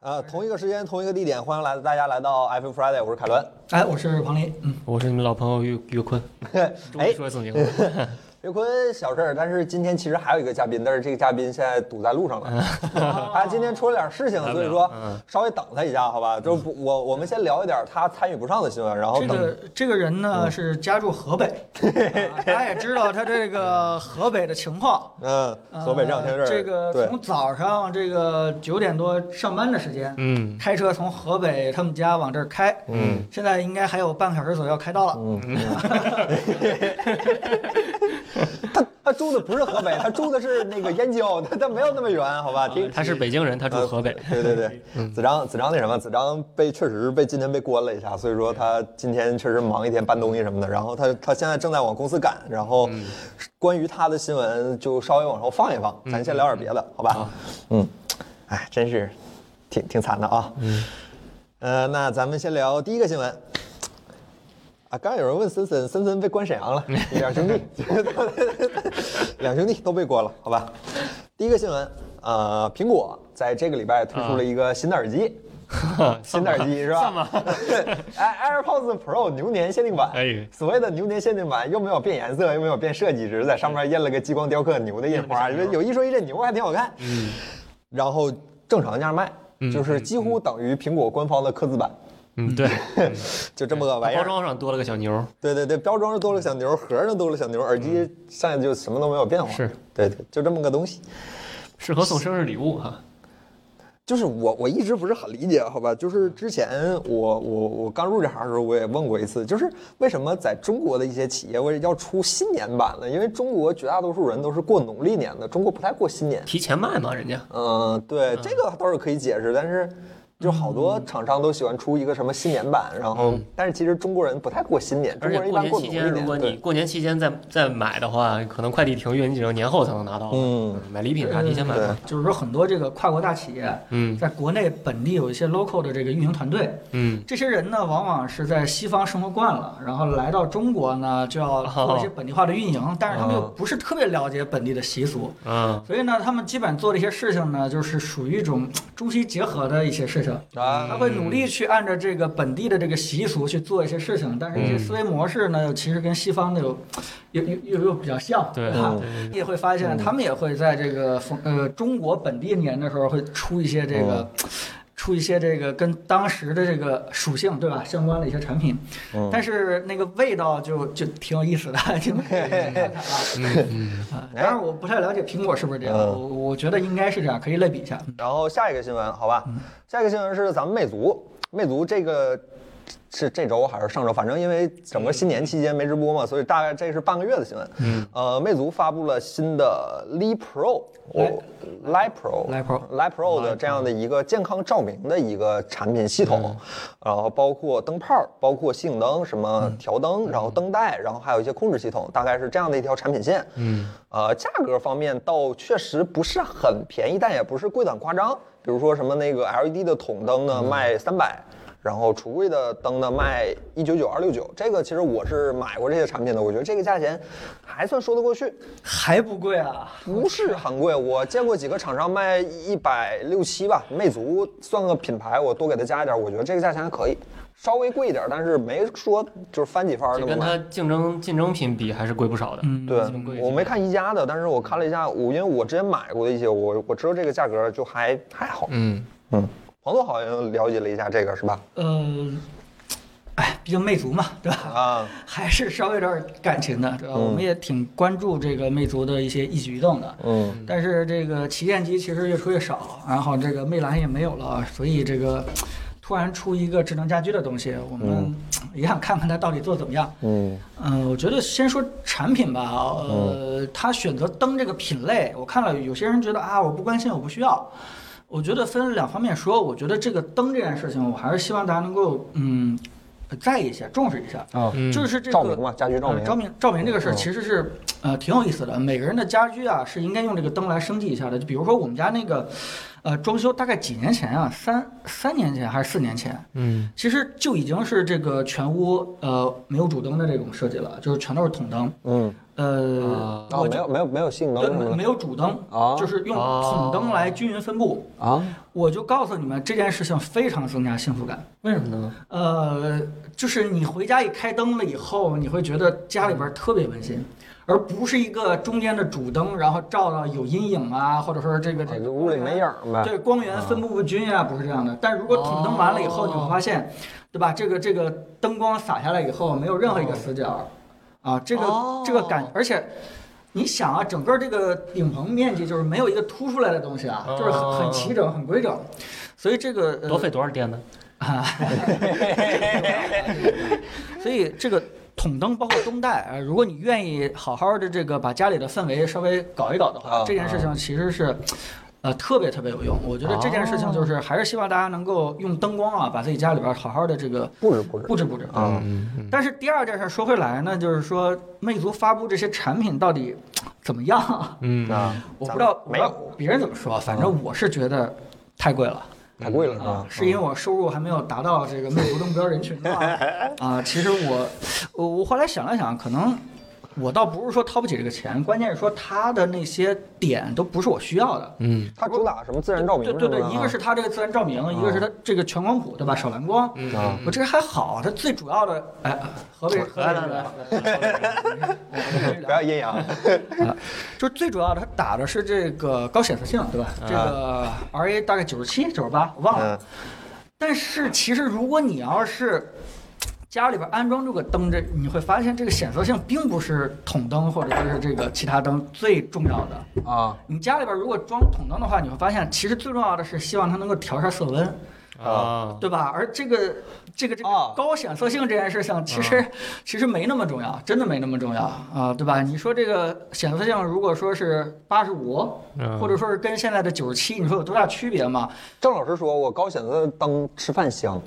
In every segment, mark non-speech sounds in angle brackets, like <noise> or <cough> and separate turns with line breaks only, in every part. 呃，同一个时间，同一个地点，欢迎来大家来到 iPhone Friday，我是凯伦。
哎，我是庞林，嗯，
我是你们老朋友岳
<laughs>
岳坤，终于
哎
说正经话，
岳坤小事儿，但是今天其实还有一个嘉宾，但是这个嘉宾现在堵在路上了， <laughs> 他今天出了点事情，
来不
所以
了
说
嗯
稍微等他一下，好吧？就不我我们先聊一点他参与不上的新闻，然后
这
等嗯
个这个人呢是家住
<laughs>
河北，啊大家也知道他这个河北的情况。
嗯，
呃
河北这两天有点
这个
对
从早上这个九点多上班的时间，
嗯
开车从河北他们家往这儿开，
嗯，
现在应该还有半个小时左右开到了。
他他住的不是河北，他住的是那个燕郊，他他没有那么远，好
呃
吧？听
他是北京人，他住河北，
对对对，子章子章那什么，子章被确实被今天被关了一下，所以说他今天确实忙一天搬东西什么的。然后他他现在正在往公司赶，然后关于他的新闻就稍微往后放一放，咱先聊点别的，好吧
好？
嗯，哎，真是挺挺惨的啊。嗯，呃，那咱们先聊第一个新闻。啊，刚才有人问森森，森森被关沈阳了，两兄弟，两兄弟都被关了，好吧？第一个新闻，呃，苹果在这个礼拜推出了一个新的耳机，
啊
新的耳机是吧？
算吧
哎，AirPods Pro 牛年限定版，
哎
所谓的牛年限定版又没有变颜色，又没有变设计，只是在上面印了个激光雕刻牛的印花，
印了个小牛
有一说一，这牛还挺好看。嗯，然后正常价卖，就是几乎等于苹果官方的刻字版，
嗯，对，
就这么个玩意
包
儿。
装上多了个小牛儿，
对对对，包装上多了小牛，盒上多了小牛，耳机上就什么都没有变化。
嗯是，
对对，就这么个东西。
适合送生日礼物哈，
就是我我一直不是很理解，好吧？就是之前我我我刚入这行的时候，我也问过一次，就是为什么在中国的一些企业为要出新年版呢？因为中国绝大多数人都是过农历年的，中国不太过新年。
提前卖嘛，人家
嗯，对，这个倒是可以解释，但是。就好多
嗯
厂商都喜欢出一个什么新年版，然后，但是其实中国人不太过新年，中
而
国
且
人一
过
般
年
过
期
农
间，
历
如果
年。
你
对，
过年期间再再买的话，可能快递停运，你只能年后才能拿到。
嗯，
买礼品啥提前买嘛。
就是说，很多这个跨国大企业，
嗯
在国内本地有一些 local 的这个运营团队，
嗯，
这些人呢，往往是在西方生活惯了，然后来到中国呢，就要
哦
做一些本地化的运营，但是他们又
哦
不是特别了解本地的习俗，
嗯
啊，
所以呢，他们基本做的一些事情呢，就是属于一种中西结合的一些事情。
啊，
他会努力去按照这个本地的这个习俗去做一些事情，但是一些思维模式呢，其实跟西方的有又又又又比较像，
对
吧
对对？
你也会发现，他们也会在这个逢呃中国本地年的时候会出一些这个。出一些这个跟当时的这个属性对吧相关的一些产品，但是那个味道就就挺有意思的，挺有意思的
嗯
啊。当然我不太了解苹果是不是这样，
嗯
我我觉得应该是这样，可以类比一下。
然后下一个新闻，好吧，下一个新闻是咱们魅族，魅族这个是这周还是上周？反正因为整个新年期间没直播嘛，所以大概这是半个月的新闻。嗯，呃，魅族发布了新的 l i Pro，我 l i Pro
Lite Pro
l i Pro 嗯的这样的一个健康照明的一个产品系统，然后包括灯泡，包括吸影灯、什么调灯，然后灯带，然后还有一些控制系统，大概是这样的一条产品线。嗯，呃，价格方面倒确实不是很便宜，但也不是贵得很夸张。比如说什么那个 LED 的筒灯呢，卖三百。然后橱柜的灯呢卖一九九二六九，这个其实我是买过这些产品的，我觉得这个价钱还算说得过去。
还不贵啊，
不是很贵，我见过几个厂商卖一百六七吧，魅族算个品牌，我多给它加一点，我觉得这个价钱还可以，稍微贵一点，但是没说就是翻几番儿那
这
么
跟它
买。
竞争竞争品比还是贵不少的。嗯，
对
么贵，
我没看宜家的，但是我看了一下，我因为我之前买过的一些，我我知道这个价格就还还好。
嗯，
嗯，彭总好像了解了一下这个是吧？
呃，哎，毕竟魅族嘛，对吧？
啊，
还是稍微有点感情的，对吧？我们也挺关注这个魅族的一些一举一动的。
嗯，
但是这个旗舰机其实越出越少，然后这个魅蓝也没有了，所以这个突然出一个智能家居的东西，我们也想看看它到底做得怎么样。
嗯，
嗯，我觉得先说产品吧，
嗯
呃，它选择灯这个品类，我看了有些人觉得啊，我不关心，我不需要。我觉得分两方面说，我觉得这个灯这件事情，我还是希望大家能够嗯在意一下，重视一下。
啊
嗯
就是这个
照明嘛，家居照嗯
呃
明。
照明照明这个事儿其实是、呃，挺有意思的。每个人的家居啊，是应该用这个灯来升级一下的。就比如说我们家那个，呃，装修大概几年前啊，三三年前还是四年前，
嗯
其实就已经是这个全屋呃没有主灯的这种设计了，就是全都是筒灯。
嗯，
呃
啊，
哦，没有没有没有性能
对，
什么
没
的
没有主灯，
啊
就是用
啊
筒灯来均匀分布。
啊，
我就告诉你们，这件事情非常增加幸福感。
为什么呢？
呃，就是你回家一开灯了以后，你会觉得家里边特别温馨，而不是一个中间的主灯，然后照到有阴影啊，或者说这个
啊
这
这
个
屋里没影啊儿呗。
对光源分布不均啊，不是这样的。但如果筒灯完了以后，
哦
你会发现，对吧？这个这个灯光洒下来以后，没有任何一个死角，啊，这个
哦
这个感，而且。你想啊，整个这个顶棚面积就是没有一个凸出来的东西啊，就是很
哦
很齐整、很规整，所以这个呃
多费多少电呢？
所以这个筒灯包括灯带啊，呃如果你愿意好好的这个把家里的氛围稍微搞一搞的
啊哦
话，这件事情其实是。呃，特别特别有用，我觉得这件事情就是还是希望大家能够用灯光啊，把自己家里边好好的这个
布置布置
布置布置。
啊，
但是第二件事说回来呢，就是说魅族发布这些产品到底怎么样？
嗯
啊，
我
咱
不知道
们没有，
别人怎么说，反正我是觉得太贵了。
太贵了是
啊
吧，？
是因为我收入还没有达到这个魅族的目标人群
<laughs>
的话，啊，其实我我我后来想了想，可能我倒不是说掏不起这个钱，关键是说它的那些点都不是我需要的。
嗯
它主打什么自然照明
对
什么
对
的
对，一个是它这个自然照明，一个
嗯
是它这个全光谱，对吧？少蓝光。
啊
我这还好，它最主要的，哎，河北河北人 <laughs> 来，
嗯不要啊阴
<laughs>
阳，
就是最主要的，它打的是这个高显示性，对吧？这个 RA 大概九十七、九十八，我忘了。
嗯
但是其实如果你要是家里边安装这个灯，这你会发现这个显色性并不是筒灯或者就是这个其他灯最重要的。
啊
你家里边如果装筒灯的话，你会发现其实最重要的是希望它能够调一下色温，
啊，
对吧？而这个这个这个
啊
高显色性这件事情，其实其实没那么重要，真的没那么重要啊，对吧？你说这个显色性如果说是八十五，
嗯
或者说是跟现在的九十七，你说有多大区别吗？
郑老师说，我高显色灯吃饭香，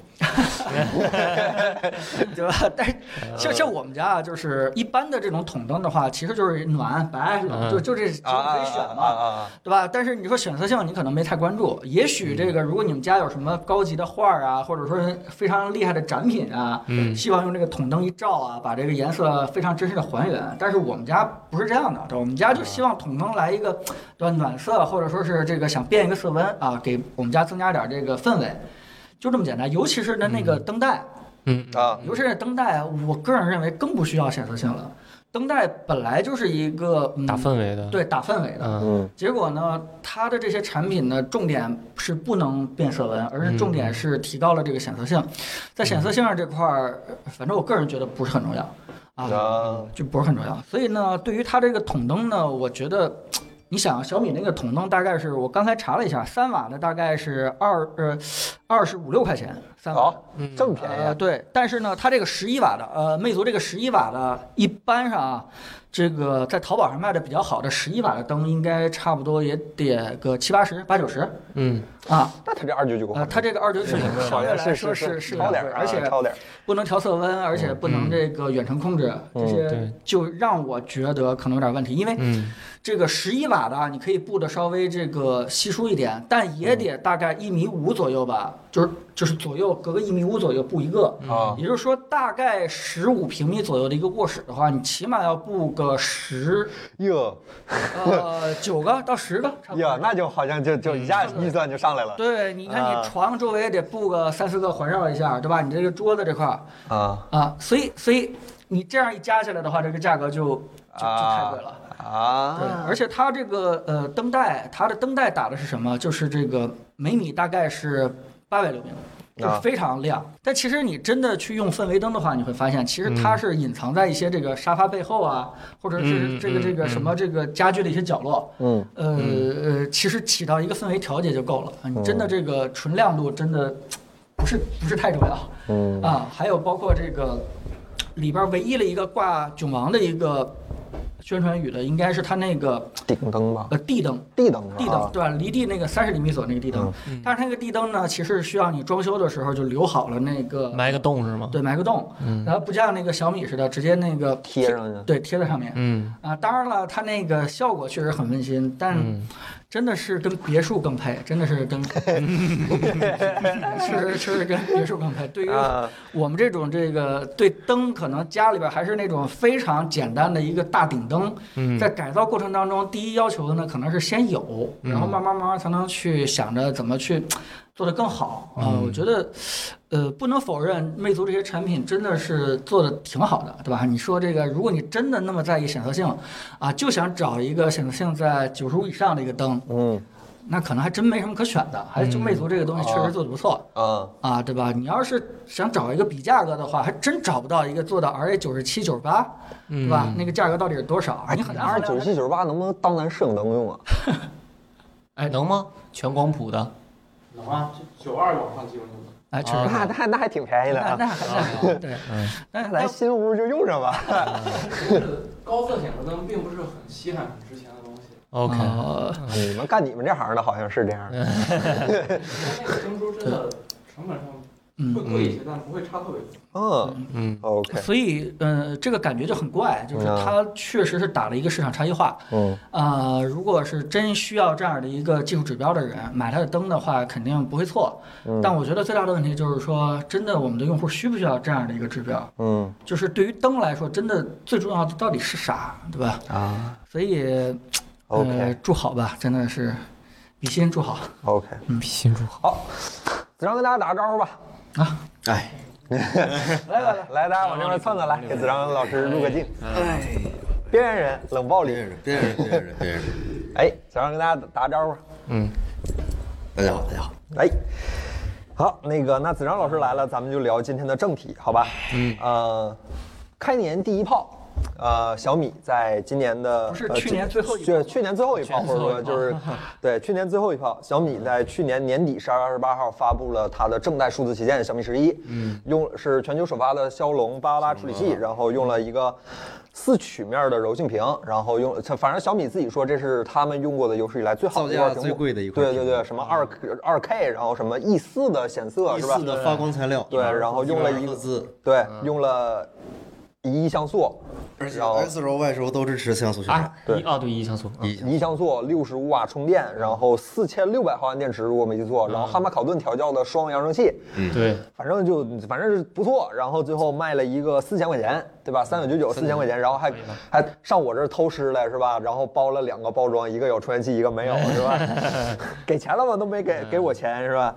<laughs> 对吧？但是
呃
像像我们家啊，就是一般的这种筒灯的话，其实就是暖白
嗯
冷，就就这几种可以选
啊
嘛，
啊
对吧？但是你说选择性，你可能没太关注。也
嗯
许这个，如果你们家有什么高级的画儿啊，或者说非常厉害的展品啊，
嗯
希望用这个筒灯一照啊，把这个颜色非常真实的还原。但是我们家不是这样的，对吧我们家就希望筒灯来一个对吧暖色，或者说是这个想变一个色温啊，给我们家增加点这个氛围，就这么简单。尤其是那那个灯带。
嗯
啊啊，
尤其是灯带，我个人认为更不需要显色性了。灯带本来就是一个、嗯、
打氛围的，，
对打氛围的，
嗯
嗯
结果呢，它的这些产品呢，重点是不能变色温，而是重点是提高了这个显色性。在显色性上这块儿，反正我个人觉得不是很重要啊，
啊
就不是很重要。所以呢，对于它这个筒灯呢，我觉得。你想小米那个筒灯大概是我刚才查了一下，三瓦的大概是二呃二十五六块钱，三瓦的。
好，这么便宜
呃，
啊
对，但是呢，它这个十一瓦的，呃，魅族这个十一瓦的，一般上啊，这个在淘宝上卖的比较好的十一瓦的灯，应该差不多也得个七八十、八九十
嗯
啊。
那它这二九九
呃，它这个二九九相
好
对
像
来
是
说
是
是
超
高
点儿啊，
而且
超点儿，嗯
不能调色温，而且不能这个远程控制，这些
对
就让我觉得可能有点问题，因为
嗯
这个十一瓦的啊，你可以布的稍微这个稀疏一点，但也得大概一米五左右吧，就是就是左右隔个一米五左右布一个
啊
也就是说大概十五平米左右的一个卧室的话，你起码要布个十
哟 <laughs>
呃九个到十个，差不
哟，
多。
那就好像就就一下
嗯
预算就上来了
对，你看
啊
你床周围得布个三四个环绕一下，对吧？你这个桌子这块儿
啊
啊，所以所以你这样一加起来的话，这个价格就就就太贵了。对，
啊，
而且它这个呃灯带，它的灯带打的是什么？就是这个每米大概是八百流明，就是
啊
非常亮。但其实你真的去用氛围灯的话，你会发现其实
嗯
它是隐藏在一些这个沙发背后啊，或者是
嗯
这个
嗯
这个
嗯
什么这个家具的一些角落。
嗯嗯
呃呃，其实起到一个氛围调节就够了。你真的这个纯亮度真的不是不是太重要。
嗯
啊，还有包括这个里边唯一的一个挂囧王的一个宣传语的应该是它那个
顶灯吧，
呃 D 灯，
地灯是吧，啊
地灯对吧？离地那个三十厘米左右那个地灯，
嗯
但是那个地灯呢，其实需要你装修的时候就留好了那个
埋个洞是吗？
对埋个洞，然后不像那个小米似的直接那个
嗯贴上去。
对贴在上面。
嗯，
啊，当然了，它那个效果确实很温馨，但真的是跟别墅更配，真的是跟， <laughs> 确实确实跟别墅更配。对于
啊，
我们这种这个对灯，可能家里边还是那种非常简单的一个大顶灯，
嗯
在改造过程当中，第一要求的呢可能是先有，然后慢慢慢慢才能去想着怎么去做得更好啊、我觉得，呃，不能否认魅族这些产品真的是做的挺好的，对吧？你说这个，如果你真的那么在意显色性啊，就想找一个显色性在九十五以上的一个灯，
嗯
那可能还真没什么可选的。还就魅族这个东西确实做得不错。
啊，
啊，对吧？你要是想找一个比价格的话，还真找不到一个做到 RA 九十七、九十八，
嗯
对吧？那个价格到底是多少？啊你很难
二
衡
哎
量
九
它
十七九十八能不能当咱摄影灯用啊？
哎，能吗？全光谱的，
能啊，九二往上基本就能。
哎，确实
啊
那那那还挺便宜的
那
啊，
那还对，
那
但是
咱新屋就用上吧。
高色显示灯并不是很稀罕很值钱的东西，
OK，
呃
<laughs> 你们干你们这行的好像是这样的，
但那个灯珠真的成本上会贵一些，但不会差特别多。
嗯嗯
嗯
，OK，
嗯所以呃，这个感觉就很怪，就是它确实是打了一个市场差异化。
嗯
啊，如果是真需要这样的一个技术指标的人买它的灯的话，肯定不会错。
嗯
但我觉得最大的问题就是说，真的我们的用户需不需要这样的一个指标？
嗯
就是对于灯来说，真的最重要的到底是啥，对吧？
啊
所以，呃，
，OK
祝好吧，真的是比心祝好
OK，
比心珠好。
好，子章跟大家打个招呼吧。
啊！
哎，
来来来，来，大家往这边蹭蹭来，给子章老师入个镜。
哎，
边缘人，冷暴
别
力。
认识，别认识，别认识，别认识。
哎，子章跟大家打个招呼。
大家好，大家好。
哎，好，那个，那子章老师来了，咱们就聊今天的正题，好吧？嗯，呃，开年第一炮，呃，小米在今年的
不是
呃
去年最后一炮
对，去年最后一炮，
去
或
年
者
最后
说
一炮
<laughs>
就是对，去年最后一炮，小米在去年年底十二月二十八号发布了它的正代数字旗舰小米十一，嗯，用是全球首发的骁龙八八处理器，然后用了一个。四曲面的柔性屏，然后用，反正小米自己说这是他们用过的有史以来最好的一块
造价
屏幕
最贵的一块
对对
屏
对，什么二二 K，然后什么 E 四的显色
第
是吧？
E 四的发嗯光材料，
对然后用了一个
个字，
对，用了一亿像素，
而且
然后
S 轴、Y 轴都支持像素渲染
啊。，一哦对，一像素，嗯
一
一亿像素，六十五瓦充电，然后四千六百毫安电池，如果没记错，
嗯
然后哈曼卡顿调教的双扬声器，
对，
反正就反正是不错，然后最后卖了一个四千块钱，对吧？三九九九嗯四千块钱，然后还还上我这儿偷师来是吧？然后包了两个包装，一个有充电器，一个没有是 <laughs> 吧？给钱了吗？都没给给我钱是吧？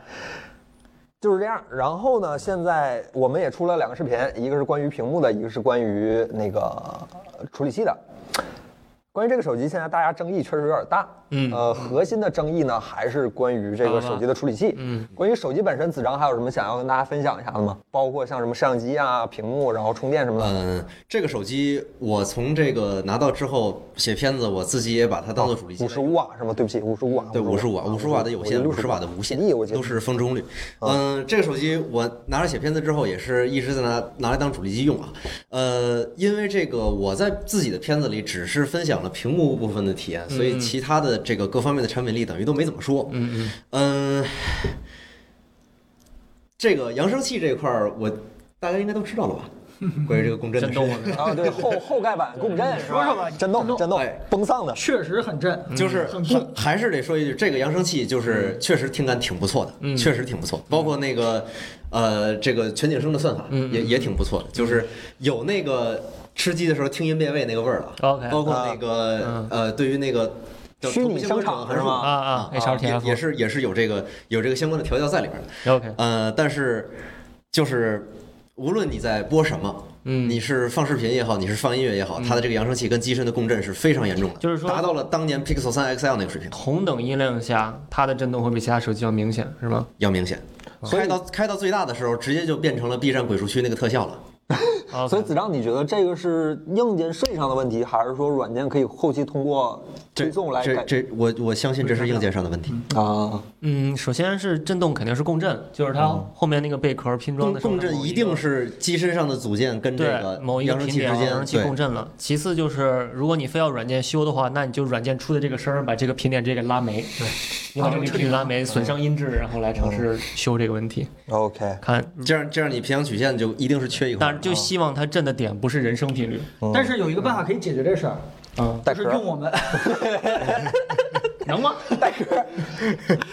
就是这样，然后呢？现在我们也出了两个视频，一个是关于屏幕的，一个是关于那个呃处理器的。关于这个手机，现在大家争议确实有点大。嗯，呃，核心的争议呢，还是关于这个手机的处理器。嗯，关于手机本身，子章还有什么想要跟大家分享一下的吗？包括像什么摄像机啊、屏幕，然后充电什么的。
嗯，这个手机我从这个拿到之后写片子，我自己也把它当做主力机
五
来
十五瓦是吗？对不起，五十五瓦。
嗯对，五十五瓦，五十瓦的有啊线，五十瓦的无线
你，我记得
都是峰值功率。嗯，这个手机我拿来写片子之后，也是一直在拿拿来当主力机用啊。呃，因为这个我在自己的片子里只是分享了屏幕部分的体验，所以其他的这个各方面的产品力等于都没怎么说。嗯嗯，这个扬声器这一块儿，我大家应该都知道 <laughs> 了吧？关于这个共振的
震
事
动
情。
啊，对后后盖
<laughs>
板共振，
说说吧
震动震动
哎，
崩丧的。
确实很震，
嗯就是
很
还
酷。
还是得说一句，这个扬声器就是确实听感挺不错的，确实挺不错。包括那个呃，这个全景声的算法也也挺不错的，就是有那个吃鸡的时候听音辨位那个味儿了。
OK
包括那个呃，对于那个叫
虚拟
同步性
声
标准
场
函
是
数
吗
啊啊
也也是也是有这个有这个相关的调教在里边的。
，HLTF，OK，
呃，但是就是无论你在播什么。
嗯
你是放视频也好，你是放音乐也好，它的这个扬声器跟机身的共振是非常严重的，
就是说
达到了当年 Pixel 3 XL 那个水平，
同等音量下，它的震动会比其他手机要明显，是吗？
要明显。开到开到最大的时候，直接就变成了 B 站鬼畜区那个特效了。
OK
所以子章，你觉得这个是硬件税上的问题，还是说软件可以后期通过推送来
这
改
这，我我相信这是硬件上的问题。
啊？
嗯，首先是震动肯定是共振，就是它后面那个贝壳拼装
嗯共
的时候
共振一定是机身上的组件跟这
对
个
某一个
扬声
频
器
点啊
之
扬声
间
器
对
共振了。其次就是，如果你非要软件修的话，那你就软件出的这个声儿把这个频点直接给拉没， <laughs> 对，你把这个频点拉没，损伤音质，然后来尝试修这个问题。
<laughs>
OK，
看，
这样这样你平阳曲线就一定是缺一块
但
儿
是
的。
就希望它震的点不是人声频率。
但是有一个办法可以解决这事儿，
嗯，
带
就是
壳
用我们
能吗？
带壳，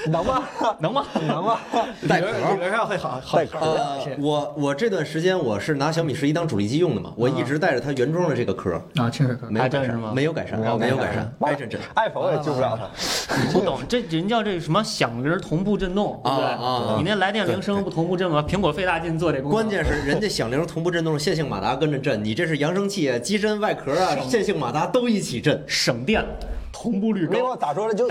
能吗？
能吗？
能吗？
带
理
壳
论理论上会好好
带壳
好
呃
哦
一些，
我我这段时间我是拿小米十一当主力机用的嘛，我一直带着它原装的这个壳，
啊，清水壳。
没
嗯还
有改
真是吗
善，没有改善，啊没有改善，爱真真。
iPhone 也救不了
<laughs>
它。
不懂，这人叫这什么响铃同步震动，对不对？
啊啊啊
你那来电铃声不同步震吗？苹果费大劲做这功能，
关
<laughs>
键是人家响铃同步震动是线性马达跟着震，你这是扬声器啊、机身外壳啊、线性马达都一起震。
省电，同步率
没有
高。
咋说了，就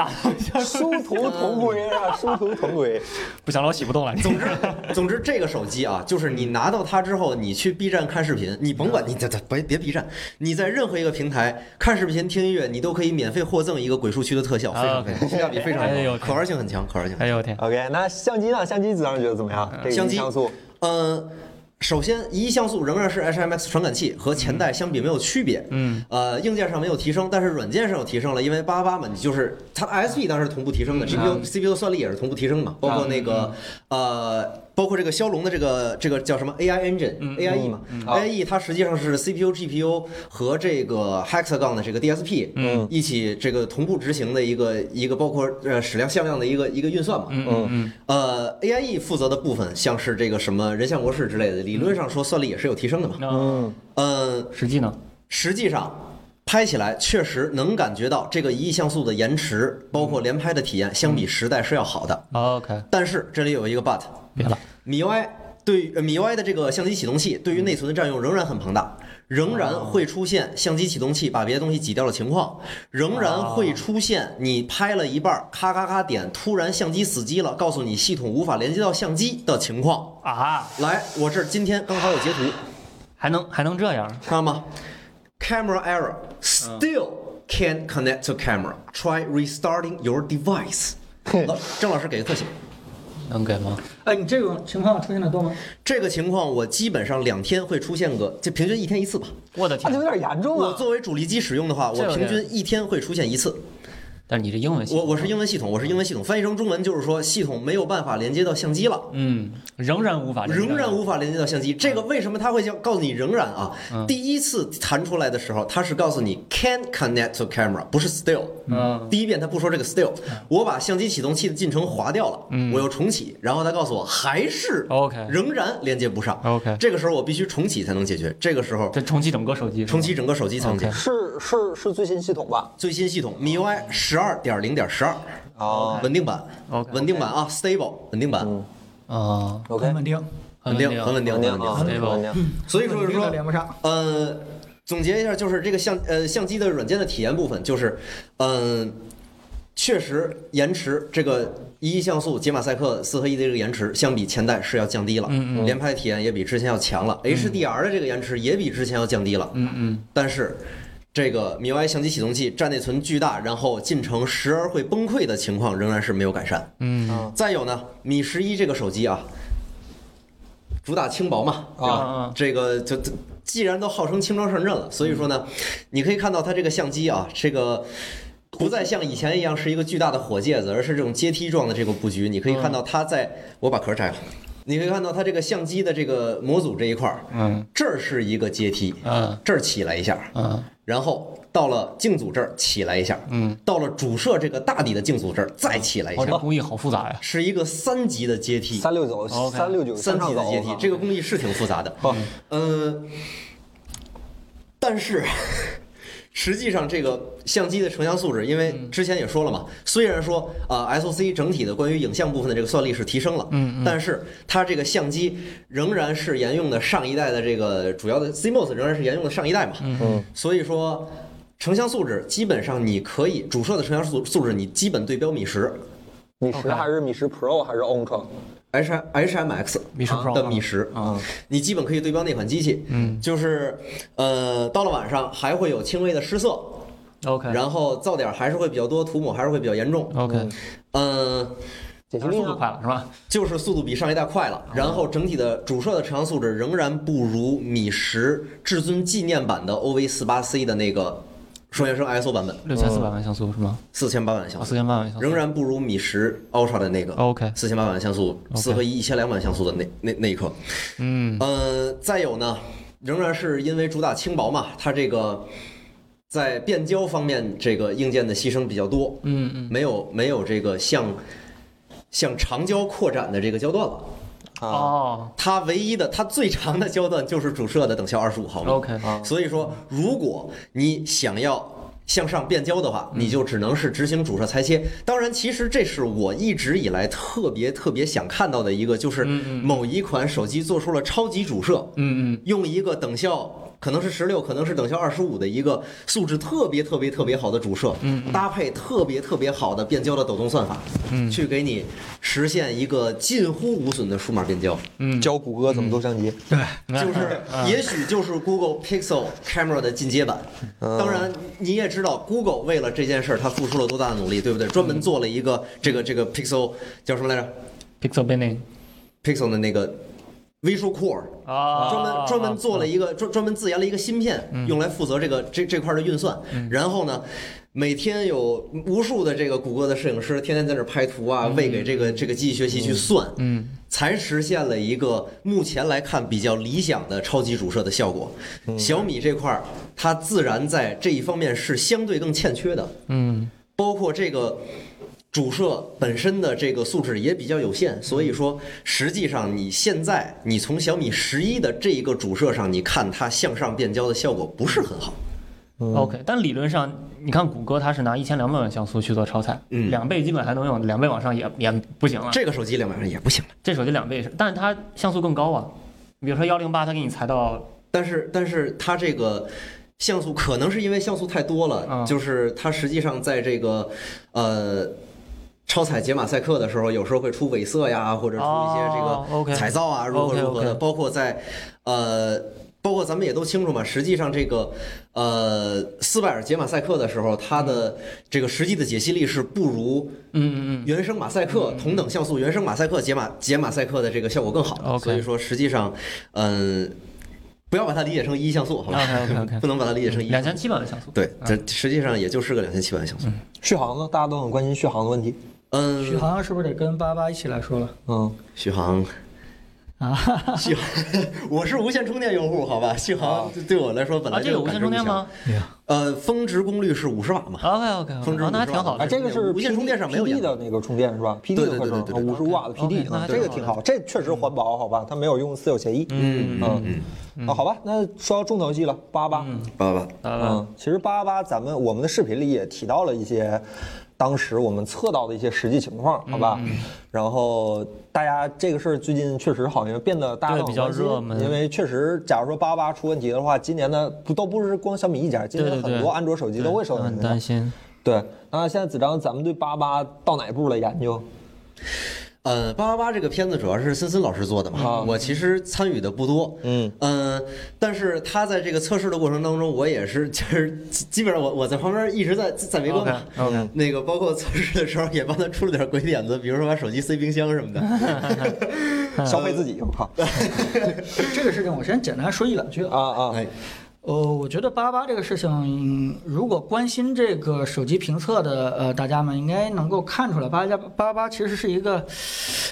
殊途同归啊，殊途同归。
不行了，我洗不动了。
总之，总之这个手机啊，就是你拿到它之后，你去 B 站看视频，你甭管你这这别别 B 站，你在任何一个平台看视频、听音乐，你都可以免费获赠一个鬼术区的特效，非
啊
常非常性价比非常
哎呦
高，可玩性很强，可玩性。
哎呦我天！
OK，那相机呢？相机子章觉得怎么样？这个
呃相
一
机
像素
嗯，首先一像素仍然是 HMX 传感器，和前代相比没有区别。
嗯，
呃，硬件上没有提升，但是软件上有提升了，因为八八嘛，你就是它 SP 当时同步提升的，GPU、CPU
嗯
算力也是同步提升嘛，包括那个、呃，包括这个骁龙的这个这个叫什么 AI Engine、AIE 嘛、a i e 它实际上是 CPU、GPU 和这个 Hexagon 的这个 DSP 嗯一起这个同步执行的一个一个包括呃矢量向量的一个一个运算嘛，嗯
嗯
呃，AIE 负责的部分，像是这个什么人像模式之类的，理论上说算力也是有提升的嘛
嗯，。 <laughs> 那
呃，
实际呢？
实际上拍起来确实能感觉到这个一亿像素的延迟，包括连拍的体验，相比十代是要好的。
OK，
但是这里有一个 but，
别了，
MIUI 对呃 MIUI 的这个相机启动器对于内存的占用仍然很庞大，仍然会出现相机启动器把别的东西挤掉的情况，仍然会出现你拍了一半儿咔咔咔点，突然相机死机了，告诉你系统无法连接到相机的情况。
啊，
来，我这儿今天刚好有截图，
还能还能这样？
看到吗？Camera error still can't connect to camera. Try restarting your device. 老郑老师给个特写。
能给吗？
哎，你这种情况出现的多吗？
这个情况我基本上两天会出现个，就平均一天一次吧。
我的
它
天
就！有点严重
我
啊。
作为主力机使用的话，
哦这
我
有
平
点
均一天会出现一次。
但是你这英文系
我
统，
我是英文系统，我是英文系统，翻译成中文就是说系统没有办法连接到相机了，
嗯，仍然无法连接，
仍然无法连接到相机。这个为什么它会叫告诉你仍然啊？
嗯
第一次弹出来的时候，它是告诉你 can connect to camera，不是 still。
嗯
第一遍它不说这个 still，我把相机启动器的进程划掉了，我又重启，然后它告诉我还是
嗯 OK
仍然连接不上。
OK
这个时候我必须重启才能解决。这个时候
这重启整个手机，
重启。整个手机才能解决。
是是是最新系统吧？
最新系统 MIUI 十二点零点十二，
哦
稳定版
OK，OK
稳定版啊，stable 稳定版，
啊，
嗯，OK，
很稳定，
稳定嗯很稳定
稳
很
定
稳定。
啊，稳定。
所以说
稳
是
定的
说
连不上。
呃，总结一下，就是这个相呃相机的软件的体验部分，就是嗯、呃确实延迟这个一亿像素解码赛克四合一的这个延迟，相比前代是要降低了，嗯嗯，连拍体验也比之前要强了、h d r 的这个延迟也比之前要降低了，嗯嗯，但是。这个 MIUI 相机启动器占内存巨大，然后进程时而会崩溃的情况仍然是没有改善。
嗯，
再有呢，米十一这个手机啊，主打轻薄嘛，
啊
对吧这个就就既然都号称轻装上阵了，所以说呢，你可以看到它这个相机啊，这个。不再像以前一样是一个巨大的火戒指，而是这种阶梯状的这个布局。你可以看到它在，我把壳摘了，你可以看到它这个相机的这个模组这一块儿，
嗯，
这儿是一个阶梯，
嗯，
这儿起来一下，
嗯，
然后到了镜组这儿起来一下，
嗯，
到了主摄这个大底的镜组这儿再起来一下
哦，，这工艺好复杂呀。
是一个三级的阶梯，
三六九，
OK
三六九
三
向
级
上啊走。
的阶梯，这个工艺是挺复杂的。
哦
嗯，但是实际上这个相机的成像素质，因为之前也说了嘛，虽然说呃 SOC 整体的关于影像部分的这个算力是提升了，嗯，但是它这个相机仍然是沿用的上一代的这个主要的 CMOS 仍然是沿用的上一代嘛，嗯，所以说。成像素质基本上你可以主摄的成像素素质你基本对标米十，
米十还是米十 Pro 还是 Ultra？
H H M X
米十 Pro
的米十嗯
啊，
你基本可以对标那款机器。嗯，就是呃，到了晚上还会有轻微的失色，
OK
然后噪点还是会比较多，涂抹还是会比较严重。
OK，
嗯，
解析
速
力
度
呢？
快了是吧？
就是速度比上一代快
哦
了，然后整体的主摄的成像素质仍然不如米十至尊纪念版的 O V 四八 C 的那个双原生 ISO 版本，
六千四百万像素是吗？
四千八百万像
啊，
素
四，千八万像素
嗯
哦
仍然不如米十 Ultra 的那个
OK，
四千八百万像素，
OK
四合一一千两百万像素的那那那一刻。
嗯
呃，再有呢，仍然是因为主打轻薄嘛，它这个在变焦方面这个硬件的牺牲比较多，
嗯嗯，
没有没有这个向向长焦扩展的这个焦段了。
啊，
哦
它唯一的，它最长的焦段就是主摄的等效二十五毫米。
，OK，
所以说，如果你想要向上变焦的话，
嗯
你就只能是执行主摄裁切。当然，其实这是我一直以来特别特别想看到的一个，就是某一款手机做出了超级主摄，
嗯嗯，
用一个等效可能是十六，可能是等效二十五的一个素质特别特别特别好的主摄，
嗯
搭配特别特别好的变焦的抖动算法，
嗯
去给你实现一个近乎无损的数码变焦。
教谷歌怎
嗯
么做相机。
就是也许就是 Google Pixel Camera 的进阶版。当然，你也知道 Google 为了这件事儿，它付出了多大的努力，对不对？专门做了一个这个这个 Pixel 叫什么来着
，Pixel Binning
？Pixel 的那个 Visual Core。
啊，
专门专门做了一个专专门自研了一个芯片，用来负责这个这这块的运算。然后呢，每天有无数的这个谷歌的摄影师天天在那儿拍图啊，喂给这个这个机器学习去算，嗯，才实现了一个目前来看比较理想的超级主摄的效果。小米这块儿，它自然在这一方面是相对更欠缺的，
嗯
包括这个主摄本身的这个素质也比较有限，所以说实际上你现在你从小米十一的这一个主摄上，你看它向上变焦的效果不是很好。
哦 OK，但理论上你看谷歌它是拿一千两百万像素去做超采，
嗯
两倍基本还能用，两倍往上也也不行了。
这个手机两百万也不行了，
这手机两倍是，但是它像素更高啊。比如说幺零八，它给你裁到
但是但是它这个。像素可能是因为像素太多了，
啊
就是它实际上在这个，呃，超采解码赛克的时候，有时候会出伪色呀，或者出一些这个
哦 OK
彩噪啊，如何如何的，
OK，OK
包括在呃，包括咱们也都清楚嘛，实际上这个呃斯拜尔解马赛克的时候，它的这个实际的解析力是不如
嗯嗯嗯
原生马赛克同等像素原生马赛克解码解马赛克的这个效果更好，
OK
所以说实际上嗯。不要把它理解成一像素，好吧
OK，OK，OK
不能把它理解成
嗯，
一
两
像
千啊嗯
素
七百万像素。
对，这实际上也就是个两千七百万像素。
续航呢？大家都很关心续航的问题。
嗯，
续航是不是得跟八八一起来说了？
嗯，
续航啊，续航，我是无线充电用户，好吧？续航对我来说本来
啊，
就
这有无线充电吗？啊
呃，峰值功率是五十瓦嘛？
？OK OK，
峰值
那还挺好
啊
啊，
的。
这个是
无线充电上没有
PD
沿
的那个充电是吧？PD
对
的
对
快
对
充，
对对
五十五瓦的
OK，
PD，
那还
啊
挺
这个
好
挺
的
好，这确实环保，好吧？它没有用私有协议。
嗯嗯
嗯嗯。啊，好吧，那说到重头戏了，八八。
八八八，
呃
嗯，其实八八八咱们我们的视频里也提到了一些当时我们测到的一些实际情况，
嗯
好吧？然后大家这个事儿最近确实好像变得大家
对
都很
比较
关心
热门
因为确实，假如说八八出问题的话，今年的不都不是光小米一家，今
对
年
对对
很多安卓手机都会受到
很
影
担
响。
心。
对，那现在子章，咱们对八八到哪一步了研
<laughs>
究？
呃，八八八这个片子主要是森森老师做的
啊
嘛，我其实参与的不多，
嗯
嗯，但是他在这个测试的过程当中，我也是就是基基本上我我在旁边一直在在围观嘛。
OK，
<laughs> 那个包括测试的时候也帮他出了点鬼点子，比如说把手机塞冰箱
<laughs>
什么的。
消费自己，我靠！
这个事情我先简单说一两句啊。
啊啊，
哎，
呃，我觉得八八这个事情，嗯如果关心这个手机评测的呃大家们，应该能够看出来，八加八八其实是一个，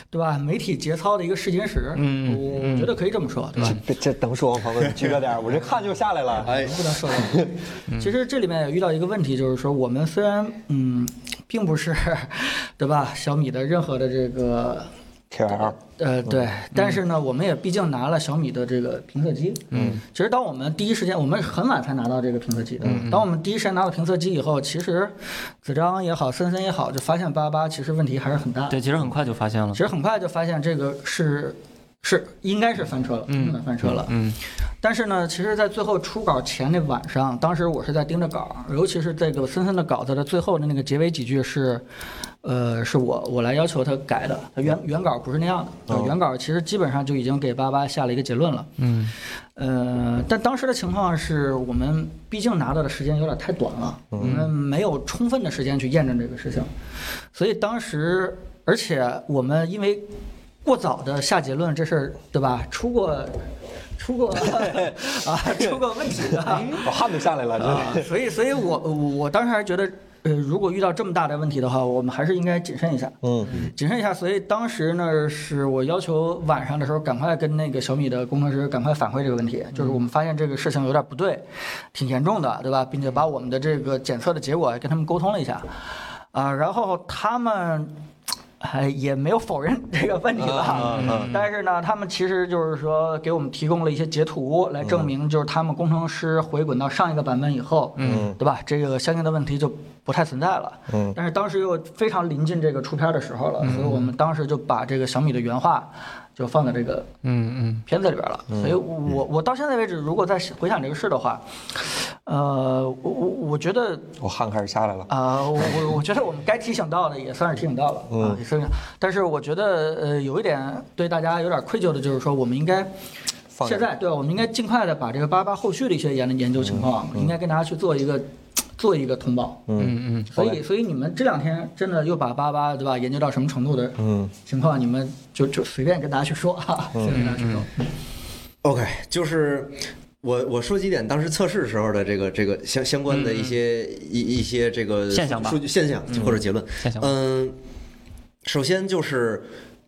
对吧？媒体节操的一个试金石，
嗯
我
嗯
我觉得可以这么说，对吧？
这这能说吗，朋友们？举着点儿，我这看就下来了。
<laughs>
哎，
不能说了。其实这里面也遇到一个问题，就是说我们虽然嗯，并不是， <laughs> 对吧？小米的任何的这个
KL，
呃，对，但是呢，我们也毕竟拿了小米的这个评测机。嗯，其实当我们第一时间，我们很晚才拿到这个评测机的。当我们第一时间拿到评测机以后，其实子章也好，森森也好，就发现八八其实问题还是很大。
对，其实很快就发现了
其。实很快就发现这个是是应该是翻车了，
嗯
根本翻车了。
嗯，
但是呢，其实，在最后出稿前那晚上，当时我是在盯着稿，尤其是这个森森的稿子的最后的那个结尾几句是，呃，是我我来要求他改的，他原原稿不是那样的，
哦
原稿其实基本上就已经给八八下了一个结论了。
嗯
呃，但当时的情况是我们毕竟拿到的时间有点太短了，我们没有充分的时间去验证这个事情，所以当时，而且我们因为过早的下结论这事儿，对吧？出过出过啊，出过问题的。
哎
我汗都下来了，
啊，
这
所以，所以我我当时还是觉得，呃，如果遇到这么大的问题的话，我们还是应该谨慎一下，
嗯
谨慎一下。所以当时呢，是我要求晚上的时候赶快跟那个小米的工程师赶快反馈这个问题，就是我们发现这个事情有点不对，挺严重的，对吧？并且把我们的这个检测的结果跟他们沟通了一下，啊，然后他们。哎，也没有否认这个问 <laughs> 题吧，
嗯嗯嗯
但是呢，他们其实就是说给我们提供了一些截图来证明，就是他们工程师回滚到上一个版本以后，
嗯
对吧？这个相应的问题就不太存在了。
嗯
但是当时又非常临近这个出片的时候了，所以我们
嗯
当时就把这个小米的原话就放在这个
嗯
片子里边了。所以
嗯
我我到现在为止，如果再回想这个事的话，呃，我我我觉得
我汗开始下来了。
啊、我我我觉得我们该提醒到的也算是提醒到了
嗯
啊，也算是。但是我觉得呃，有一点对大家有点愧疚的，就是说我们应该
放
现在对吧，我们应该尽快的把这个八八后续的一些研研究情况，
嗯
应该跟大家去做一个做一个通报。
嗯嗯
所以，所以你们这两天真的又把八八对吧研究到什么程度的
嗯
情况，你们就就随便跟大家去说啊，随便跟大
嗯
家去说。
OK，就是我我说几点当时测试时候的这个这个相相关的一些、一一些这个
嗯现象吧
数据现象或者结论。
现象吧
嗯，首先就是。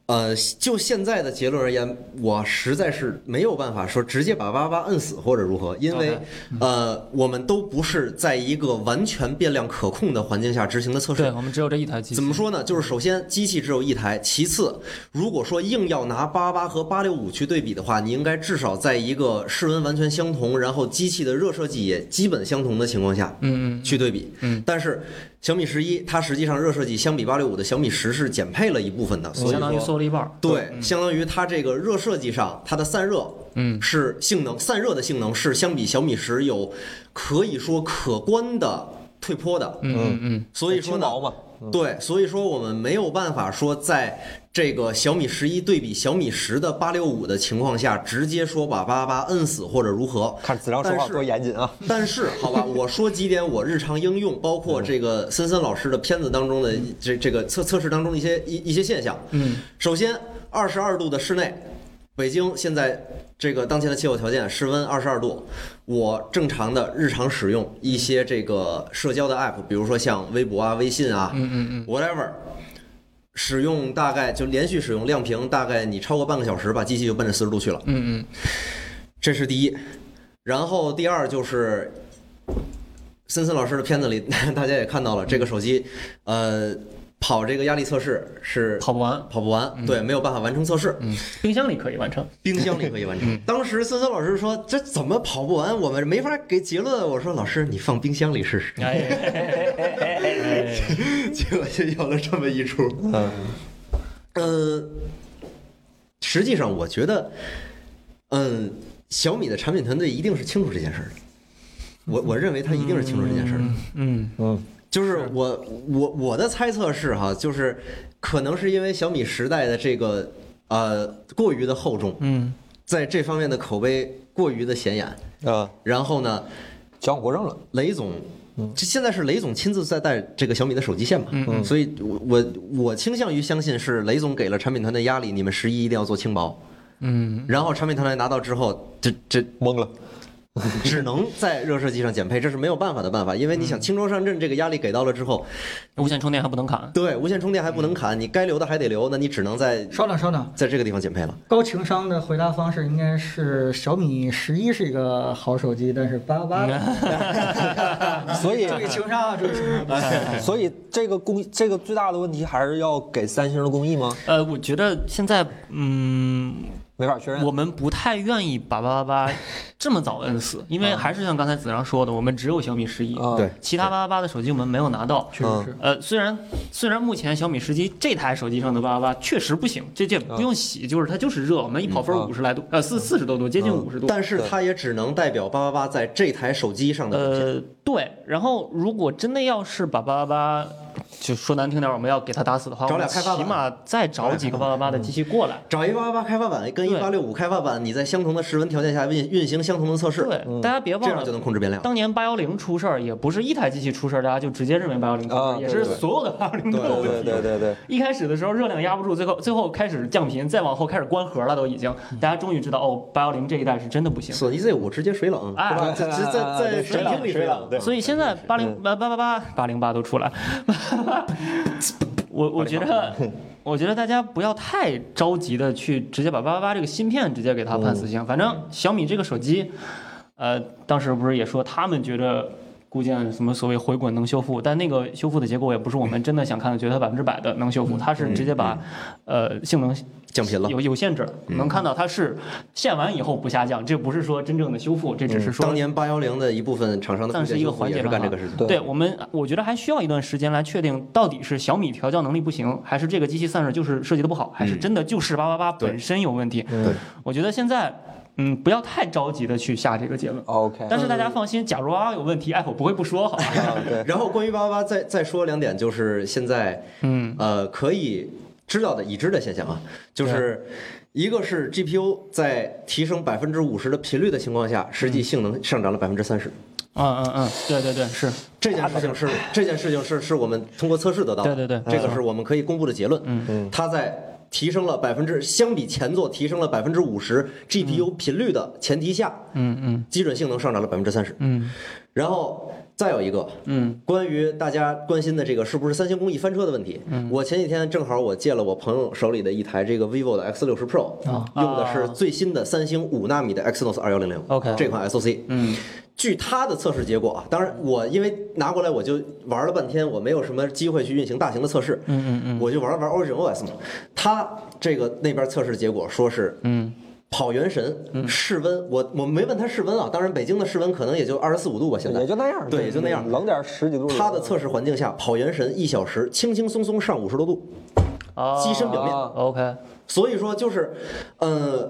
呃，就现在的结论而言，我实在是没有办法说直接把八八摁死或者如何，因为
OK 嗯
呃，我们都不是在一个完全变量可控的环境下执行的测
嗯，
试
对，。我们只有这一台机器。
怎么说呢？就是首先机器只有一台，其次，如果说硬要拿八八和八六五去对比的话，你应该至少在一个室温完全相同，然后机器的热设计也基本相同的情况下，
嗯？嗯
去对比。
嗯，
但是小米十一它实际上热设计相比八六五的小米十是减配了一部分的，
嗯，
所以
相当于
说。
缩了一半儿。
对，相当于它这个热设计上，它的散热，
嗯，
是性能散热的性能是相比小米十有可以说可观的退坡的，
嗯嗯嗯，
所以说
轻
呢，
薄嘛，嗯
对，所以说我们没有办法说在这个小米十一对比小米十的八六五的情况下，直接说把八八摁死或者如
<laughs>
何。
看子良说话多严谨啊。
但是，好吧，我说几点我日常应用，包括这个森森老师的片子当中的这这个测测试当中的一些一一些现象。
嗯，
首先，二十二度的室内，北京现在这个当前的气候条件，室温二十二度，我正常的日常使用一些这个社交的 app，比如说像微博啊、微信啊，嗯嗯嗯，whatever。使用大概就连续使用亮屏，大概你超过半个小时吧，机器就奔着四十度去了。
嗯嗯
这是第一。然后第二就是森森老师的片子里， <laughs> 大家也看到了，这个手机，呃，跑这个压力测试是
嗯，跑不完。
跑不完，对，没有办法完成测试，
嗯，冰箱里可以完成。
冰箱里可以完成。当时森森老师说这怎么跑不完，我们没法给结论。我说老师，你放冰箱里试试，
哎，
结果就有了这么一出。
嗯
呃，实际上我觉得，嗯，小米的产品团队一定是清楚这件事儿的。我我认为他一定是清楚这件事儿的。
嗯
嗯
就是我我我的猜测是哈，就是可能是因为小米时代的这个呃过于的厚重，
嗯
在这方面的口碑过于的显眼，
啊，
然后呢，
矫枉过正了。
雷总。
嗯
这现在是雷总亲自在带这个小米的手机线嘛，嗯所以我我我倾向于相信是雷总给了产品团队压力，你们十一一定要做轻薄，
嗯
然后产品团队拿到之后，这这
懵
<laughs>
了，
只能在热射机上减配，这是没有办法的办法，因为你想轻装上阵这个压力给到了之后，
嗯，无线充电还不能
<laughs>
砍。
对，无线充电还不能砍，你该留的还得留，那你只能在
稍等，稍等，
在这个地方减配了。
高情商的回答方式应该是小米十一是一个好手机，但是八八，
所以
注意情商啊，注意情商。
哎
所以这个工这个最大的问题还是要给三星的工艺吗？
呃，我觉得现在，嗯，
没法确认。
我们不太愿意把八八八这么早摁死，因为还是像刚才子阳说的，我们只有小米十一，
啊
对
其他八八八的手机我们没有拿到。
确实是，
呃，虽然虽然目前小米十七这台手机上的八八八确实不行，这这不用洗，就是它就是热，我们一跑分
嗯啊
五十来度，呃四四十多度，接
啊
近五十度。
但是它也只能代表八八
呃
八在这台手机上的表现。
呃，对。然后如果真的要是把八八八就说难听点，我们要给它打死的话，
找
我们
俩开发
起
版
码再找几个八八八的机器过来。
找一八八八开发版跟一
对
八六五开发版，你在相同的时温条件下运运行相同的测试，
对，大家别
嗯这
忘
样就能
了。
控制变量。
当年八幺零出事儿，也不是一台机器出事儿，大家就直接认为八幺零出事
啊
儿，也
对
是
对
所有的八幺零都
对
有问
对
题。
对对对，
一开始的时候热量压不住，最后最后开始降频，再往后开始关盒了，都已经，大家终于知道哦，八幺零这一代是真的不行。
索尼 Z 五直接水冷，
哎
是吧直直在在水瓶里水冷，对。嗯
所以现在八零八八八八八零八都出来， <laughs> 我我觉得，
嗯
我觉得大家不要太着急的去直接把八八八这个芯片直接给它判死
嗯
刑。反正小米这个手机，呃，当时不是也说他们觉得。固件什么所谓回滚能修复，但那个修复的结果也不是我们真的想看的，觉得它百分之百的能修复，
嗯
它是直接把，呃，性能
降频嗯了。嗯
有有限制，能看到它是限完以后不下降，这不是说真正的修复，这只是说
嗯当年八幺零的一部分厂商的
但是一个环节
也是
吧
干这个事情。
对
我们，我觉得还需要一段时间来确定到底是小米调教能力不行，还是这个机器散热就是设计的不好，还是真的就是八八八
嗯对
本身有问题。
对
我觉得现在，嗯，不要太着急的去下这个结论。
，OK，
嗯
但是大家放心，假如八啊八有问题，Apple 不会不说，好吧？
啊对，
然后关于八八八，再再说两点，就是现在
嗯，
呃可以知道的已知的现象啊，就是一个是 GPU 在提升百分之五十的频率的情况下，实际性能上涨了百分之三十。
<laughs> 嗯嗯嗯，对对对，是，
这件事情是这件事情是是我们通过测试得到的，
对对对
这个是我们可以公布的结论。
嗯
嗯
它在提升了百分之，相比前作提升了百分之五十 GPU 频率的前提下，
嗯嗯
基准性能上涨了百分之三十。
嗯
然后再有一个，
嗯
关于大家关心的这个是不是三星工艺翻车的问题，
嗯
我前几天正好我借了我朋友手里的一台这个 vivo 的 X 六十 Pro，、
啊
用的是最新的三星五纳米的 Exynos 二幺零零
OK
这款 SoC。
嗯
据它的测试结果啊，当然我因为拿过来我就玩了半天，我没有什么机会去运行大型的测试，
嗯嗯嗯
我就玩了玩 Origin OS 嘛。它这个那边测试结果说是
嗯
跑原神室温，我我没问它室温啊，当然北京的室温可能也就二十四五度吧，现在
也就那样，
对也就那样
冷点十几度。
它的测试环境下跑原神一小时，轻轻松松上五十多度，
啊
机身表面。
啊
OK，
所以说就是，呃，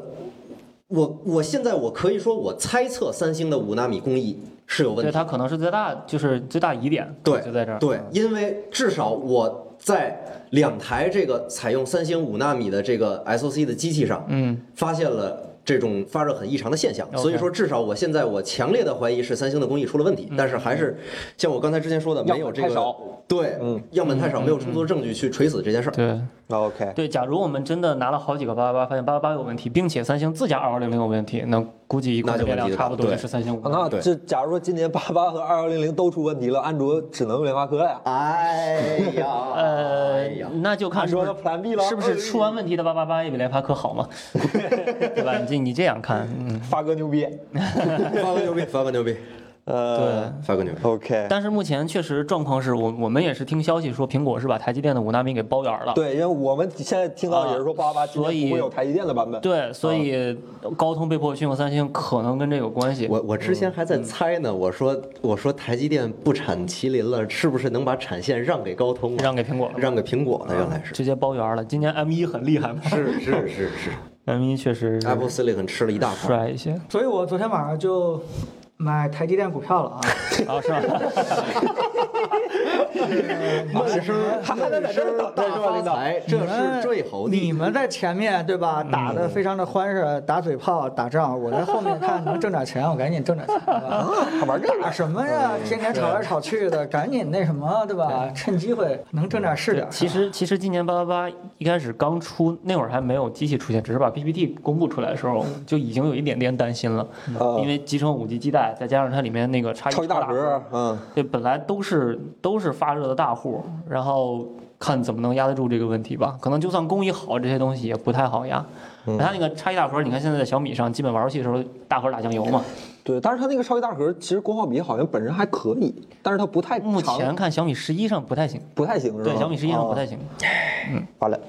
我我现在我可以说我猜测三星的五纳米工艺是有问
对，
题，
它可能是最大，就是最大疑点，
对
就在这儿，
对，因为至少我在两台这个采用三星五纳米的这个 SOC 的机器上
嗯
发现了。这种发热很异常的现象，
OK
所以说至少我现在我强烈的怀疑是三星的工艺出了问题，但是还是像我刚才之前说的，
嗯样
没有
本
这
太
个
少
对
嗯
样本太少，没有充足的证据去锤死这件事儿。
对。
啊 OK，
对，假如我们真的拿了好几个八八八，发现八八八有问题，并且三星自家二幺零零有问题，那估计一
那
款
就
变量
问题
差
大
不多
对
就是三星五。
啊那
对
这假如说今年八八和二幺零零都出问题了，安卓只能用联发科了呀？
哎呀，
呃
哎呀，，
那就看
安
是不
卓
是
的 Plan B 了，
是不是出完问题的八八八也比联发科好
<laughs>
嘛？对吧？你这你这样看，嗯，
发哥
<laughs>
牛逼？
发个牛逼，发个牛逼，
呃，
发个牛逼。
，OK。
但是目前确实状况是我我们也是听消息说苹果是把台积电的五纳米给包圆了。
对，因为我们现在听到也是说八八八今
啊所以
年不会有台积电的版本。
对，所以高通被迫训用三星，可能跟这有关系。
我我之前还在猜呢，我说我说台积电不产麒麟了，是不是能把产线让给高通啊？
让给苹果了
让给苹果了，啊原来是
直接包圆了。今年 M 一很厉
<laughs>
害嘛
是是是是 <laughs>
，M 一确实是
，Apple Silicon 吃了一大 <laughs> 块。
帅一些
所以我昨天晚上就买台积电股票了啊。
啊，是吧？
闷 <laughs> 声
还还得在这儿等待是吧
大
领
发
导
财，
你
这
们
是最猴
你
的。
们在前面对吧？打的非常的欢实，打嘴炮、打仗，我在后面看能挣点钱，我赶紧挣点钱吧。
还玩这
打
个？
什么呀？天天吵来吵去的，赶紧那什么，对吧？趁机会能挣点是
对
点。
其实其实今年八八八一开始刚出那会儿还没有机器出现，只是把 PPT 公布出来的时候就已经有一点点担心了，
啊
因为集成五 G 基带，再加上它里面那个差异
超级大盒，嗯，
对，本来都是都是发热的大户，然后看怎么能压得住这个问题吧。可能就算工艺好，这些东西也不太好压。
嗯
它那个差异大盒，你看现在在小米上，基本玩游戏的时候大盒打酱油嘛。
对，但是它那个超级大盒其实功耗比好像本身还可以，但是它不太
目
长
前看小米十一上不太行，
不太行是吧？
对，小米十一上不太
啊
行。
完了，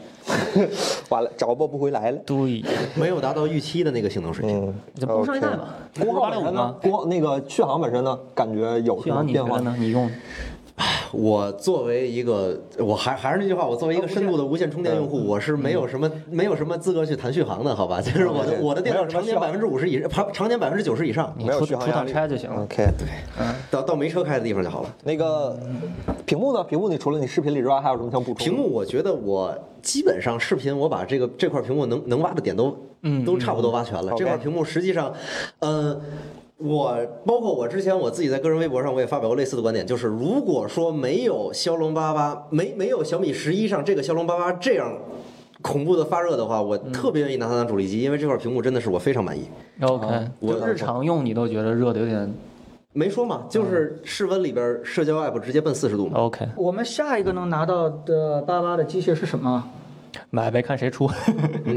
<laughs> 完了，找不不回来了。
对，
没有达到预期的那个性能水平，
嗯，
这不是上一代
OK
嘛？
功耗
八
本
六
身
五
呢
嘛？？
功耗那个续航本身呢，感觉有
续
什么
航你
变
觉
化
得
吗？
呢？你用
我作为一个，我还还是那句话，我作为一个深度的无线充电用
嗯
户，我是没有什么没有什么资格去谈续航的，好吧？就是我的
对
我的电
没
量
有什么
常年
需要嗯
百分之五十以常常年百分之九十以上，
你
没有
出
续
出
航压
趟
力
差就行了。
OK，
到到没车开的地方就好了。
那个屏幕呢？屏幕你除了你视频里之外，还有什么想补充的？
屏幕，我觉得我基本上视频，我把这个这块屏幕能能挖的点都，
嗯
都差不多挖全了。
OK
这块屏幕实际上，呃。我包括我之前我自己在个人微博上我也发表过类似的观点，就是如果说没有骁龙八八，没没有小米十一上这个骁龙八八这样恐怖的发热的话，我
嗯
特别愿意拿它当主力机，因为这块屏幕真的是我非常满意。
OK，
嗯我嗯
就日常用你都觉得热的有点
没说嘛，
嗯
就是室温里边社交 app 直接奔四十度嘛。
OK，
我们下一个能拿到的八八的机械是什么？
买呗，看谁出。
嗯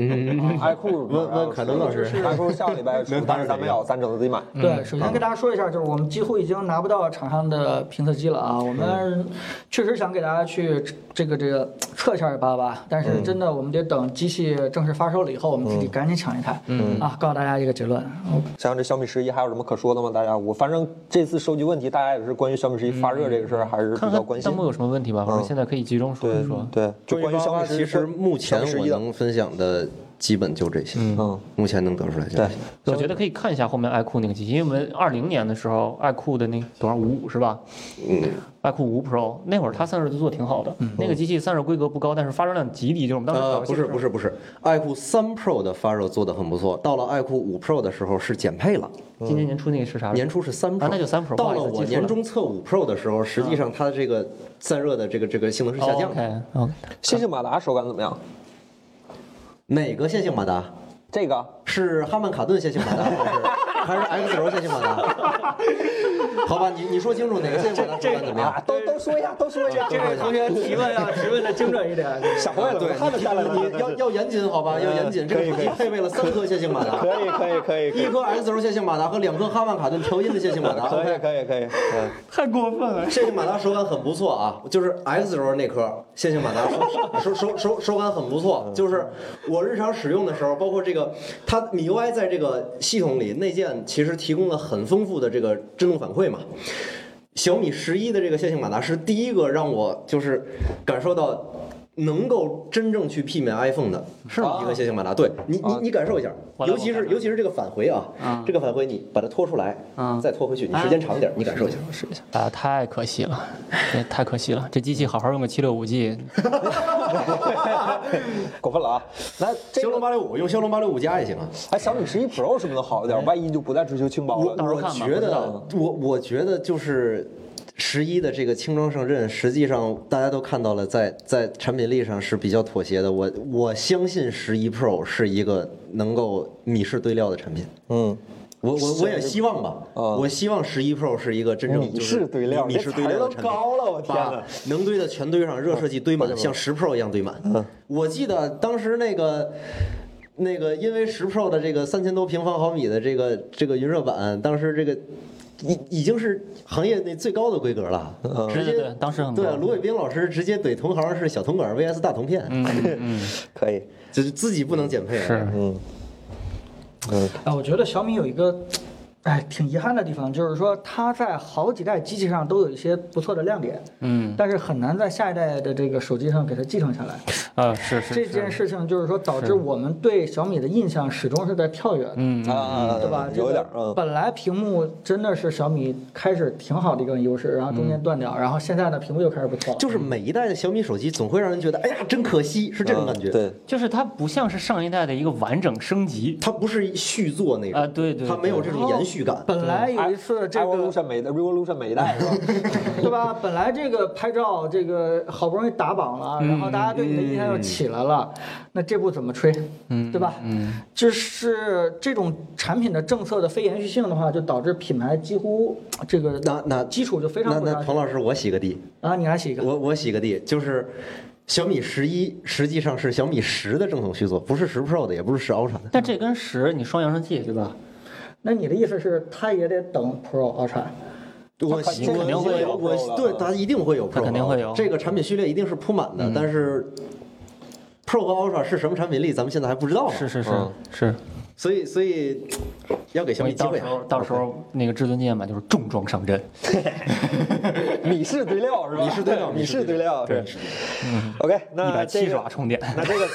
爱酷
问问凯伦老师
爱酷下个礼拜要出，但是咱没有，咱只能自己买。
对，首先跟大家说一下，就是我们几乎已经拿不到厂商的评测机了啊。我们确实想给大家去这个这个测一下八八，但是真的我们得等机器正式发售了以后，我们自己赶紧抢一台。嗯啊，告诉大家一个结论，
像这小米十一还有什么可说的吗？大家，我反正这次收集问题，大家也是关于小米十一发热这个事儿还是比
看
较
看
关心。
弹幕有什么问题吧，或者
嗯
现在可以集中说一
对
说。
对，就关于小米
88
十一
其实目前
小米十
我
一的，
能分享的基本就这些。
嗯，
目前能得出来就
对
这些。
我觉得可以看一下后面爱酷那个机器，因为我们二零年的时候，爱酷的那多少五五是吧？
嗯，
爱酷五 Pro 那会儿它散热就做得挺好的，那个机器散热规格不高，但是发热量极低，就是我们当时
呃，
调戏
不
的时
是
候
不是不是，爱酷三 Pro 的发热做得很不错，到了爱酷五 Pro 的时候是减配了，
今年年初那个是啥？
嗯年初是三 Pro，、
啊那就3 Pro，
到
不好
了
意思
我
记错了嗯
年中测五 Pro 的时候，实际上它这个散热的这个这个性能是下降的。
哦 OK OK，
线性马达手感怎么样？
哪个线性马达？
这个
是哈曼卡顿线性马达还是还是 X 轴线性马达？ <laughs> 好吧，你你说清楚哪个线性马达手感怎么样？
啊，都都说一下，都说一下。啊
位同学提问要提问的精准一点。
想坏了，
对，
看得下来了。
你要要严谨好吧，要严谨。这
呃可以
个
可以
你配备了三颗线性马达，
可以可以可以，可以
一颗 X 轴线性马达和两颗哈曼卡顿调音的线性马达。
可以可以可以，嗯
太过分了。
线性马达手感很不错啊，就是 X 轴那颗线性马达手手手手手感很不错，
嗯
<laughs> 就是我日常使用的时候，包括这个它 MIUI 在这个系统里内建其实提供了很丰富的这个震动反馈嘛。小米十一的这个线性马达是第一个让我就是感受到能够真正去媲美 iPhone 的，是吗？一个线性马达，对你你你感受一下，
啊我来
尤其
我
是
来
尤其是这个返回啊
嗯，哎
这个返回你把它拖出来，再拖回去，你时间长点，你感受一下。
试一下啊！太可惜了，这太可惜了。这机器好好用个七六五 G，
过分了啊！那这
骁龙八六五用骁龙八六五加也行啊。
哎，小米十一 Pro 是不是能好一点？万一就不再追求轻薄
哎我
了？
到时候
我
看吧不
觉
知
得
道，
我我觉得就是十一的这个轻装上阵，实际上大家都看到了在，在产品力上是比较妥协的。我我相信十一 Pro 是一个能够米市堆料的产品。
嗯，
我我我也希望吧，
啊
我希望十一 Pro 是一个真正
米
就
市堆料
米市堆料的
这词儿都
产品，
高了我天啊哪
把能堆的全堆上，热设计堆满，像十 Pro 一样堆满。
嗯
我记得当时那个。那个因为十 Pro 的这个三千多平方毫米的这个这个云热板，当时这个已已经是行业内最高的规格了，
嗯呃
直接
对对对当时很高
对啊卢伟冰老师直接怼同行是小铜管 VS 大铜片，
嗯可以，
就是自己不能减配啊，
是
嗯嗯，
<laughs> 啊，我觉得小米有一个，哎，挺遗憾的地方，就是说它在好几代机器上都有一些不错的亮点，
嗯
但是很难在下一代的这个手机上给它继承下来。
啊，是是
这件事情就是说，导致我们对小米的印象始终是在跳跃的。
嗯
啊，
对吧？
有点儿
这个
嗯。
本来屏幕真的是小米开始挺好的一个优势，然后中间断掉，然后现在的屏幕又开始不错了。
就是每一代的小米手机总会让人觉得，哎呀，真可惜，是这种感觉。
嗯对，
就是它不像是上一代的一个完整升级
它不是续作那种
啊对对哦
它没有这种延续感。
本来有一
哎
次这个
Revolution 每代 Revolution 每一代是吧？
对吧？本来这个拍照，这个好不容易打榜了，然后大家对你的印象又起来了，那这步怎么吹？嗯，对吧？嗯，就是这种产品的政策的非延续性的话，就导致品牌几乎这个
那那
基础就非
那
常不
那
扎
彭
实。
老师，我洗个地，
啊，你来写一个，
我我洗个地，就是小米十一实际上是小米十的正统续作，不是十 Pro 的，也不是十 Ultra 的。
但这跟十你双扬声器对吧？
那你的意思是它也得等 Pro Ultra？
我
它
洗
肯
我
定会有
我我
Pro 的
对它一定会有 Pro，
它肯定会有
这个产品序列一定是铺满的，但是 Pro 和 Ultra 是什么产品力，咱们现在还不知道呢。
是是是
嗯
是，
所以所以要给小
所
米
以
机
到
会
时
啊，
候到时候那个至尊剑嘛，就是重装上阵。
<laughs> 米是堆料是吧？米是堆料，米是堆料。对，OK，
一
那
百
这
七十
个
瓦充电，
那这个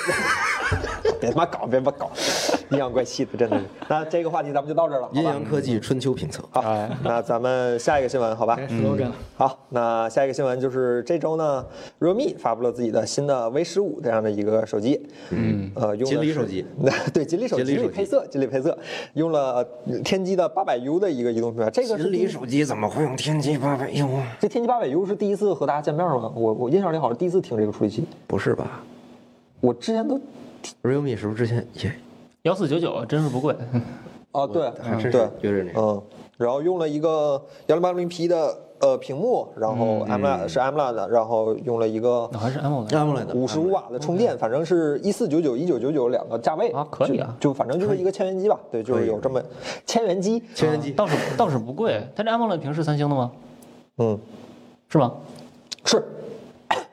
<laughs> 别他妈搞，别他妈搞，阴阳怪气的，真的是。那这个话题咱们就到这儿了，好
阴
吧
阳？科技春秋评测。
好，那咱们下一个新闻，好吧？嗯
该 slogan 了。
好，那下一个新闻就是这周呢，realme 发布了自己的新的 V 十五这样的一个手机，嗯，呃，用的
锦鲤
是
手机，
<laughs> 对，锦鲤手机，
锦鲤
锦
手
鲤
机
配色，锦鲤配色，用了呃天玑的八百 U 的一个移动平板，这个是
锦
第
鲤
一
手机怎么会用天玑八百用啊？
这天玑八百 U 是第一次和大家见面吗？我我印象里好像第一次听这个处理器，
不是吧
我之前都
？realme 是不是之前也
幺四九九真是不贵。
啊，对，
还真是
对，
有点那个
嗯，然后用了一个幺零八零 P 的呃屏幕，然
嗯
后 AMOLED 是 AMOLED 的，然后用了一个
那还是 AMOLED
啊
AMOLED
五十五瓦的充电，反正是一四九九、一九九九两个价位
啊可以啊
就就反正就是一个千元机吧，对，就是有这么千元机，
千元机？
倒是倒是不贵。它这 AMOLED 屏是三星的吗？
嗯，
是吗？
是，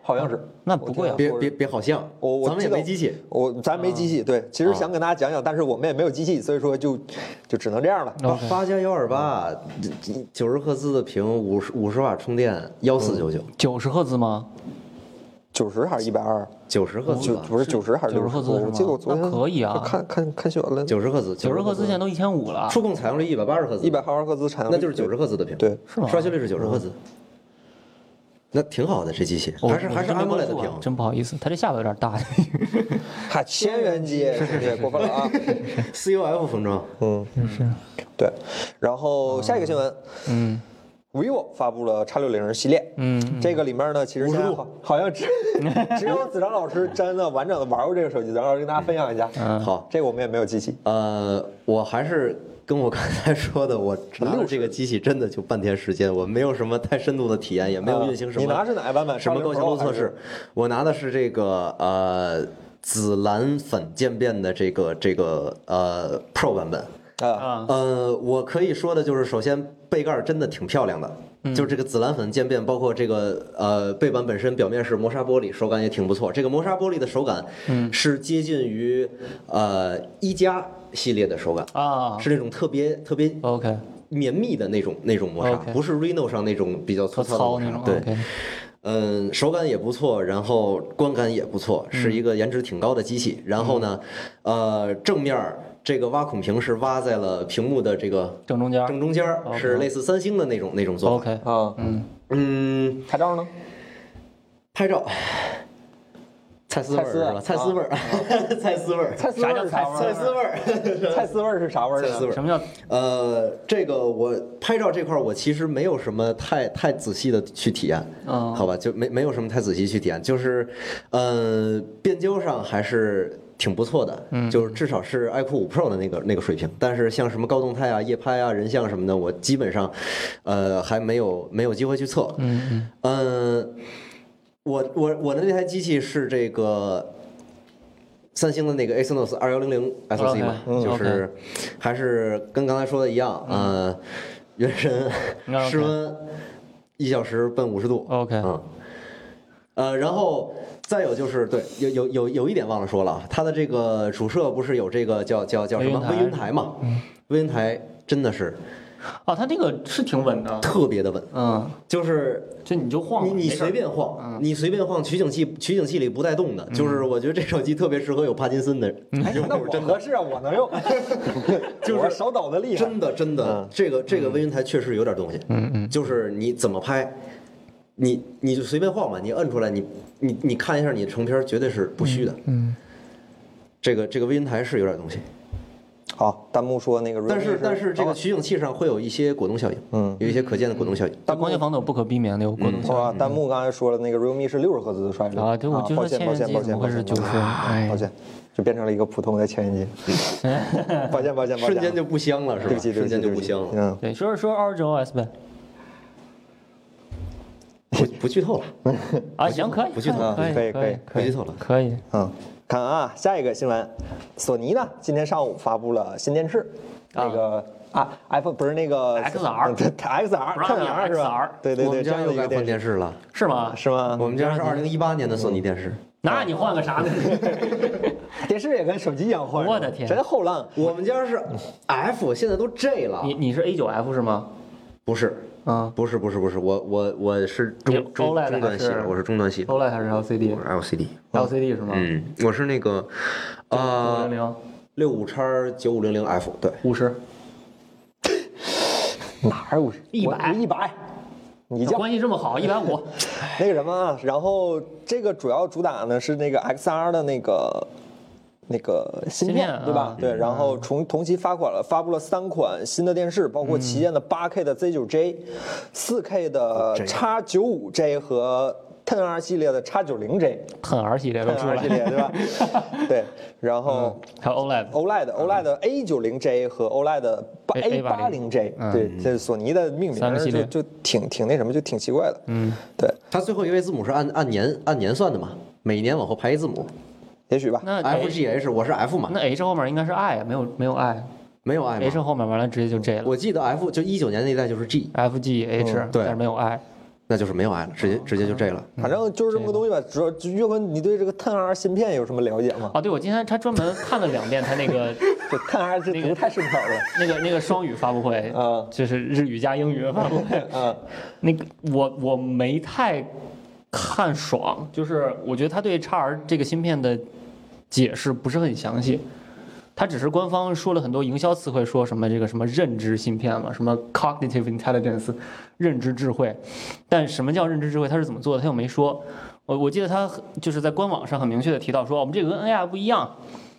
好像是。
那不贵啊
我听
别
说
别别好像，
我我
咱们也
记得
没机器。啊
我咱没机器，对，其实想跟大家讲讲，但是我们也没有机器，所以说就就只能这样了。
八八加幺二八，九十赫兹的屏，五十五十瓦充电，幺四九九，
九十赫兹吗？
九十还是一百二？
九十赫兹
九
吧，
不是九十还是
90赫兹
我
是吗
记得我昨天
那可以啊
看看看新闻了，
九十赫兹，
九十赫兹现在都一千五了，
触控采用率一百八十赫兹，
一百毫安赫兹产，
那就是九十赫兹的屏，
对嗯
是吗
刷新率是九十赫兹，那挺好的这机器，
我
还是还是
哦我真没
AMOLED 的
关注啊
屏，
真不好意思，它这下巴有点大。
嗨，千元机，这也过分了啊！
CUF 封装，
嗯，是，对。然后下一个新闻，
嗯
vivo 发布了 X 六零系列，
嗯，
这个里面呢，其实现在好好像
<laughs>
只只有子章老师真的完整的玩过这个手机，子章老师跟大家分享一下。
好，
这个我们也没有机器，
呃，我还是跟我刚才说的，我拿了这个机器真的就半天时间，我没有什么太深度的体验，也没有运行什
啊
么。
你拿是哪个版本
什么高强度测试？我拿的是这个呃紫蓝粉渐变的这个这个呃 Pro 版本。
啊，
啊，
呃，我可以说的就是，首先背盖儿真的挺漂亮的，
嗯
就这个紫蓝粉渐变，包括这个呃背板本身表面是磨砂玻璃，手感也挺不错。这个磨砂玻璃的手感，
嗯
是接近于呃一加系列的手感
啊
是那种特别特别
OK，
绵密的那种那种磨砂
OK
不是 Reno 上那种比较粗
特
糙
糙
的
那
磨
种。
砂对。
OK
嗯，手感也不错，然后观感也不错，是一个颜值挺高的机器。然后呢，呃，正面儿这个挖孔屏是挖在了屏幕的这个
正中间。
正中间儿，
OK
是类似三星的那种那种做法。
OK，
啊，
嗯，
嗯，
拍照
<laughs>
呢？
拍照，蔡司味儿是吧？
蔡
蔡
司
司味儿， <laughs> 蔡司味儿，
蔡司味儿是啥味
蔡司
儿？
味儿，
蔡司味儿是啥味儿
蔡
呢
司？味儿
什。么叫
呃，这个我拍照这块儿，我其实没有什么太太仔细的去体验，
嗯
好吧，就没没有什么太仔细去体验，就是，呃，变焦上还是挺不错的，嗯，就是至少是 iQOO 五 Pro 的那个那个水平，但是像什么高动态啊、夜拍啊、人像什么的，我基本上，呃，还没有没有机会去测，嗯我我我的那台机器是这个三星的那个 Exynos 二幺零零 SoC 嘛
OK，嗯
就是还是跟刚才说的一样，呃，原神
嗯，OK 哦
室温一小时奔五十度
OK
嗯，呃，然后再有就是对，有有有有一点忘了说了，它的这个主摄不是有这个叫叫叫什么
微云台
微
嗯
云台嘛，微云台真的是
啊？它这个是挺稳的，
特别的稳，
嗯，
就是
就你就晃，
你
没
你
事儿嗯
随便晃，你随便晃，取景器取景器里不带动的，就是我觉得这手机特别适合有帕金森的人， <laughs>
哎那我合适啊，我能用，
就是
我手抖的厉害。
真的真的
嗯，
这个这个微云台确实有点东西，嗯嗯，就是你怎么拍，你你就随便晃吧，你摁出来，你你你看一下你的成片，绝对是不虚的，嗯，这个这个微云台是有点东西，
好，弹幕说那个 realme
但
是，哦
是但是这个取景器上会有一些果冻效应，
嗯，
有一些可见的果冻效应，
但光学防抖不可避免的有过度效
哇，弹幕刚才说了，那个 realme 是六十赫兹的刷新率
啊对我就
嗯
说
抱歉，
千
抱
元
歉，
机
抱
怎
歉，
么
抱
会是
歉，抱歉
90哎
<laughs> 抱歉，就变成了一个普通的千元机。抱歉，抱歉，抱歉啊，
瞬间就不香了，是
对
吧
不？起，对不
瞬
起，
间
对不
就不
起
香了，
嗯，
对，说说 RGOS 呗。
不不剧透了，
啊，行，可以，
不去
可以
啊可以
可以，
不剧透了。
可以。
嗯，看啊，下一个新闻，索尼呢今天上午发布了新电视，那个啊 iPhone 不是那个 <laughs>
XR
嗯对 XR
不让你
XR 是吧
XR？
对对
我
对，
们
这
家
样
又
的一
该
个
换
电
电
视
视了。
是吗？
是吗？嗯
我们家是二零一八年的索尼电视，
那你换个啥呢？ <laughs>
电视也跟手机一样换，
我的天
真后浪。
我们家是 F，现在都 J 了。
你你是 A 九 F 是吗？
不是，
啊
不是，不是，不是，我我我是中
你
中
OLED
中端系
还
的，
是
我是中端系的，
，OLED 还是 LCD？
我是 LCD。
LCD 是吗？
嗯，我是那个，
九零
呃，
零
六五叉九五零零 F，对，
五十，
哪儿五十？
100
一百。你叫
关系这么好，一百五，
那个什么啊，然后这个主要主打呢是那个 XR 的那个那个芯
芯
片，
片啊
对吧？对，然后同同期发款了，发布了三款新的电视，包
嗯
括旗舰的 8K 的 Z9J、4K
哦
的 X95J 和 10R 系列的 X90J、
很 R 系列都出
10R
来
系，列，对
<laughs>
吧？对，然后。
还有 E
哦
OLED，
OLED OLED E A 9 0 J 和 OLED A
A-
8 0 J，
嗯
对，这索尼的命名
三个系
就
列
就挺挺那什么，就挺奇怪的。嗯，对，
它最后一位字母是按按年按年算的嘛，每年往后排一字母
也许吧。
那
，F
H
G H，我是 F 嘛，
那 H 后面应该是 I，没有没有 I。
没有 I 嘛
H 后面完了直接就 J 了
我记得 F 就一九年那一代就是 G，
，F G H，
对
但是没有 I。
那就是没有 I 了，直接直接就 J
嗯
了。
反正就是这么个东西吧。主要就岳坤，你对这个 t e R 芯片有什么了解吗？
哦，对，我今天他专门看了两遍他那个
这 t e R 这不太顺口了。
那个那个双语发布会，
嗯
就是日语加英语的发布会，
嗯，
那个我我没太看爽，就是我觉得他对 x R 这个芯片的解释不是很详细，他只是官方说了很多营销词汇，说什么这个什么认知芯片嘛，什么 cognitive intelligence，认知智慧，但什么叫认知智慧，他是怎么做的，他又没说。我我记得他很就是在官网上很明确的提到说，哦我们这个跟 AI 不一样。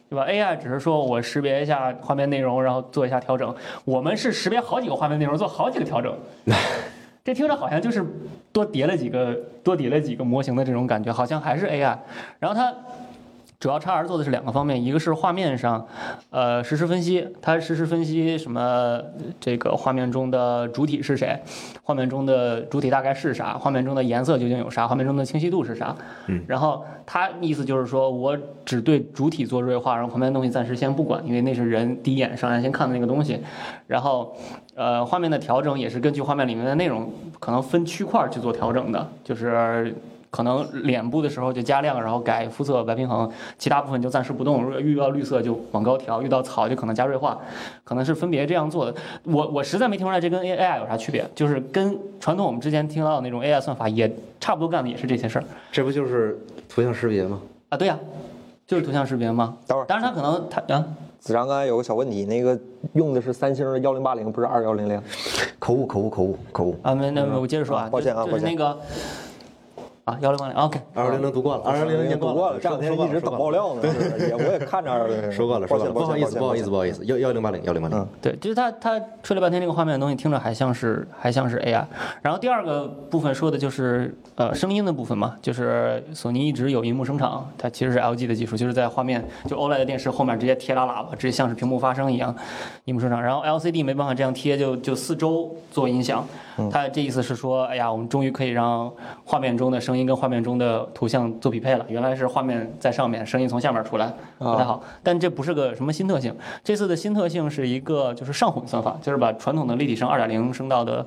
对吧？AI 只是说我识别一下画面内容，然后做一下调整。我们是识别好几个画面内容，做好几个调整。这听着好像就是多叠了几个多叠了几个模型的这种感觉，好像还是 AI。然后它主要 x R 做的是两个方面，一个是画面上，呃，实时分析，它实时分析什么呃这个画面中的主体是谁，画面中的主体大概是啥，画面中的颜色究竟有啥，画面中的清晰度是啥。嗯，然后它意思就是说我只对主体做锐化，然后旁边东西暂时先不管，因为那是人第一眼上来先看的那个东西。然后呃，画面的调整也是根据画面里面的内容，可能分区块儿去做调整的，就是可能脸部的时候就加亮，然后改肤色白平衡，其他部分就暂时不动。如果遇到绿色就往高调，遇到草就可能加锐化，可能是分别这样做的。我我实在没听出来这跟 AI 有啥区别，就是跟传统我们之前听到的那种 AI 算法也差不多干的也是这些事儿
这不就是图像识别吗？
啊。对呀、就是图像识别吗？
等会儿嗯
当然，它可能它啊，
子章刚才有个小问题，那个用的是三星的幺零八零，不是二幺零零。
口误，口误，口误，口误。
啊，没那我接着说啊，
抱歉啊抱
就就是
歉
那个啊幺零八零，OK，
二零零读惯了，二零零已经
读过了，这两天一直等爆。料呢，是不是也我也看着二幺零零。
说惯了，
嗯抱
说
歉，抱歉
惯了，不好意思，不好意思，。不
抱歉
好意思，幺幺零八零，幺零八零
嗯。
对，就是他他吹了半天那个画面的东西，听着还像是还像是 AI。然后第二个部分说的就是呃声音的部分嘛，就是索尼一直有银幕声场，它其实是 LG 的技术，就是在画面就 OLED 的电视后面直接贴拉喇叭，直接像是屏幕发声一样，银幕声场。然后 LCD 没办法这样贴，就就四周做音响。它这意思是说，哎呀，我们终于可以让画面中的声音跟画面中的图像做匹配了。原来是画面在上面，声音从下面出来，不太好。但这不是个什么新特性，这次的新特性是一个就是上混算法，就是把传统的立体声二点零声道的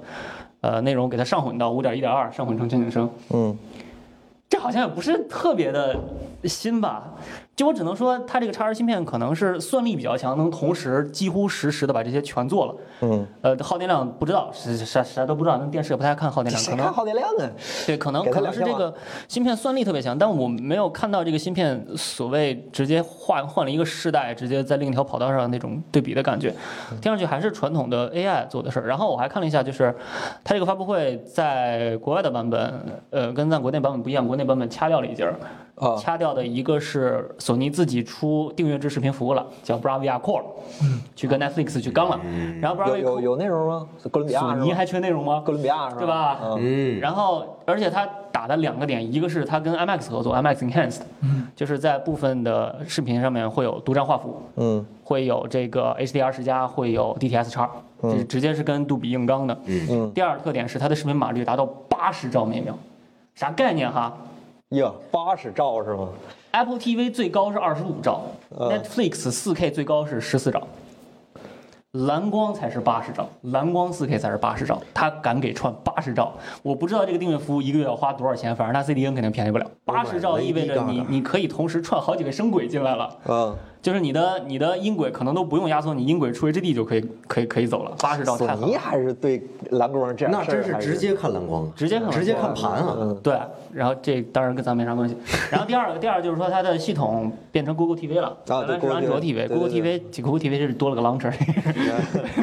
呃内容给它上混到五点一点二，上混成全景声。
嗯，
这好像也不是特别的新吧？就我只能说，它这个 x R 芯片可能是算力比较强，能同时几乎实时的把这些全做了。
嗯，
呃，耗电量不知道，啥啥啥都不知道，那电视也不太看耗电量，可
谁
能
看耗电量啊？
对，可能
给他
可
两
能是这
千瓦
个芯片算力特别强，但我没有看到这个芯片所谓直接换换了一个世代，直接在另一条跑道上那种对比的感觉。
嗯
听上去还是传统的 AI 做的事儿。然后我还看了一下，就是它这个发布会在国外的版本，呃，跟咱国内版本不一样，国内版本掐掉了一截儿，
啊，
掐掉的一个是索尼自己出订阅制视频服务了，叫 Bravia Core，去跟 Netflix 去刚了。然
有
后 Bravia
嗯有
Core，
有内容吗？是哥伦比亚
索
啊是
尼
吗？
还缺内容吗？
哥伦比亚是吧？
对吧
嗯
嗯，
然后，而且它打的两个点，一个是它跟 IMAX 合作，IMAX Enhanced，就是在部分的视频上面会有独占画幅，
嗯
会有这个 HDR 十加，会有 DTS 叉，就是直接是跟杜比硬刚的。
嗯，
第二特点是它的视频码率达到八十兆每秒，啥概念哈
呀，八十兆是吗？
？Apple TV 最高是二十五兆
嗯
，Netflix 四 K 最高是十四兆。蓝光才是八十兆，蓝光 4K 才是八十兆，它敢给串八十兆。我不知道这个订阅服务一个月要花多少钱，反正它 CDN 肯定便宜不了。八十兆意味着你你可以同时串好几个声轨进来了，
嗯，
就是你的你的音轨可能都不用压缩，你音轨处 HD 就可以可以可以走了。八十兆
索
太狠
尼啊
了，
还是对蓝光这样
那
事儿
真是
还
直接看蓝光啊，
直接看
直接看盘啊。
嗯
对，然后这当然跟咱没啥关系。然后第二个，第二就是说它的系统变成 Google TV 了，
啊
原来是
对
安
，Google
卓
TV 对
TV，Google
对嗯
TV 这 Google TV 是多了个 launcher，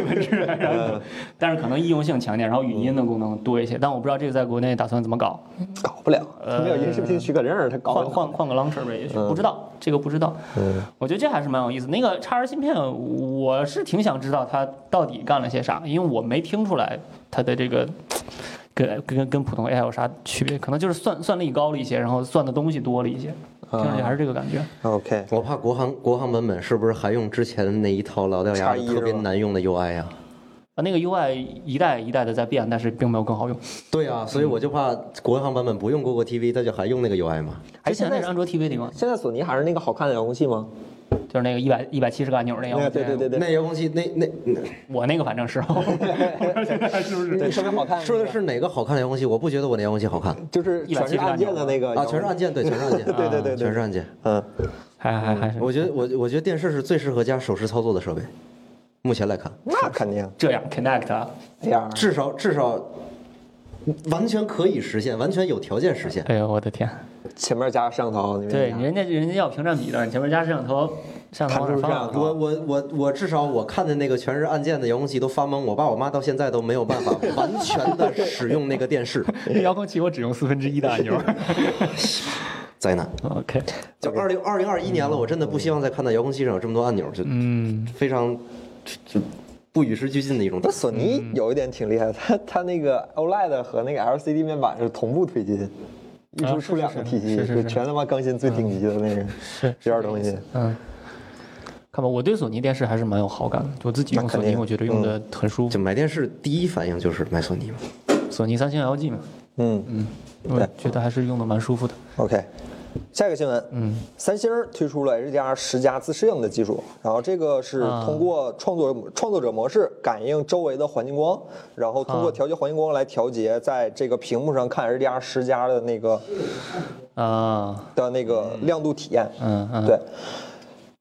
文 <laughs> 字然后但是可能易用性强点，然后语音的功能多一些。但我不知道这个在国内打算怎么搞，
搞不了，他没有
呃
音视频许可证儿，他搞
换
不了。
换换个 launcher 呗，也许
嗯
不知道，这个不知道。
嗯
我觉得这还是蛮有意思。那个叉 R 芯片，我是挺想知道它到底干了些啥，因为我没听出来它的这个跟跟跟普通 AI 有啥区别，可能就是算算力高了一些，然后算的东西多了一些，听上去还是这个感觉。
，OK，
我怕国行国行版本是不是还用之前那一套老掉牙
叉一
的
是吧
特别难用的 UI 啊？
啊，那个 UI 一代一代的在变，但是并没有更好用。
对啊，所以我就怕国行版本不用 Google TV，它就还用那个 UI 嘛。
之前那是安卓 TV 里吗？
现在索尼还是那个好看的遥控器吗？
就是那个一百一百七十个按钮那
那
个。
个对对对，对，
那遥控器那那那
我那个反正是， <laughs> 我不知道现在是不是？
对特别好看。
说的是哪个好看的遥控器？我不觉得我那遥控器好看
就是全是按键的那个
啊，全是按键，对，全是按键，
<laughs>
啊
对对对对
全是按键。
嗯，
还还还是
我觉得我我觉得电视是最适合加手持操作的设备，目前来看，
那肯定
这样 Connect 啊？
这样。
至少至少完全可以实现，完全有条件实现。
哎呦我的天！
前面加摄像头，啊你
对，
没
人家人家要有屏占比的，你前面加摄像头，摄像头往哪
看出
放
这样
啊？
我我我我至少我看的那个全是按键的遥控器都发懵，我爸我妈到现在都没有办法完全的使用那个
<laughs>
电视，
遥控器我只用四分之一的
<laughs>
按钮。
灾难。
OK，
就二零二零二一年了，我真的不希望再看到遥控器上有这么多按钮，就
嗯，
非常就就不与时俱进的一种
那。索尼有一点挺厉害，它它那个 OLED 和那个 LCD 面板是同步推进，一
啊
出
是
出两个
是
体系，
是是
就是全他妈更新最顶级的那个
是
这点东西。
嗯。看吧，我对索尼电视还是蛮有好感的。我自己用
那
索
肯
尼，
定嗯
我觉得用的很舒服
就。买电视第一反应就是买索尼嘛，
索尼、三星、LG 嘛，
嗯嗯
我觉得还是用的蛮舒服的。
，OK。下一个新闻，嗯，三星儿推出了 HDR 十加自适应的技术，然后这个是
啊
通过创作、创作者模式感应周围的环境光，然后通过
啊
调节环境光来调节在这个屏幕上看 HDR 十加的那个
啊，
的那个亮度体验。
嗯嗯，
对。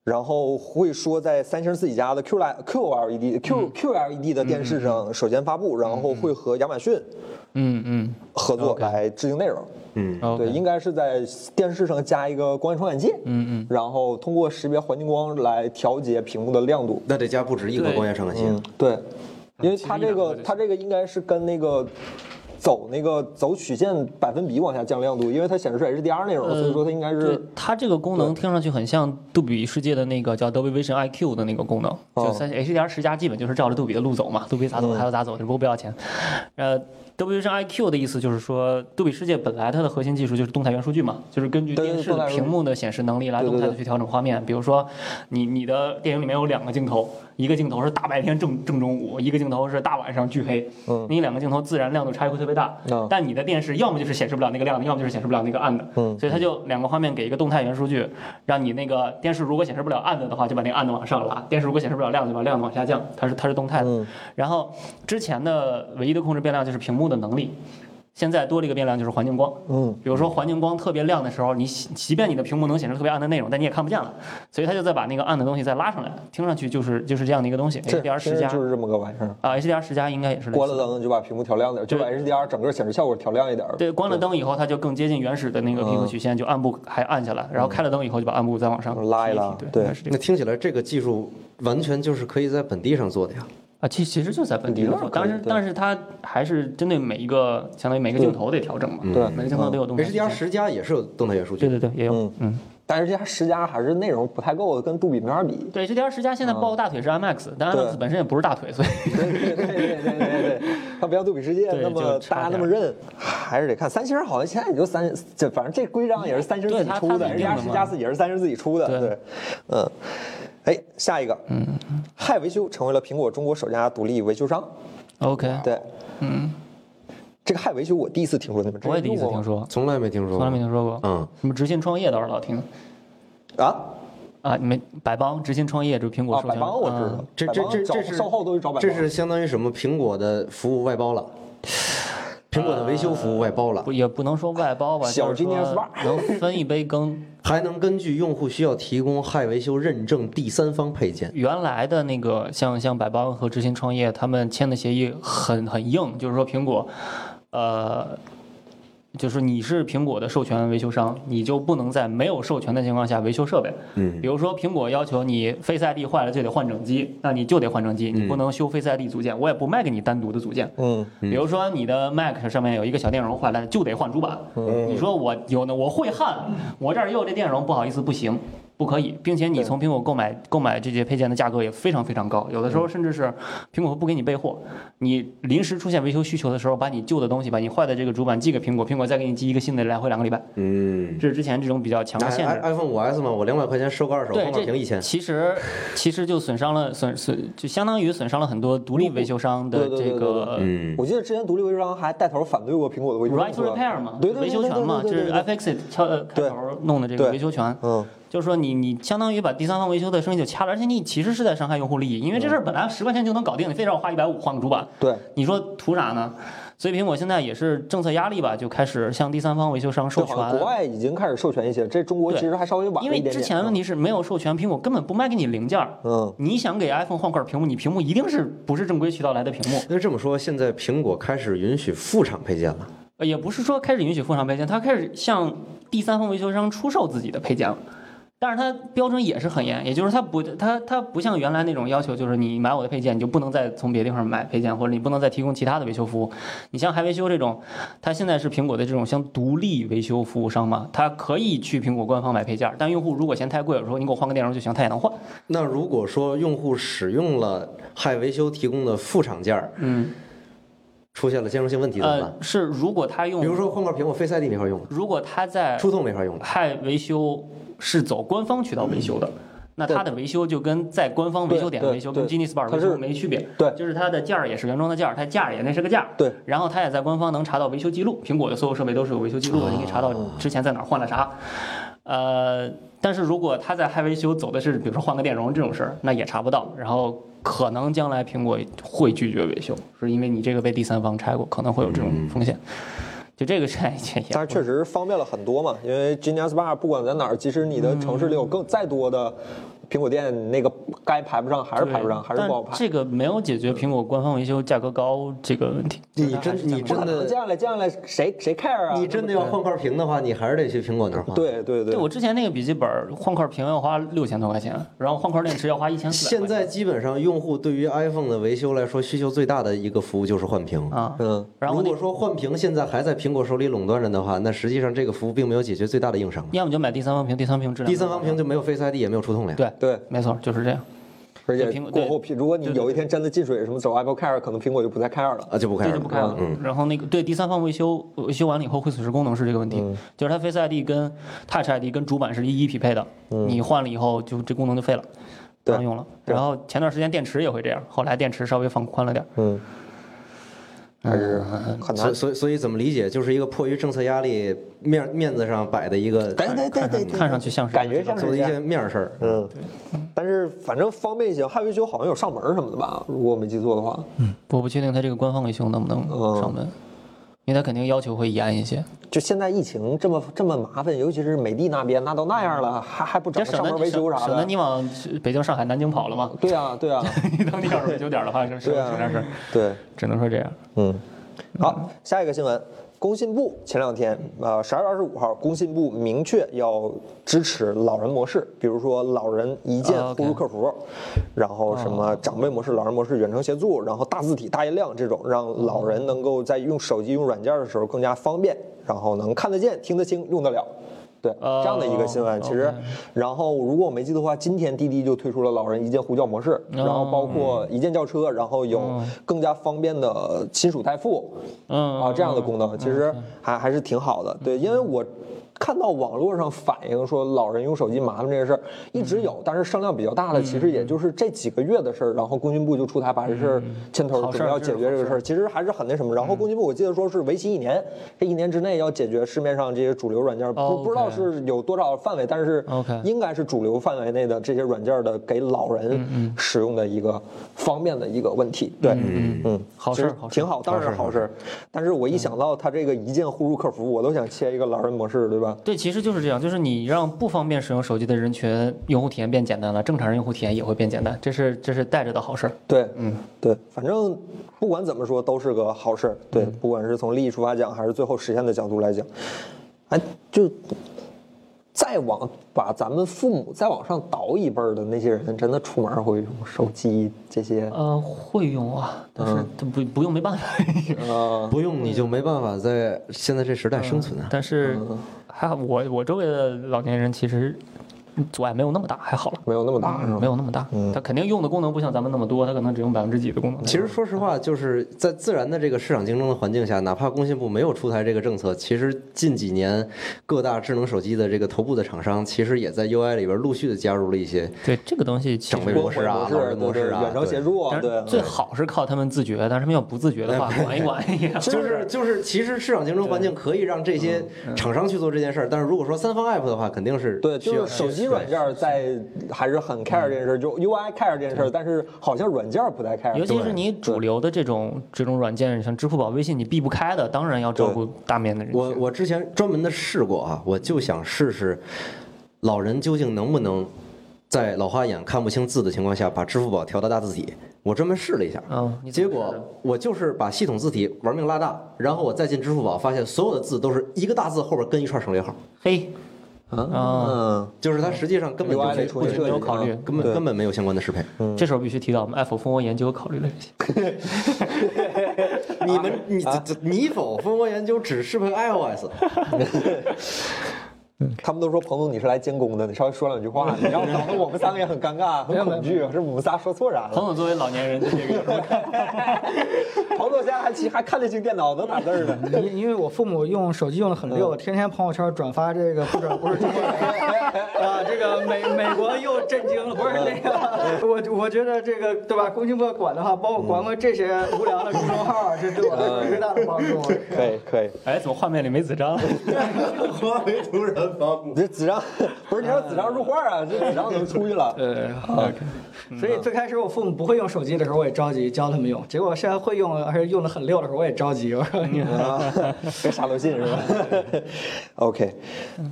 然后会说，在三星自己家的 Q 来 QLED
嗯
Q QLED 的电视上首先发布，然后会和亚马逊
嗯嗯
合作来制定内容。对，
，OK，
应该是在电视上加一个光源传感器，
嗯嗯，
然后通过识别环境光来调节屏幕的亮度。
那得加不止一个
对
光源传感器。
嗯，对，因为它
其实
这个
一两个就行
它这个应该是跟那个走那个走曲线百分比往下降亮度，因为它显示是 HDR 内容，
呃
所以说它应该
对
是
它这个功能听上去很像杜比世界的那个叫 Dolby Vision IQ 的那个功能，
哦嗯
就三 HDR 十加基本就是照着杜比的路走嘛，杜比咋走还要咋走，只不过不要钱。呃，Dolby Vision IQ 的意思就是说，杜比世界本来它的核心技术就是动态元数据嘛，就是根据
对
电视
动态元
的
数据
屏幕的显示能力来
对对
动态的
对
去调整画面。比如说，你你的电影里面有两个镜头，一个镜头是大白天正正中午，一个镜头是大晚上巨黑，
嗯
你两个镜头自然亮度差异会特别大。
嗯
但你的电视要么就是显示不了那个亮的，要么就是显示不了那个暗的。
嗯
所以它就两个画面给一个动态元数据，让你那个电视如果显示不了暗的的话，就把那个暗的往上拉；电视如果显示不了亮的，就把亮的往下降。它是它是动态的。
嗯
然后之前的唯一的控制变量就是屏幕的能力，现在多了一个变量就是环境光。
嗯
比如说环境光特别亮的时候，你即即便你的屏幕能显示特别暗的内容，但你也看不见了，所以它就再把那个暗的东西再拉上来，听上去就是就是这样的一个东西。
这
HDR
其
十
实
加
就是这么个玩意儿。
啊，HDR 十加应该也是类似的
关了灯就把屏幕调亮点儿，就把 HDR 整个显示效果调亮一点儿。
对，关了灯以后，它就更接近原始的
嗯
那个皮克曲线，就暗部还暗下来，然后开了灯以后就把暗部再往上
嗯拉一
提
拉
提
对
对，还是这
那
个
听起来这个技术完全就是可以在本地上做的呀。
啊，其其实就在本地
理论上
做，但是
嗯可以对
但是它还是针对每一个，相当于每个镜头得调整嘛，
嗯对
每个镜头得有动态
HDR 十加也是有动态元数
对
据，
对对，也有
嗯，
嗯，
但是这家十加还是内容不太够，跟杜比没法比。
对，HDR 十加现在抱大腿是 IMAX，但
嗯对
IMAX 本身也不是大腿，所以
<laughs> 对对对对对对对，它不像杜比世界
对
那么
就差
大
点
那么韧，还是得看三星儿好像现在也就三，这反正这规章也是三星自
对
己
它
出的
它是定
，HDR
的
十
嘛
加四也是三星自己出的。
对
对，嗯，哎，下一个，嗯，氦维修成为了苹果中国首家独立维修商。
OK，
对，嗯，这个氦维修我第一次听说，你们之前
我也第一次
用过
听
吗
说，
从来没听说过，
从来没听说过，
嗯，
什么直信创业倒是老听，
啊。
啊，你们百邦执行创业，这是苹果
啊，
授权
百
的。
邦我知
啊
道，
这
百
这
邦
这
找
这是
售后都是找百邦
这，是相当于什么？苹果的服务外包了，苹果的维修服务外包了
不，也不能说外包吧，
小
就是说
Genius Bar
能分一杯羹。
还能根据用户需要提供害维修认证第三方配件。
原来的那个像像百邦和执行创业，他们签的协议很很硬，就是说苹果，呃，就是你是苹果的授权维修商，你就不能在没有授权的情况下维修设备。
嗯
比如说苹果要求你 Face ID 坏了就得换整机，那你就得换整机，你不能修 Face ID 组件，我也不卖给你单独的组件。
嗯，
比如说你的 Mac 上面有一个小电容坏了，就得换主板。你说我有呢，我会焊，我这儿也有这电容，不好意思，不行，不可以，并且你从苹果购买购买这些配件的价格也非常非常高，有的时候甚至是苹果会不给你备货，你临时出现维修需求的时候，把你旧的东西，把你坏的这个主板寄给苹果，苹果再给你寄一个新的，来回两个礼拜。
嗯，
这是之前这种比较强的限制。
iPhone 五 S 嘛，我两百块钱收个二手，
对，
方
这
法屏一千。
其实其实就损伤了损损，就相当于损伤了很多独立维修商的
对对对
这
对
个
嗯，
我记得之前独立维修商还带头反对过苹果的维修
right
政
to
策
repair 嘛，
对对对
维修权嘛，
对
这
对对
是
对
FX 敲呃开
对
头弄的这个
对
维修权，
嗯，
就是说你你相当于把第三方维修的生意就掐了，而且你其实是在伤害用户利益，因为这
嗯
事儿本来十块钱就能搞定，你非让我花一百五换个主板，
对，
你说图啥呢？所以苹果现在也是政策压力吧，就开始向第三方维修商授
这好像
权。
国外已经开始授权一些，这中国
对
其实还稍微晚了
因
一
为
点点。
之前问题是没有授权，苹果根本不卖给你零件儿。
嗯，
你想给 iPhone 换块屏幕，你屏幕一定是不是正规渠道来的屏幕？
那这么说，现在苹果开始允许副厂配件了。
呃也不是说开始允许副厂配件，它开始向第三方维修商出售自己的配件了。但是它标准也是很严，也就是它不它它不像原来那种要求，就是你买我的配件，你就不能再从别地方买配件，或者你不能再提供其他的维修服务。你像海维修这种，它现在是苹果的这种像独立维修服务商嘛，它可以去苹果官方买配件，但用户如果嫌太贵，我说你给我换个电容就行，它也能换。
那如果说用户使用了害维修提供的副厂件儿，
嗯，
出现了兼容性问题怎么办
呃，？是如果他用，
比如说换块屏，我 Face ID 没法用了，
如果他在
触控没法用了。
派维修是走官方渠道维修的，那它的维修就跟在官方维修
嗯
点
对
维修跟
对
Genius Bar
它
维
是
修没区别。
对
就是它的件儿也是原装的件儿，它价儿也那是个价儿。
对，
然后它也在官方能查到维修记录，苹果的所有设备都是有维修记录的，你可以查到
哦
之前在哪儿换了啥。呃，但是如果他在嗨维修走的是比如说换个电容这种事儿，那也查不到。然后可能将来苹果会拒绝维修，是因为你这个被第三方拆过，可能会有这种
嗯
风险。就这个事
<laughs>
儿也也
但是确实方便了很多嘛，因为 Genius Bar 不管在哪儿，即使你的城市里有更再多的苹果店，那个该排不上还是
对
排不上，还是不好
但
排。
这个没有解决苹果官方维修价格高这个问题。
你真你
不
真
可能降
的
下来降下来，谁谁 care 啊？
你真的要换块屏的话，你还是得去苹果那儿换。，
对对对
对我之前那个笔记本儿换块屏要花六千多块钱，然后换块电池要花一千四。
现在基本上用户对于 iPhone 的维修来说，需求最大的一个服务就是换屏。
啊，
嗯，
然后
如
那
果说换屏现在还在苹果手里垄断着的话，那实际上这个服务并没有解决最大的硬伤。
要么就买第三方屏，第三方屏质量
第三方屏就没有 Face ID，也没有触控了呀。
对，
对，
没错就是这样。
而且
对苹果
过
对
后苹，如果你
对对
有一天真的进水什么走 Apple Care，可能苹果就不再 care 了。
啊，就不开
这
了。
就不开了。
嗯，
然后那个对第三方维修维修完了以后会损失功能是这个问题，
嗯
就是它 Face ID 跟 Touch ID 跟主板是一一匹配的，你换了以后就这功能就废了，不
嗯对
让用了。
对
然后前段时间电池也会这样，后来电池稍微放宽了点儿。
嗯，还是很
嗯所
难
以。所以所以怎么理解？就是一个迫于政策压力面面子上摆的一个
对对对对，对
看上去像是
感觉像是
做的
这
一
样
件面儿事儿。
嗯，但是反正方便一些，汉维修好像有上门儿什么的吧，如果我没记错的话。
我不确定它这个官方维修能不能上门，因为它肯定要求会严一些。
就现在疫情这么这么麻烦，尤其是美的那边，那都那样了，还还不
嗯这
找个
省
上
得
门维修啥
省省得
的？
你往北京、上海、南京跑 <laughs> 了嘛。
对啊，对啊，
你等你要是维修点儿的话，省省
对啊
省点事儿，
对，
只能说这样。
嗯。好，下一个新闻，工信部前两天，呃，十二月二十五号，工信部明确要支持老人模式，比如说老人一键
啊，OK 哦
呼入客服，然后什么长辈模式、老人模式、远程协作，然后大字体、大音量这种，让老
哦
人能够在用手机、用软件的时候更加方便，然后能看得见、听得清、用得了。对，
哦
这样的一个新闻，其实
OK，
然后如果我没记错的话，今天滴滴就推出了老人一键呼叫模式，
哦
然后包
嗯
括一键叫车，然后有更加方便的亲属代付
嗯
啊这样的功能，其实还还是挺好的。对，因为我看到网络上反映说老人用手机麻烦这个事儿，一直
嗯
有，但是声量比较大的其实也就是这几个月的事儿。然后工信部就出台把这事儿牵头，
嗯好事
准备
儿嗯
要
这是
解决这个
好
事儿，其实还是很那什么。然后工信部我记得说是为期一年，这一年之内要解决市面上这些主流软件，
哦
不不知道
OK
是有多少范围，但是
OK
应该是主流范围内的这些软件的给老
嗯
人使用的一个方便的一个问题。对，嗯嗯，
好
其
事儿
实
好事儿
挺好，当然是好事儿。但是我一想到它这个一键互助客服，我都想切一个老人模式，对吧？
对，其实就是这样，就是你让不方便使用手机的人群用户体验变简单了，正常人用户体验也会变简单，这是这是带着的好事儿。
对，嗯，对，反正不管怎么说都是个好事儿。
嗯
对，不管是从利益出发讲，还是最后实现的角度来讲，哎，就再往把咱们父母再往上倒一辈儿的那些人，真的出门会用手机这些，
呃，会用啊，但是它不不用没办法。嗯
呃，
不用你就没办法在现在这时代生存啊。
<laughs> 但是还好，我我周围的老年人其实阻碍没有那么大，还好了。
没有那么大，是吧？
嗯没有那么大，他肯定用的功能不像咱们那么多，他可能只用百分之几的功能。
其实说实话，就是在自然的这个市场竞争的环境下，哪怕工信部没有出台这个政策，其实近几年各大智能手机的这个头部的厂商，其实也在 UI 里边陆续的加入了一些。
对这个东西，其
长辈
实
微模式啊
模式
老人模式
对
啊
对远程
对
协助啊，
但
对
是，最好是靠他们自觉，但是他们要不自觉的话，管一管也好。
就是就是，其实市场竞争环境可以让这些厂商去做这件事儿，但是如果说三方 app 的话，肯定是
对，就
需要
是手机软件儿在还是很 care 这件事儿，就 UI care 这件事儿，但是好像软件儿不太 care。
尤其是你主流的这种这种软件，像支付宝、微信，你避不开的，当然要照顾大面的人群。
我我之前专门的试过啊，我就想试试老人究竟能不能在老花眼看不清字的情况下把支付宝调到大字体。我专门试了一下，
嗯你怎
结
么
果
试的
我就是把系统字体玩命拉大，然后我再进支付宝，发现所有的字都是一个大字后边跟一串省略号，
嘿，
嗯，
就是它实际上根本
UI
就
里出
不
现
没
这
有
个
考虑
啊，
根本
对嗯
根本没有相关的适配。
这时候必须提到我们爱否蜂窝研究考虑了这些。
你
啊
们你这这你否蜂窝研究只适配 iOS？
他们都说彭总你是来监工的，你稍微说两句话，你
<laughs>
要搞得我们三个也很尴尬、很恐惧，是我们仨说错啥
彭
了？
总作为老年人，对这个有什么看法
<laughs> 彭总现在还其实还看得清电脑，能打字儿呢。
因因为我父母用手机用的很溜，天天朋友圈转发这个不 <laughs> 准不是中国人啊，这个美美国又震惊了，不是那个，我我觉得这个对吧？工信部管的话，帮我管管这些无聊的公众号儿，这对我来说是最大的帮助。
可以可以，
哎，怎么画面里没子章了？
华为突然发布
你这
<laughs>
子章不是你让子章入画啊，这子章能出去了。
对，所以最开始我父母不会用手机的时候，我也着急教他们用；结果现在会用，而且用的很溜的时候，我也着急。我说你们
啊，
<laughs>
别啥都信是吧 <laughs> ？OK，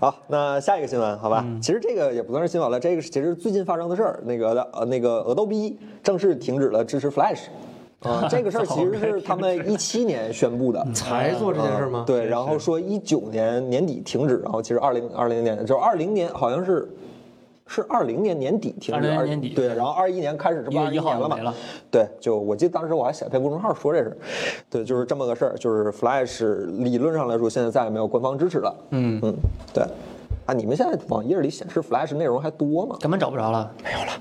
好，那下一个新闻好
嗯
吧？其实这个也不算是新闻了，这个是其实最近发生的事儿。那个的呃，那个俄斗 B 正式停止了支持 Flash。啊，这个事儿其实是他们一七年宣布
<laughs>
的，
才做这件事
嗯
啊
吗？
对，然后说一九年年底停止，然后其实二零二零年就二零年好像是。是二零年年底停止，
2020
20
年底
对，然后二一年开始，这不
1
二
月1号
年了嘛？
就没了
对，就我记得当时我还写篇公众号说这事儿，对，就是这么个事儿，就是 Flash 理论上来说现在再也没有官方支持了。嗯嗯，对，啊，你们现在网页里显示 Flash 内容还多吗？
根本找不着了，没有了，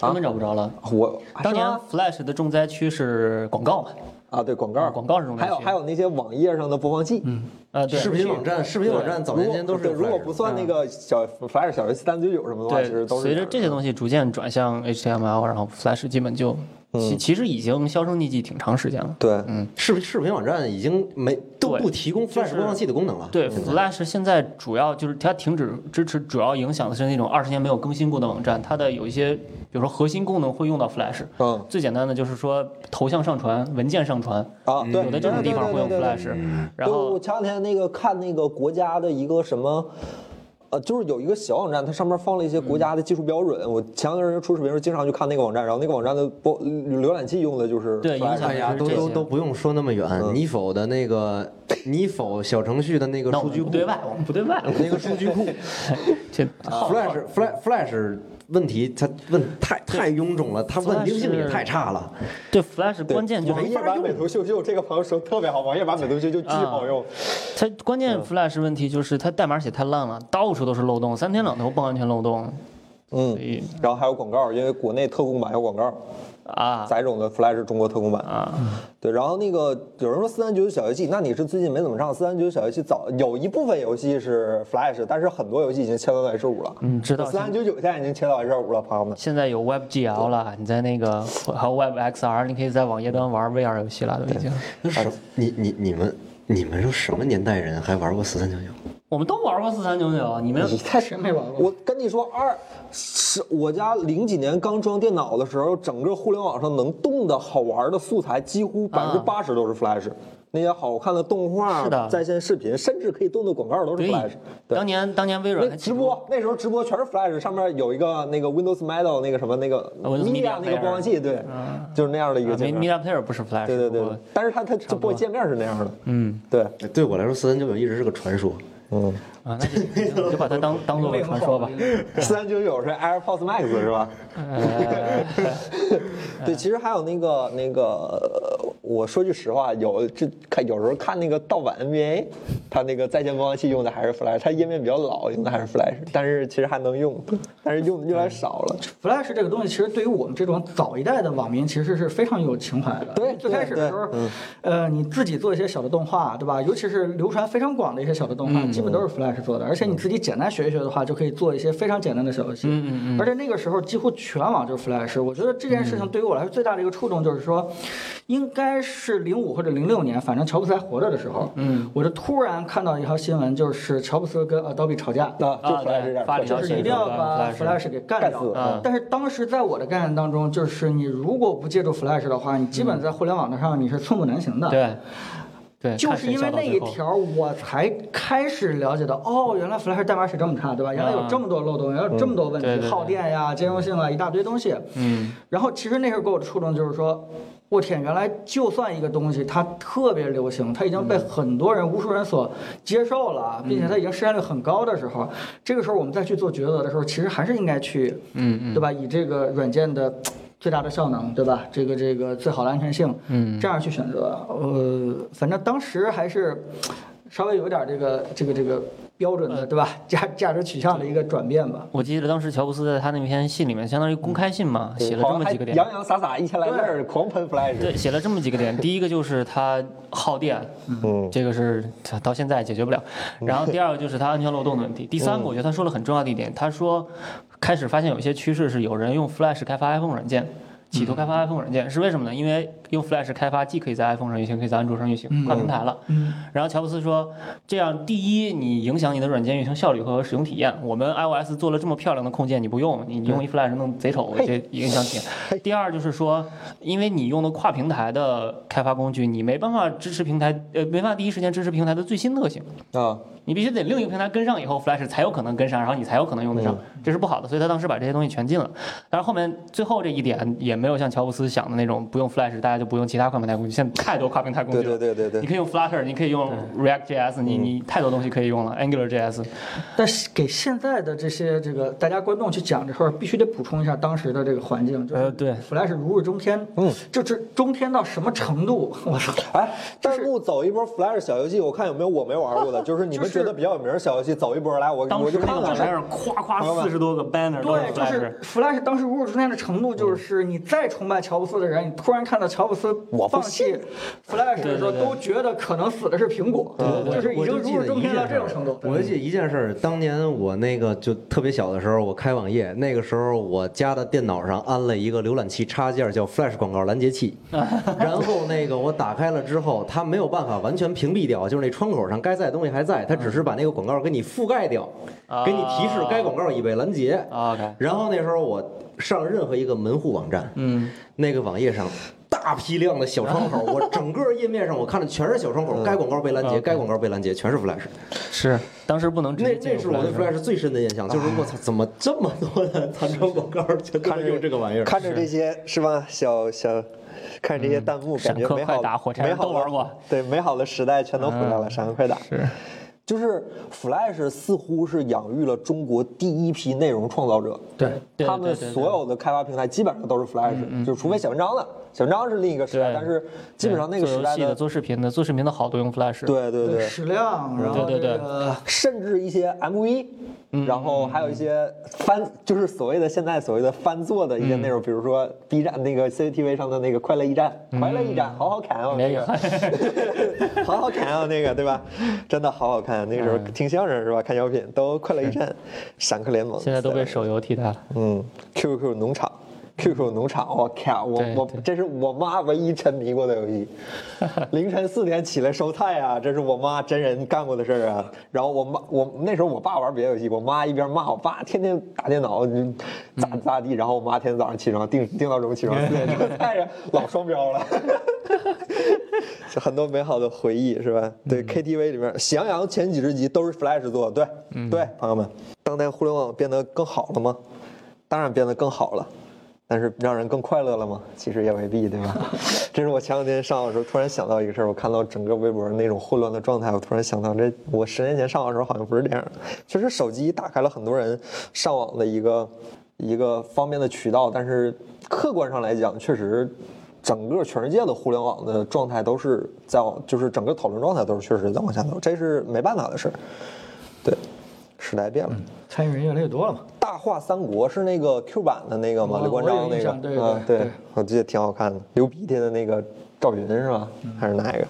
根本找不着了。
我
当年啊
是吗
Flash 的重灾区是广告嘛？
啊，对，广告
广告是中间
还有
区
还有那些网页上的播放器，嗯，
呃，对，
视频网站，视频网站早年间都是有嗯
对如果
Flash
不
的
算那个小 Flash 小游戏三九九什么的话，其实
对，
都是
随着这些东西逐渐转向 HTML，然后 Flash 基本就其其实已经销声匿迹挺长时间了。
嗯对，
视频视频网站已经没都
对
不提供 Flash 播放器的功能了。
对，Flash
嗯
现在主要就是它停止支持，主要影响的是那种二十年没有更新过的网站，它的有一些，比如说核心功能会用到 Flash。
嗯
最简单的就是说头像上传、文件上传，
啊，对，
嗯有的这种地方会用
对对对对对
Flash。
对
然后
我前两天那个看那个国家的一个什么。呃，就是有一个小网站，它上面放了一些国家的技术标准。我前两天出视频时候经常去看那个网站，然后那个网站的播呃浏览器用的就是
对
Flash
影响
哎呀，
就是
都
这
都
些
都不用说那么远，
嗯
你否的那个，你否小程序的那个
那我
数
们
据
不
库，
对外，我们不对外，
那个数据
<laughs>
库
这
，Flash Flash Flash 问题，它问太太臃肿了，它稳定性也太差了。
对 Flash 关键就是啊
网页版美图秀秀，这个朋友说特别好，网页版美图秀秀巨好用。
它关
嗯
键 Flash 问题就是它代码写太烂了，到处都是漏洞，三天两头蹦安全漏洞。
嗯
所以
然后还有广告，因为国内特供版有广告。
啊
载种的 Flash 中国特供版。
啊，
对，然后那个有人说四三九九小游戏，那你是最近没怎么上四三九九小游戏早，有一部分游戏是 Flash，但是很多游戏已经切到 S 十五了。
嗯知道
四三九九现在已经切到 S 十五了，朋友们。
现在有 WebGL 了，你在那个还有 WebXR，你可以在网页端玩 VR 游戏了，都已经。
那什啊你你你们你们都什么年代人还玩过四三九九？
我们都玩过四三九九，你们
你太
谁没玩过
我跟你说，二是我家零几年刚装电脑的时候，整个互联网上能动的好玩的素材，几乎百分之八十都是 Flash。那些好看的动画、
啊是的
在线视频，甚至可以动的广告都是
对
Flash。对
当，年当年微软
那
还
直播那时候直播全是 Flash，上面有一个那个 Windows Media 那个什么那个
啊 Windows Media
那个播放器，对，就是那样的一个界
啊没
面。
Media Player 不是 Flash，
对对对
不过，
但是它它这播界面是那样的，
嗯
对，
哎对我来说，四三九九一直是个传说。
嗯，
啊，那
<laughs>
就就把它当当做个传说吧。
四三九九是 AirPods Max 是吧？
呃，
<laughs> 对，其实还有那个那个，呃我说句实话，有这看有时候看那个盗版 NBA，它那个在线播放器用的还是 Flash，它页面比较老，用的还是 Flash，但是其实还能用，但是用的越来越少了。
Flash 这个东西，其实对于我们这种早一代的网民，其实是非常有情怀的。
对
最开始的时候，呃，你自己做一些小的动画，对吧？尤其是流传非常广的一些小的动画，基本都是 Flash 做的。而且你自己简单学一学的话，就可以做一些非常简单的小游戏。嗯嗯嗯嗯而且那个时候几乎全网就是 Flash。我觉得这件事情对于我来说最大的一个触动就是说，应该是零五或者零六年，反正乔布斯还活着的时候，嗯，我就突然看到一条新闻，就是乔布斯跟 Adobe 吵架。
啊，就
啊
Flash 这样，
发
就
了
就是一定要把 Flash 给干
干死
掉。
嗯
但是当时在我的概念当中，就是你如果不借助 Flash 的话，你基本在互联网上你是寸步难行的。。
嗯对对，
就
看
是
谁
因为
笑到
那
最
一
后
条，我才开始了解到，哦，原来 Flash 代码是这么差，对吧？原来有这么多漏洞，原来有这么多问
嗯对对
题，
对
耗电呀、兼容性啊，一大堆东西。
嗯，
然后其实那时候给我的触动就是说，我天，原来就算一个东西它特别流行，它已经
嗯
被很多人、无数人所接受了，并且它已经实现率很高的时候，这个时候我们再去做抉择的时候，其实还是应该去，
嗯
对吧？以这个软件的。最大的效能，对吧？这个这个最好的安全性，嗯，这样去选择。呃，反正当时还是稍微有点这个这个这个标准
呃
的，对吧？价价值取向的一个转变吧。
我记得当时乔布斯在他那篇信里面，相当于公开信嘛，
对
写了
好
这
像
么
还
几个点。
洋洋洒洒一千来字儿，狂喷 Flash。
对，写了这么几个点。第一个就是它耗电，
嗯
这个是到现在解决不了。然后第二个就是它安全漏洞的问题。第三个，我觉得他说了很重要的一点，他说开始发现有些趋势是有人用 Flash 开发 iPhone 软件。企图开发 iPhone 软件是为什么呢？因为用 Flash 开发既可以在 iPhone 上运行，可以在安卓上运行，跨平台了。
嗯，
然后乔布斯说，这样第一，你影响你的软件运行效率和使用体验。我们 iOS 做了这么漂亮的控件，你不用，你用一 Flash 弄贼丑，这影响体验。第二就是说，因为你用的跨平台的开发工具，你没办法支持平台，呃，没办法第一时间支持平台的最新特性，
啊，
你必须得另一个平台跟上以后，Flash 才有可能跟上，然后你才有可能用得上，
嗯
这是不好的。所以他当时把这些东西全禁了。但是后面最后这一点也没有像乔布斯想的那种，不用 Flash 大家就不用其他跨平台工具，现在太多跨平台工具
对
了。
对对对嗯对，
你可以用 Flutter，你可以用 React JS，你你太多东西可以用了，Angular JS。
但是给现在的这些这个大家观众去讲这事儿，必须得补充一下当时的这个环境，就是
呃对
Flash 如日中天，
嗯，
就这中天到什么程度？我操！
哎，弹幕走一波 Flash 小游戏，我看有没有我没玩 <laughs> 过的，就是你们觉得比较有名儿小游戏，走一波来，我
当
我
时
就
那
看
个
看
网站
来。
上夸
朋友
夸
们
四十多个 banner 都是
对，就
Flash
是。Flash 当时如日中天的程度，就是你再崇拜乔布斯的人，你突然看到乔布斯
我不
放弃 Flash 的时
对对
候，
对
都觉得可能死的是苹果，就是已
我
经
就记
如
得
日中
一
天到
件事
这种
儿
程度。
我就记得一件事儿，当年我那个就特别小的时候，我开网页，那个时候我家的电脑上安了一个浏览器插件叫 Flash 广告拦
<laughs>
截器，然后那个我打开了之后，它没有办法完全屏蔽掉，就是那窗口上该在的东西还在，它只是把那个广告给你覆盖掉，
啊
给你提示该广告已被拦截。
啊 OK，
然后那时候我上任何一个门户网站，
嗯，
那个网页上大批量的小窗 <laughs> 口，我整个页面上我看的全是小窗口，该广告被拦截，
OK
该广告被拦截，全是 Flash。
是当时不能直
那
接进
那
入
是我对
Flash。
Flash 最深的印象，就是我操，怎么这么多的弹窗广告就 <laughs> 看着用这个玩意儿？
看着这些
嗯
是吧，小小，看着这些弹幕，感觉
闪客
美好
嗯快打火柴人
美好的
都玩过，嗯
对，美好的时代全都回来了，闪客快打
是。
就是 Flash 似乎是养育了中国第一批内容创造者，
对，
对
他们
对对对嗯
所有的开发平台基本上都是 Flash，就除非写文章的，写文章是另一个时代，
对
但是基本上那个
做
时
游
代
戏的、做视频的、做视频的好都用 Flash。，
对对对，
矢量，然后
对对对
这个
甚至一些 MV，、然
嗯
后还有一些翻，就是所谓的现在所谓的翻做的一
嗯
些内容，比如说 B 站那个 CCTV 上的那个快乐驿站，快乐驿站好好看哦，
嗯没有。 <laughs>
好好看啊，那个对吧？真的好好看，啊那个时
嗯
候听相声是吧？看小品都快乐驿站、闪客联盟，
现在都被手游替代了。
嗯 QQ 农场。QQ 农场，我靠，我
对
我
对
这是我妈唯一沉迷过的游
<laughs>
戏。凌晨四点起来收菜啊，这是我妈真人干过的事儿啊。然后我妈，我那时候我爸玩别的游戏，我妈一边骂我爸天天打电脑你咋
嗯
咋地，然后我妈天天早上起床定定闹钟起床四点收菜啊，老双标了。 <laughs> 就很多美好的回忆是吧？对、KTV
嗯
里面，《喜羊羊》前几十集都是 Flash 做的，对、
嗯
对，朋友们，当代互联网变得更好了吗？当然变得更好了，但是让人更快乐了吗？其实也未必，对吧？这是我前两天上网的时候突然想到一个事儿，我看到整个微博那种混乱的状态，我突然想到这，我十年前上网的时候好像不是这样的。确实，手机打开了很多人上网的一个一个方便的渠道，但是客观上来讲，确实。整个全世界的互联网的状态都是在往，就是整个讨论状态都是确实在往下走，这是没办法的事儿。对，时代变了。
参与人越来越多了嘛。
大话三国是那个 Q 版的那个吗？
我
刘关张
我有
那
印
个，
象对对
啊，
对
对，我记得挺好看的。流鼻涕的那个赵云是吧？
嗯
还是哪一个？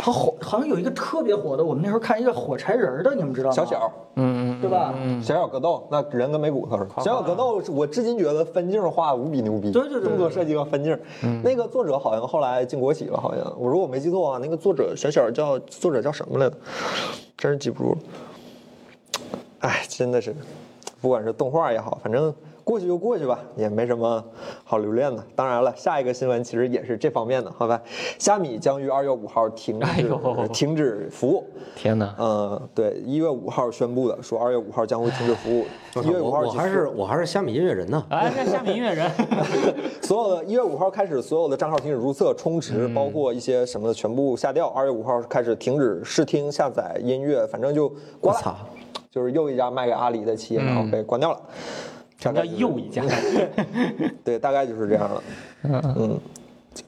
好火，好像有一个特别火的，我们那时候看一个火柴人儿的，你们知道吗？
小小，
嗯，
对吧？
小小格斗，那人跟没骨头似的。小小格斗，我至今觉得分镜画无比牛逼，
啊对对对对嗯
动作设计和分镜。那个作者好像后来进国企了，好像我如果没记错啊，那个作者小小叫作者叫什么来着？真是记不住了。哎，真的是，不管是动画也好，反正过去就过去吧，也没什么好留恋的。当然了，下一个新闻其实也是这方面的，好吧？虾米将于二月五号停止、
哎呦
停止服务。
天哪！
嗯，对，一月五号宣布的，说二月五号将会停止服务。一月
<laughs> 我
五号
我
起
还是我还是虾米音乐人 <laughs> 呢。
哎，那下面音乐人，
所有的，一月五号开始，所有的账号停止注册、充值，包括一些什么的全部下掉。二月五号开始停止试听、下载音乐，反正就关
我操嗯
了。就是又一家卖给阿里的企业，然后被关
<laughs>
掉了。
什么叫又一家？
<laughs> 对，大概就是这样了。嗯，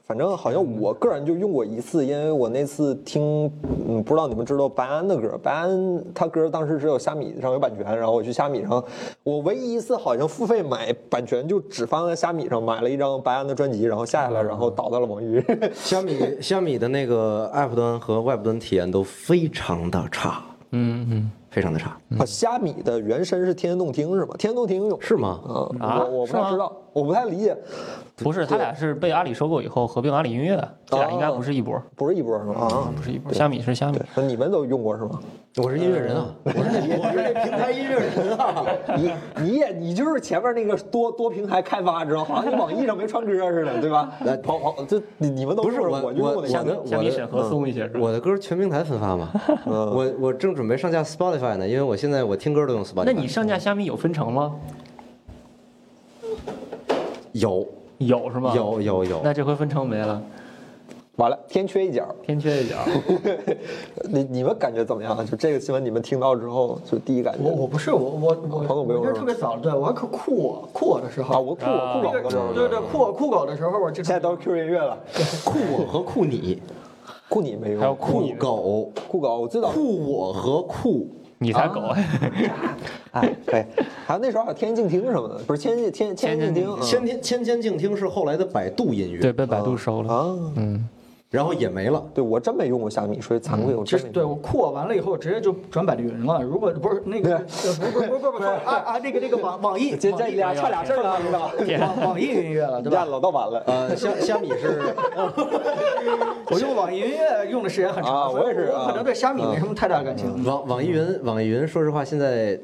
反正好
嗯
像我个人就用过一次，因为我那次听，嗯，不知道你们知道白安的歌，白安他歌当时只有虾米上有版权，然后我去虾米上，我唯一一次好像付费买版权就只放在虾米上买了一张白安的专辑，然后下下
嗯
来，然后导到了网易。嗯
虾米虾米的那个 App 端和 Web 端体验都非常的差，
嗯嗯，
非常的差，
啊，虾米的原声是天天动听是吗？天天动听有。
是吗？
嗯，
啊
我我不
是
太
吗
知道，我不太理解，
<laughs> 不是，他俩是被阿里收购以后合并阿里音乐的，这俩应该不是一
哦
波，
不是一波是吗？啊，
不是一波。虾米是虾米，
那你们都用过是吗？
我是音乐人啊，我是那我是那平台音乐人啊。
你你也你就是前面那个多多平台开发，知道吗好像你网易上没传歌似的，对吧？跑跑这你你们都
不是
用
我
过我就用
我
的
我的
虾
我
米
的
审核松一些是吧？
我的歌全平台
<laughs>
分发嘛，我我正准备上架 Spotify 呢，因为我现在我听歌都用 Spotify。
那你上架虾米有分成吗？
有
有是吗？。
有有有
啊那这回分成没了，
完了，天缺一角。
天缺一角。
你你们感觉怎么样？就这个新闻你们听到之后，就第一感觉
我我不是我我
朋友
我
啊没有
我
是
这
吧
特别早，对我还可酷我酷我的时
啊，
候，
我酷我酷狗
对
的时候，
对对酷我酷狗的时候，我这
现在都是 Q 音乐了，
酷我和
<laughs>
酷你，
酷你没用，
还有哦酷
酷狗，
酷狗，我最早
酷我和酷
<laughs> 你才狗哎！
哎可以，还有那时候还有天天静听什么的，不是千千千天
天天
静听
千天千千静听是后来的百度音
<laughs>
乐，
对，，被百度收
嗯
了。
啊，
嗯，
然后也没了。
对我真没用过虾米，所以惭愧我
这
真
是
没
对我酷我完了以后，我直接就转百度云了。如果不是那个，呃不是不是不是不是啊啊那个那个网
<laughs>
网易，
这这俩差俩事儿了，领导， <laughs>
网网易音乐了，
你
对
俩 <laughs>
吧？
老盗版了。
呃，虾虾米
<laughs>
是
我用网易音乐用的时间很
啊嗯
长，
我也是
我可能对虾米没什么太大感情。
网网易云，网易云，说实话，现在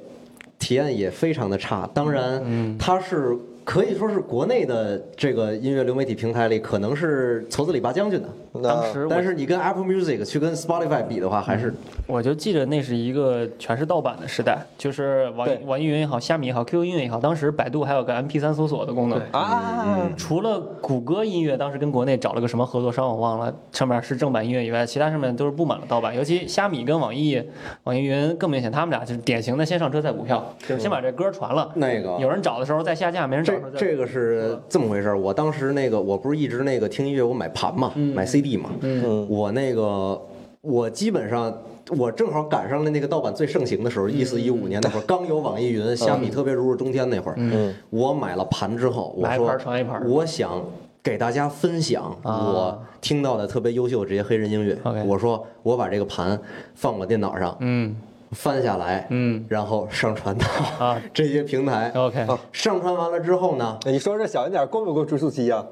体验也非常的差。当然，
嗯
它是可以说是国内的这个音乐流媒体平台里，可能是矬子里拔将军的。
那
当时我
但是你跟 Apple Music 去跟 Spotify 比的话，还是
我就记着那是一个全是盗版的时代，就是网易
对
网易云也好，虾米也好，QQ 音乐也好，当时百度还有个 MP3 搜索的功能。
对
啊，
除了谷歌音乐当时跟国内找了个什么合作商，我忘了，上面是正版音乐以外，其他上面都是布满了盗版。尤其虾米跟网易、网易云更明显，他们俩就是典型的先上车再补票，就是先把这歌传了，
那个
有人找的时候再下架，没人找
这
的会儿再
这个是这么回事儿。我当时那个，我不是一直那个听音乐，我买盘嘛，买 CD 嘛。
嗯
我那个，我基本上，我正好赶上了那个盗版最盛行的时候，一四一五年那会
嗯
儿，刚有网易云、虾米特别如日中天那会儿，
嗯
我买了盘之后，我
拿一盘
说
儿传一盘儿啊
我想给大家分享我听到的特别优秀的这些黑人音乐。
OK
我说我把这个盘放我电脑上，
嗯
翻下来，
嗯
然后上传到
啊
这些平台。
，OK，
啊
上传完了之后呢，
你说这小一点，够不够追溯期啊？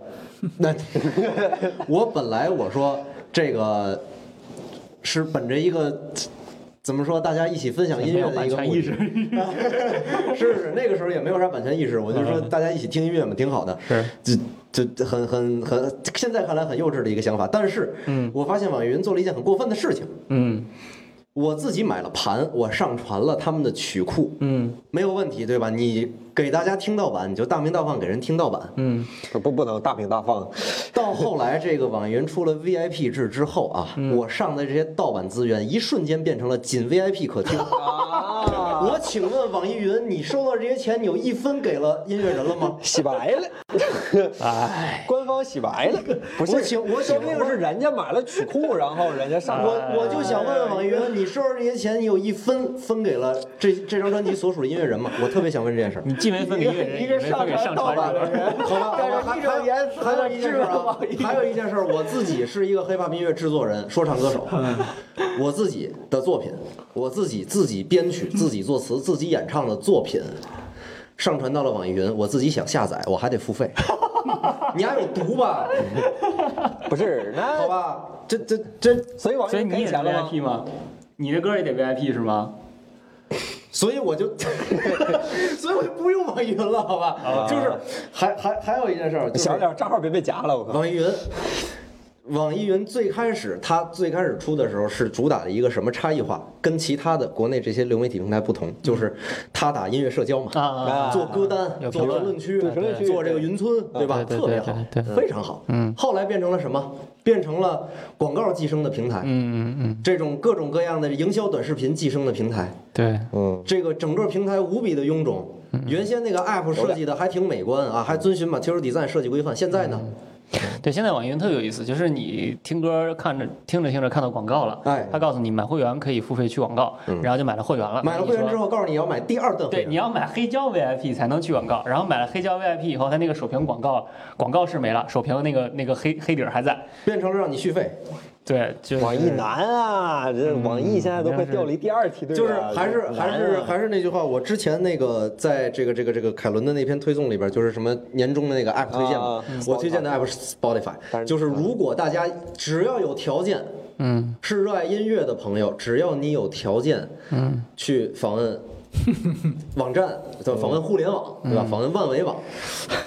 那我本来我说这个是本着一个怎么说，大家一起分享音
没
乐
有
的
版
一个目
权
的
意识，
<laughs> 是是，那个时候也没有啥版权意识，我就说大家一起听音乐嘛，挺好的。
嗯是
这这很很很，现在看来很幼稚的一个想法，但是，
嗯
我发现网易云做了一件很过分的事情，
嗯
我自己买了盘，我上传了他们的曲库，
嗯
没有问题，对吧？你给大家听盗版，你就大鸣大放给人听盗版。
嗯
不不能大鸣大放，
到后来，这个网易云出了 VIP 制之后啊，我上的这些盗版资源，一瞬间变成了仅 VIP 可听。我请问网易云，你收到这些钱，你有一分给了音乐人了吗？
<laughs> 洗白了，哎，官方洗白了，不
我
是，
请我请
说不定是人家买了曲库，然后人家上官，
我我就想问问网易云，你收到这些钱，你有一分分给了这这张专辑所属的音乐人吗？我特别想问这件事儿。
你既没分给音乐人，
一
也
个
没分给上传人。
人，
<laughs> 好吧，好吧，
但是
还
义
还
正言
有
辞
还有一件事儿
的
啊，还有一件事儿，我自己是一个黑怕音乐制作人、说唱歌 <laughs> 手，我自己的作品，我自己自己编曲、自己作词、自己演唱的作品，上传到了网易云，我自己想下载，我还得付费。 <laughs> 你还有毒吧？
不是
好
那，
吧， <laughs> 这这这，
所以网易
所以
云
你
给
也是
钱了吗？
VIP 吗？你的歌也得 VIP 是吗？
所以我就， <laughs> 所以我就不用网易云了，好吧？就是还还还有一件事儿，就是
小点，账号别被夹了，我靠！
网易云，网易云最开始它最开始出的时候是主打的一个什么差异化，跟其他的国内这些流媒体平台不同，就是它打音乐社交嘛，
啊嗯啊
啊
做歌单，
有
做
评论
评论区，哎
对评论区
做这个云村，对吧？
对对
特别好，
对对对
非常好。
嗯，
后来变成了什么？变成了广告寄生的平台，
嗯嗯嗯，
这种各种各样的营销短视频寄生的平台，
对，
嗯，
这个整个平台无比的臃肿。
嗯
原先那个 app 设计的还挺美观啊，还遵循 Material Design 设计规范，现在呢？
嗯对，现在网易云特别有意思，就是你听歌看着听着听着看到广告了，
哎
他告诉你买会员可以付费去广告，然后就买了会员了，
买了会员之
后。
后，告诉你要买第二段会
啊对，
员。
你要买黑胶 VIP 才能去广告，然后买了黑胶 VIP 以后，它那个首屏广告广告是没了，首屏那个那个黑黑底儿还在。
变成了让你续费，
对，就是
网易难啊，这网易现在都快掉离第二梯队了，
就是还是还是
是
还是那句话，我之前那个在这个这个这个凯伦的那篇推送里边，就是什么年终的那个 app 推荐嘛
啊嗯，
我推荐的 app 是 Spotify，
但是
就是如果大家只要有条件，
嗯
是热爱音乐的朋友，只要你有条件，
嗯，
去访
<laughs>
问网站，对吧？访问互联网，对
嗯
吧？访问万维网，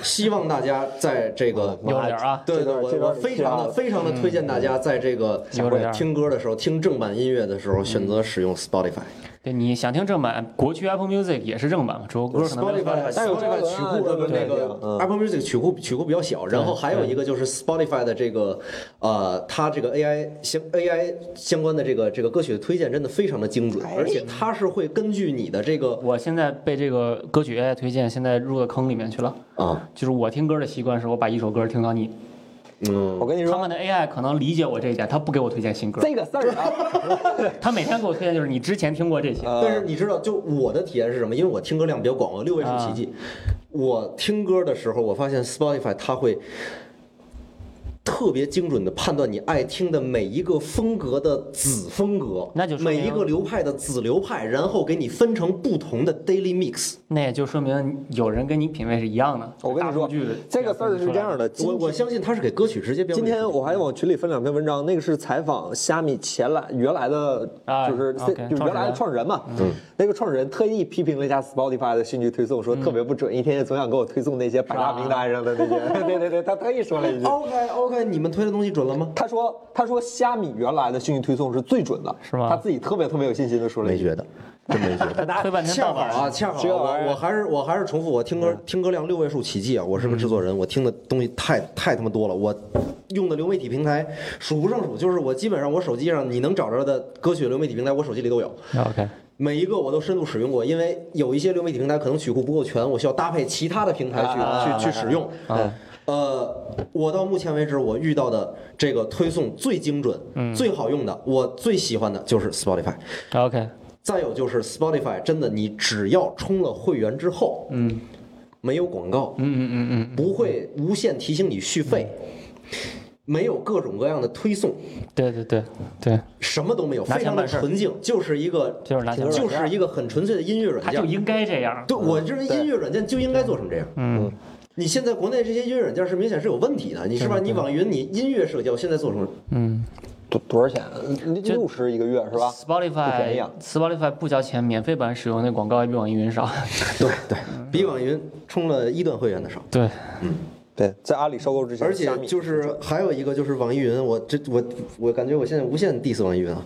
希望大家在这个
有点儿啊，
对对，
这
我
段
我非常
这
的
段
非常的推荐大家在这个
有点儿
听歌的时候，听正版音乐的时候，选择使用 Spotify。
对，你想听正版，国区 Apple Music 也是正版嘛，只不过歌可能没有
Spotify
但是有这
Spotify
个
曲库
文案
的那
对对
个
嗯
Apple Music 曲库曲库比较小，然后还有一个就是 Spotify 的这个呃，它这个 AI 相 AI 相关的这个这个歌曲的推荐真的非常的精准，而且它是会根据你的这个
我现在被这个歌曲 AI 推荐，现在入到坑里面去了。
啊
就是我听歌的习惯是我把一首歌听到腻，
嗯
我跟你
他
说
们的 AI 可能理解我这一点，他不给我推荐新歌，
这个事儿啊，
他每天给我推荐就是你之前听过这些。
但是你知道，就我的体验是什么？因为我听歌量比较广，我六位数奇迹。我听歌的时候，我发现 Spotify 它会特别精准的判断你爱听的每一个风格的子风格，
那就说明
每一个流派的子流派，然后给你分成不同的 daily mix。
那也就说明有人跟你品味是一样的。
我跟你
<laughs> 大
说
数据样，
这个事儿是这样
的，
的，
我
今
我相信它是给歌曲直接标配
今
的。
天我还往群里分两篇文章，那个是采访虾米前来原来的，
啊
就是
，OK，
就原来的创始人嘛，嗯，那个创始人特意批评了一下 Spotify 的数据推送，说特别不准，一天天总想给我推送那些百大名单上的那些， <laughs> 对对对，他特意说了一句。
OK OK，你们推的东西准了吗？
他说：“他说虾米原来的数据推送是最准的，
是吗
他自己特别特别有信心的说了
没
一句，
觉得，真没觉得。
推半天
恰
<laughs>
盗
好
版
啊，恰好啊、
这玩意儿嗯
我我还是我还是重复，我听歌、听歌量六位数奇迹啊！我是个制作人，我听的东西太太他妈多了，我用的流媒体平台数不胜数，就是我基本上我手机上你能找着的歌曲流媒体平台，我手机里都有。
OK，
每一个我都深度使用过，因为有一些流媒体平台可能曲库不够全，我需要搭配其他的平台去、
啊
去去使用。哎
啊
呃，我到目前为止我遇到的这个推送最精准、
嗯
最好用的，我最喜欢的就是 Spotify。
，OK，
再有就是 Spotify，真的你只要充了会员之后，
嗯
没有广告，
嗯嗯嗯嗯，
不会无限提醒你续费，没有各种各样的推送，
对对对对，
什么都没有，
拿
非
钱
常的
办事儿
纯净，就是一个
就是拿钱办事儿
就是一个很纯粹的音乐软
他就
件。
应该这样。
对我认为音乐软件就应该做成这样。
嗯，
你现在国内这些音乐软件是明显是有问题的，你是吧？你网云你音乐社交现在做成
嗯
多多少钱？六十一个月是吧？不便宜啊
，Spotify，Spotify 不交钱，免费版使用，那广告也比网易云少。
对对，
嗯
比网云充了一段会员的少。
<laughs> 对，
对，在阿里收购之前，
而且
虾米
就是还有一个就是网易云，我这我我感觉我现在无限 diss 网易云啊。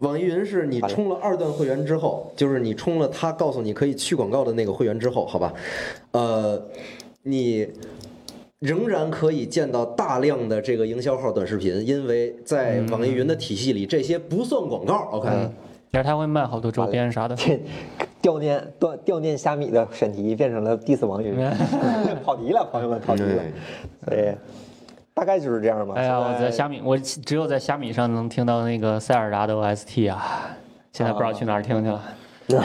网易云是你充了二段会员之后，就是你充了他告诉你可以去广告的那个会员之后，好吧，呃，你仍然可以见到大量的这个营销号短视频，因为在网易云的体系里，这些不算广告。OK，、 <laughs>
但是他会卖好多周边啥的。
这悼念悼悼念虾米的审题变成了 diss 王云，
嗯
<laughs> 跑题了，朋友们跑题了
对，
所以大概就是这样吧。
哎呀，我
现
在虾米，我只有在虾米上能听到那个塞尔达的 OST 啊，现在不知道去哪儿听去了。
对，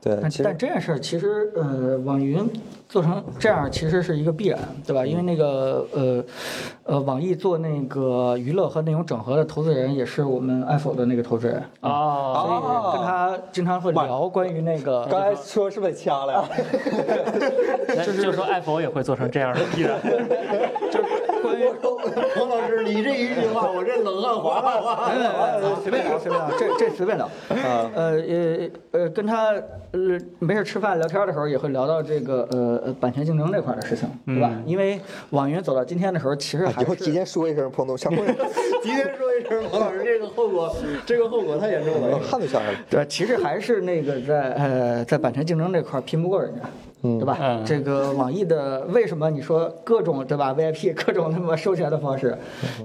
但
呃其实
嗯但这件事儿其实呃，网易云做成这样其实是一个必然，对吧？因为那个呃呃，网易做那个娱乐和内容整合的投资人也是我们 Apple 的那个投资人，
啊
哦，
所以跟他经常会聊关于那个。
刚才说是不是掐了呀？
那就说 Apple 也会做成这 <laughs> 样的必然。
关于
黄老师，你这一句话， <laughs> 我这冷汗哗哗哗。
随便聊，随便聊，这
<laughs>
这随便聊。
啊
呃呃呃，跟他呃没事吃饭聊天的时候，也会聊到这个呃呃版权竞争这块的事情，对吧？因为网易云走到今天的时候，其实还
嗯啊以后 <laughs> 提
是
前说一声，彭总下回 <laughs>
提前说一声，王老师，这个后果，这个后果太严重了。
汗都下来了。
对，其实还是那个在呃在版权竞争这块拼不过人家。对吧？
嗯
这个网易的为什么你说各种对吧 VIP <laughs> 各种那么收钱的方式，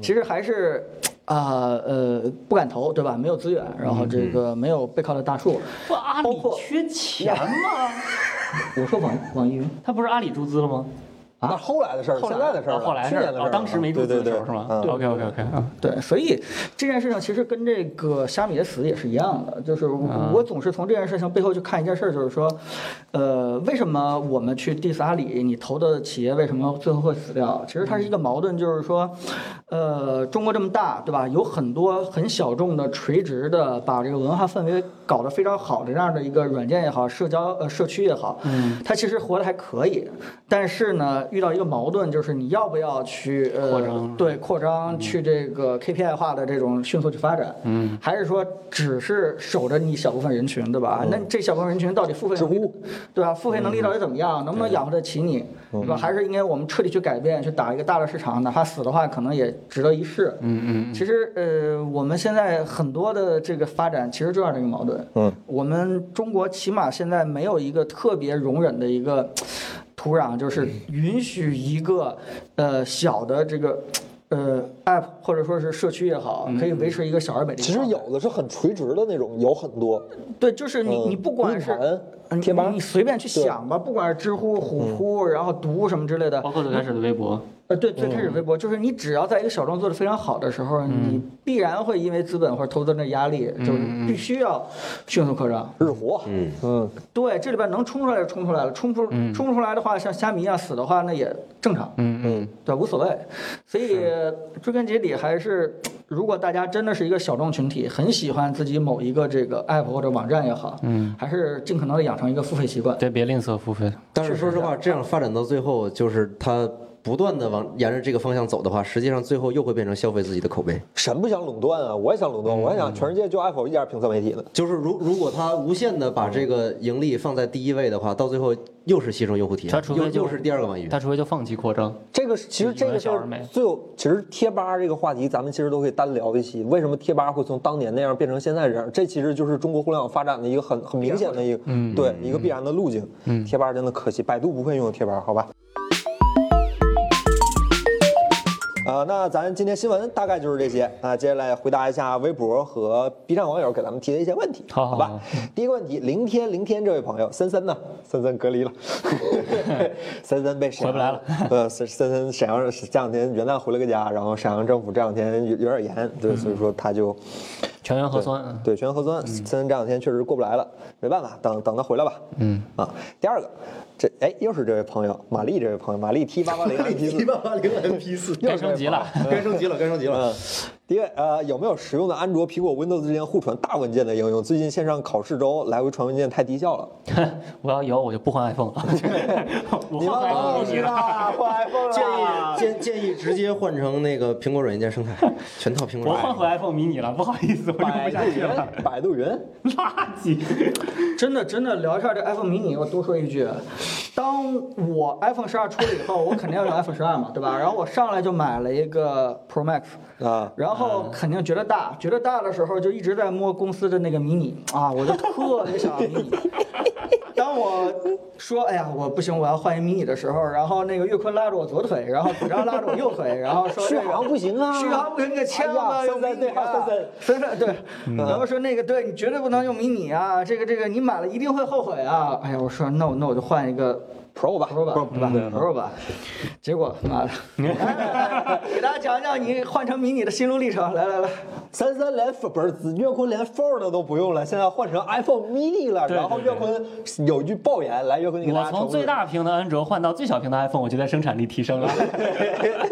其实还是啊呃不敢投对吧？没有资源，然后这个没有背靠的大树。
不，阿
包
里
括
缺钱吗？
我说网网易云
他不是阿里注资了吗？
那后来的事儿，现在的事儿
啊
了，
后来
去
是
年的事儿
哦，
了，
当时没注
对
资
对对，
的时候是吗
嗯
？OK OK OK，
对，所以这件事情其实跟这个虾米的死也是一样的，就是我我总是从这件事情背后去看一件事，就是说，呃，为什么我们去 diss 阿里，你投的企业为什么最后会死掉？其实它是一个矛盾，就是说，呃，中国这么大，对吧？有很多很小众的垂直的，把这个文化氛围搞得非常好的这样的一个软件也好，社交呃社区也好，嗯，它其实活得还可以，但是呢，遇到一个矛盾，就是你要不要去呃
扩张
对，扩张去这个 KPI 化的这种迅速去发展，嗯，还是说只是守着你小部分人群，对吧？那这小部分人群到底付费能力，对吧？付费能力到底怎么样？能不能养活得起你，嗯对吧？还是应该我们彻底去改变，去打一个大的市场，哪怕死的话，可能也值得一试。嗯嗯。其实呃，我们现在很多的这个发展，其实就这样的一个矛盾。
嗯，
我们中国起码现在没有一个特别容忍的一个。土壤，就是允许一个呃小的这个呃 app 或者说是社区也好，可以维持一个小而美的一个
其实
状态。
有的是很垂直的那种，有很多。
对，就是你
嗯
你不管是
论坛
嗯
贴吧
你随便去想吧，不管是知乎、虎
嗯
扑，然后读物什么之类的
包，括最开始的微博。
呃，对，最开
嗯
始微博就是你只要在一个小众做的非常好的时候，你必然会因为资本或者投资人的压力，就是
嗯
必须要迅速扩张。
日活，嗯嗯，
对，这里边能冲出来就冲出来了，冲出冲出来的话，像虾米一样死的话，那也正常。
嗯嗯，
对，无所谓。所以追根结底还是，如果大家真的是一个小众群体，很喜欢自己某一个这个 app 或者网站也好，嗯，还是尽可能的养成一个付费习惯。
对，别吝啬付费。
但是说实
啊
话，这样发展到最后，就是它不断的往沿着这个方向走的话，实际上最后又会变成消费自己的口碑。
谁不想垄断啊？我也想垄
嗯
断，我也想全世界就 Apple 一家评测媒体呢。
就是如如果它无限的把这个盈利放在第一位的话，到最后又是牺牲用户体
它
验，
除
又
非就
又是第二个网易云
他。除非就放弃扩张。
这个是其实这个事
小而
儿
美
最有，其实贴吧这个话题，咱们其实都可以单聊一期。为什么贴吧会从当年那样变成现在这样？这其实就是中国互联网发展的一个很很明显的一个，
嗯
对一个必然的路径。贴吧真的可惜，百度不配拥有贴吧，好吧？呃，啊，那咱今天新闻大概就是这些。那接下来回答一下微博和 B 站网友给咱们提的一些问题，
好好
吧
好？
第一个问题，零天零天这位朋友，森森呢？森森隔离了， <laughs> 森森被沈阳
回不来了。
呃，森森森沈阳这两天元旦回了个家，然后沈阳政府这两天有有点严，对，所以说他就
全嗯员核酸，嗯
对，全员核酸，森森这两天确实过不来了，没办法，等等他回来吧。嗯啊，第二个，这哎又是这位朋友，玛丽这位朋友，玛丽 T 八八零 T 四
<laughs>
一八八零 MP 四，
该升级了。
<laughs> 该升级了，该升级了。
第一位，呃，有没有使用的安卓、苹果、Windows 之间互传大文件的应用？最近线上考试周来回传文件太低效了。
<laughs> 我要有我就不换 iPhone 了，我
你们
换 iPhone
老
就
师
行了。
啊，换
嗯
iPhone
建
了
议。建建议直接换成那个苹果软件生态，全套苹果
我
软件。
换回 iPhone mini 了，不好意思，我
<laughs>
用
百
不下
度
去了，
云，百度云，
<laughs> 垃圾。
真的真的聊一下这 iPhone mini，我多说一句，当我 iPhone 十二出了以后，我肯定要用 iPhone 十二嘛，对吧？然后我上来就买了一个 Pro Max，
啊，
然
嗯
后肯定觉得大，觉得大的时候就一直在摸公司的那个 mini 啊，我就特别想要
<laughs>
mini。当我说哎呀我不行我要换一 mini 的时候，然后那个岳坤拉着我左腿，然后子章拉着我右
<laughs>
腿，然后说
续
这个
航不行啊
续航不行，你给签了吧，
哎呀
用
森森
mini 啊 <laughs>
对啊
森森对，
嗯
然后说那个对你绝对不能用迷你啊，这个这个你买了一定会后悔啊。哎呀，我说那我那我就换一个
Pro 吧
Pro 吧，嗯对嗯吧？Pro 吧，结果 <laughs> 妈的，来来来给大家讲讲你换成迷你的心路历程。来来来，
三三连不是岳坤连 Fold 都不用了，现在换成 iPhone mini 了。
对
然后
对
岳
对
坤有一句爆言，来，岳坤你给大
我
家
从
重
最
复。
大屏的安卓换到最小屏的 iPhone，我觉得生产力提升了。
<laughs>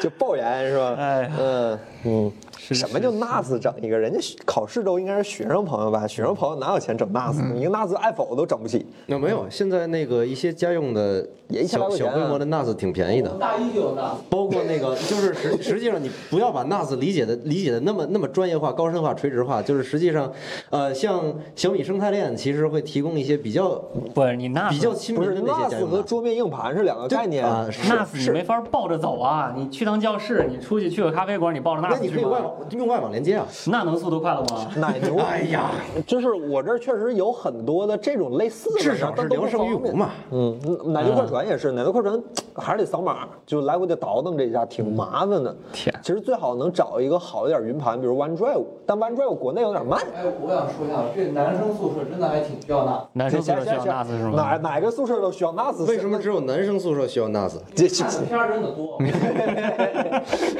就爆言是吧？
哎呀
嗯嗯，什么叫 NAS 整一个？人家考试都应该是学生朋友吧？学生朋友哪有钱整 NAS？一个 NAS 爱否都整不起。
那没有，现在那个一些家用的
也1000来
小
块钱
小
啊
规模的 NAS 挺便宜的，
大一就有的，
包括那个就是实实际上你不要把 NAS 理解的理解的那么那么专业化、高深化、垂直化，就是实际上，呃，像小米生态链其实会提供一些比较
不是你那
比较亲
不
民
是
的那些家
NAS
用
和
的
桌面硬盘是两个概念
啊，是
NAS 你没法抱着走啊！你去趟教室，你出去去个咖啡馆，你抱着
那
NAS
你可以
去
外
吗？
网用外网连接啊。
那能速度快了吗？
<laughs>
奶牛。哎呀，就是我这儿确实有很多的这种类似的，
至少
但
是
都不
聊胜于
方便
无嘛。
嗯，奶牛快传也是，奶牛快传还是得扫码，就来回得倒腾这一下，
嗯
挺麻烦的。
天
其实最好能找一个好一点云盘，比如 OneDrive，但 OneDrive 国内有点慢。
哎，我想说一下，这男生宿舍真的还挺需要那。
哎
男生宿舍需要 NAS 是
哪
吗？
哪个宿舍都需要 NAS？
为什么只有男生宿舍需要 NAS？
这这
看的片儿真的多，
<laughs>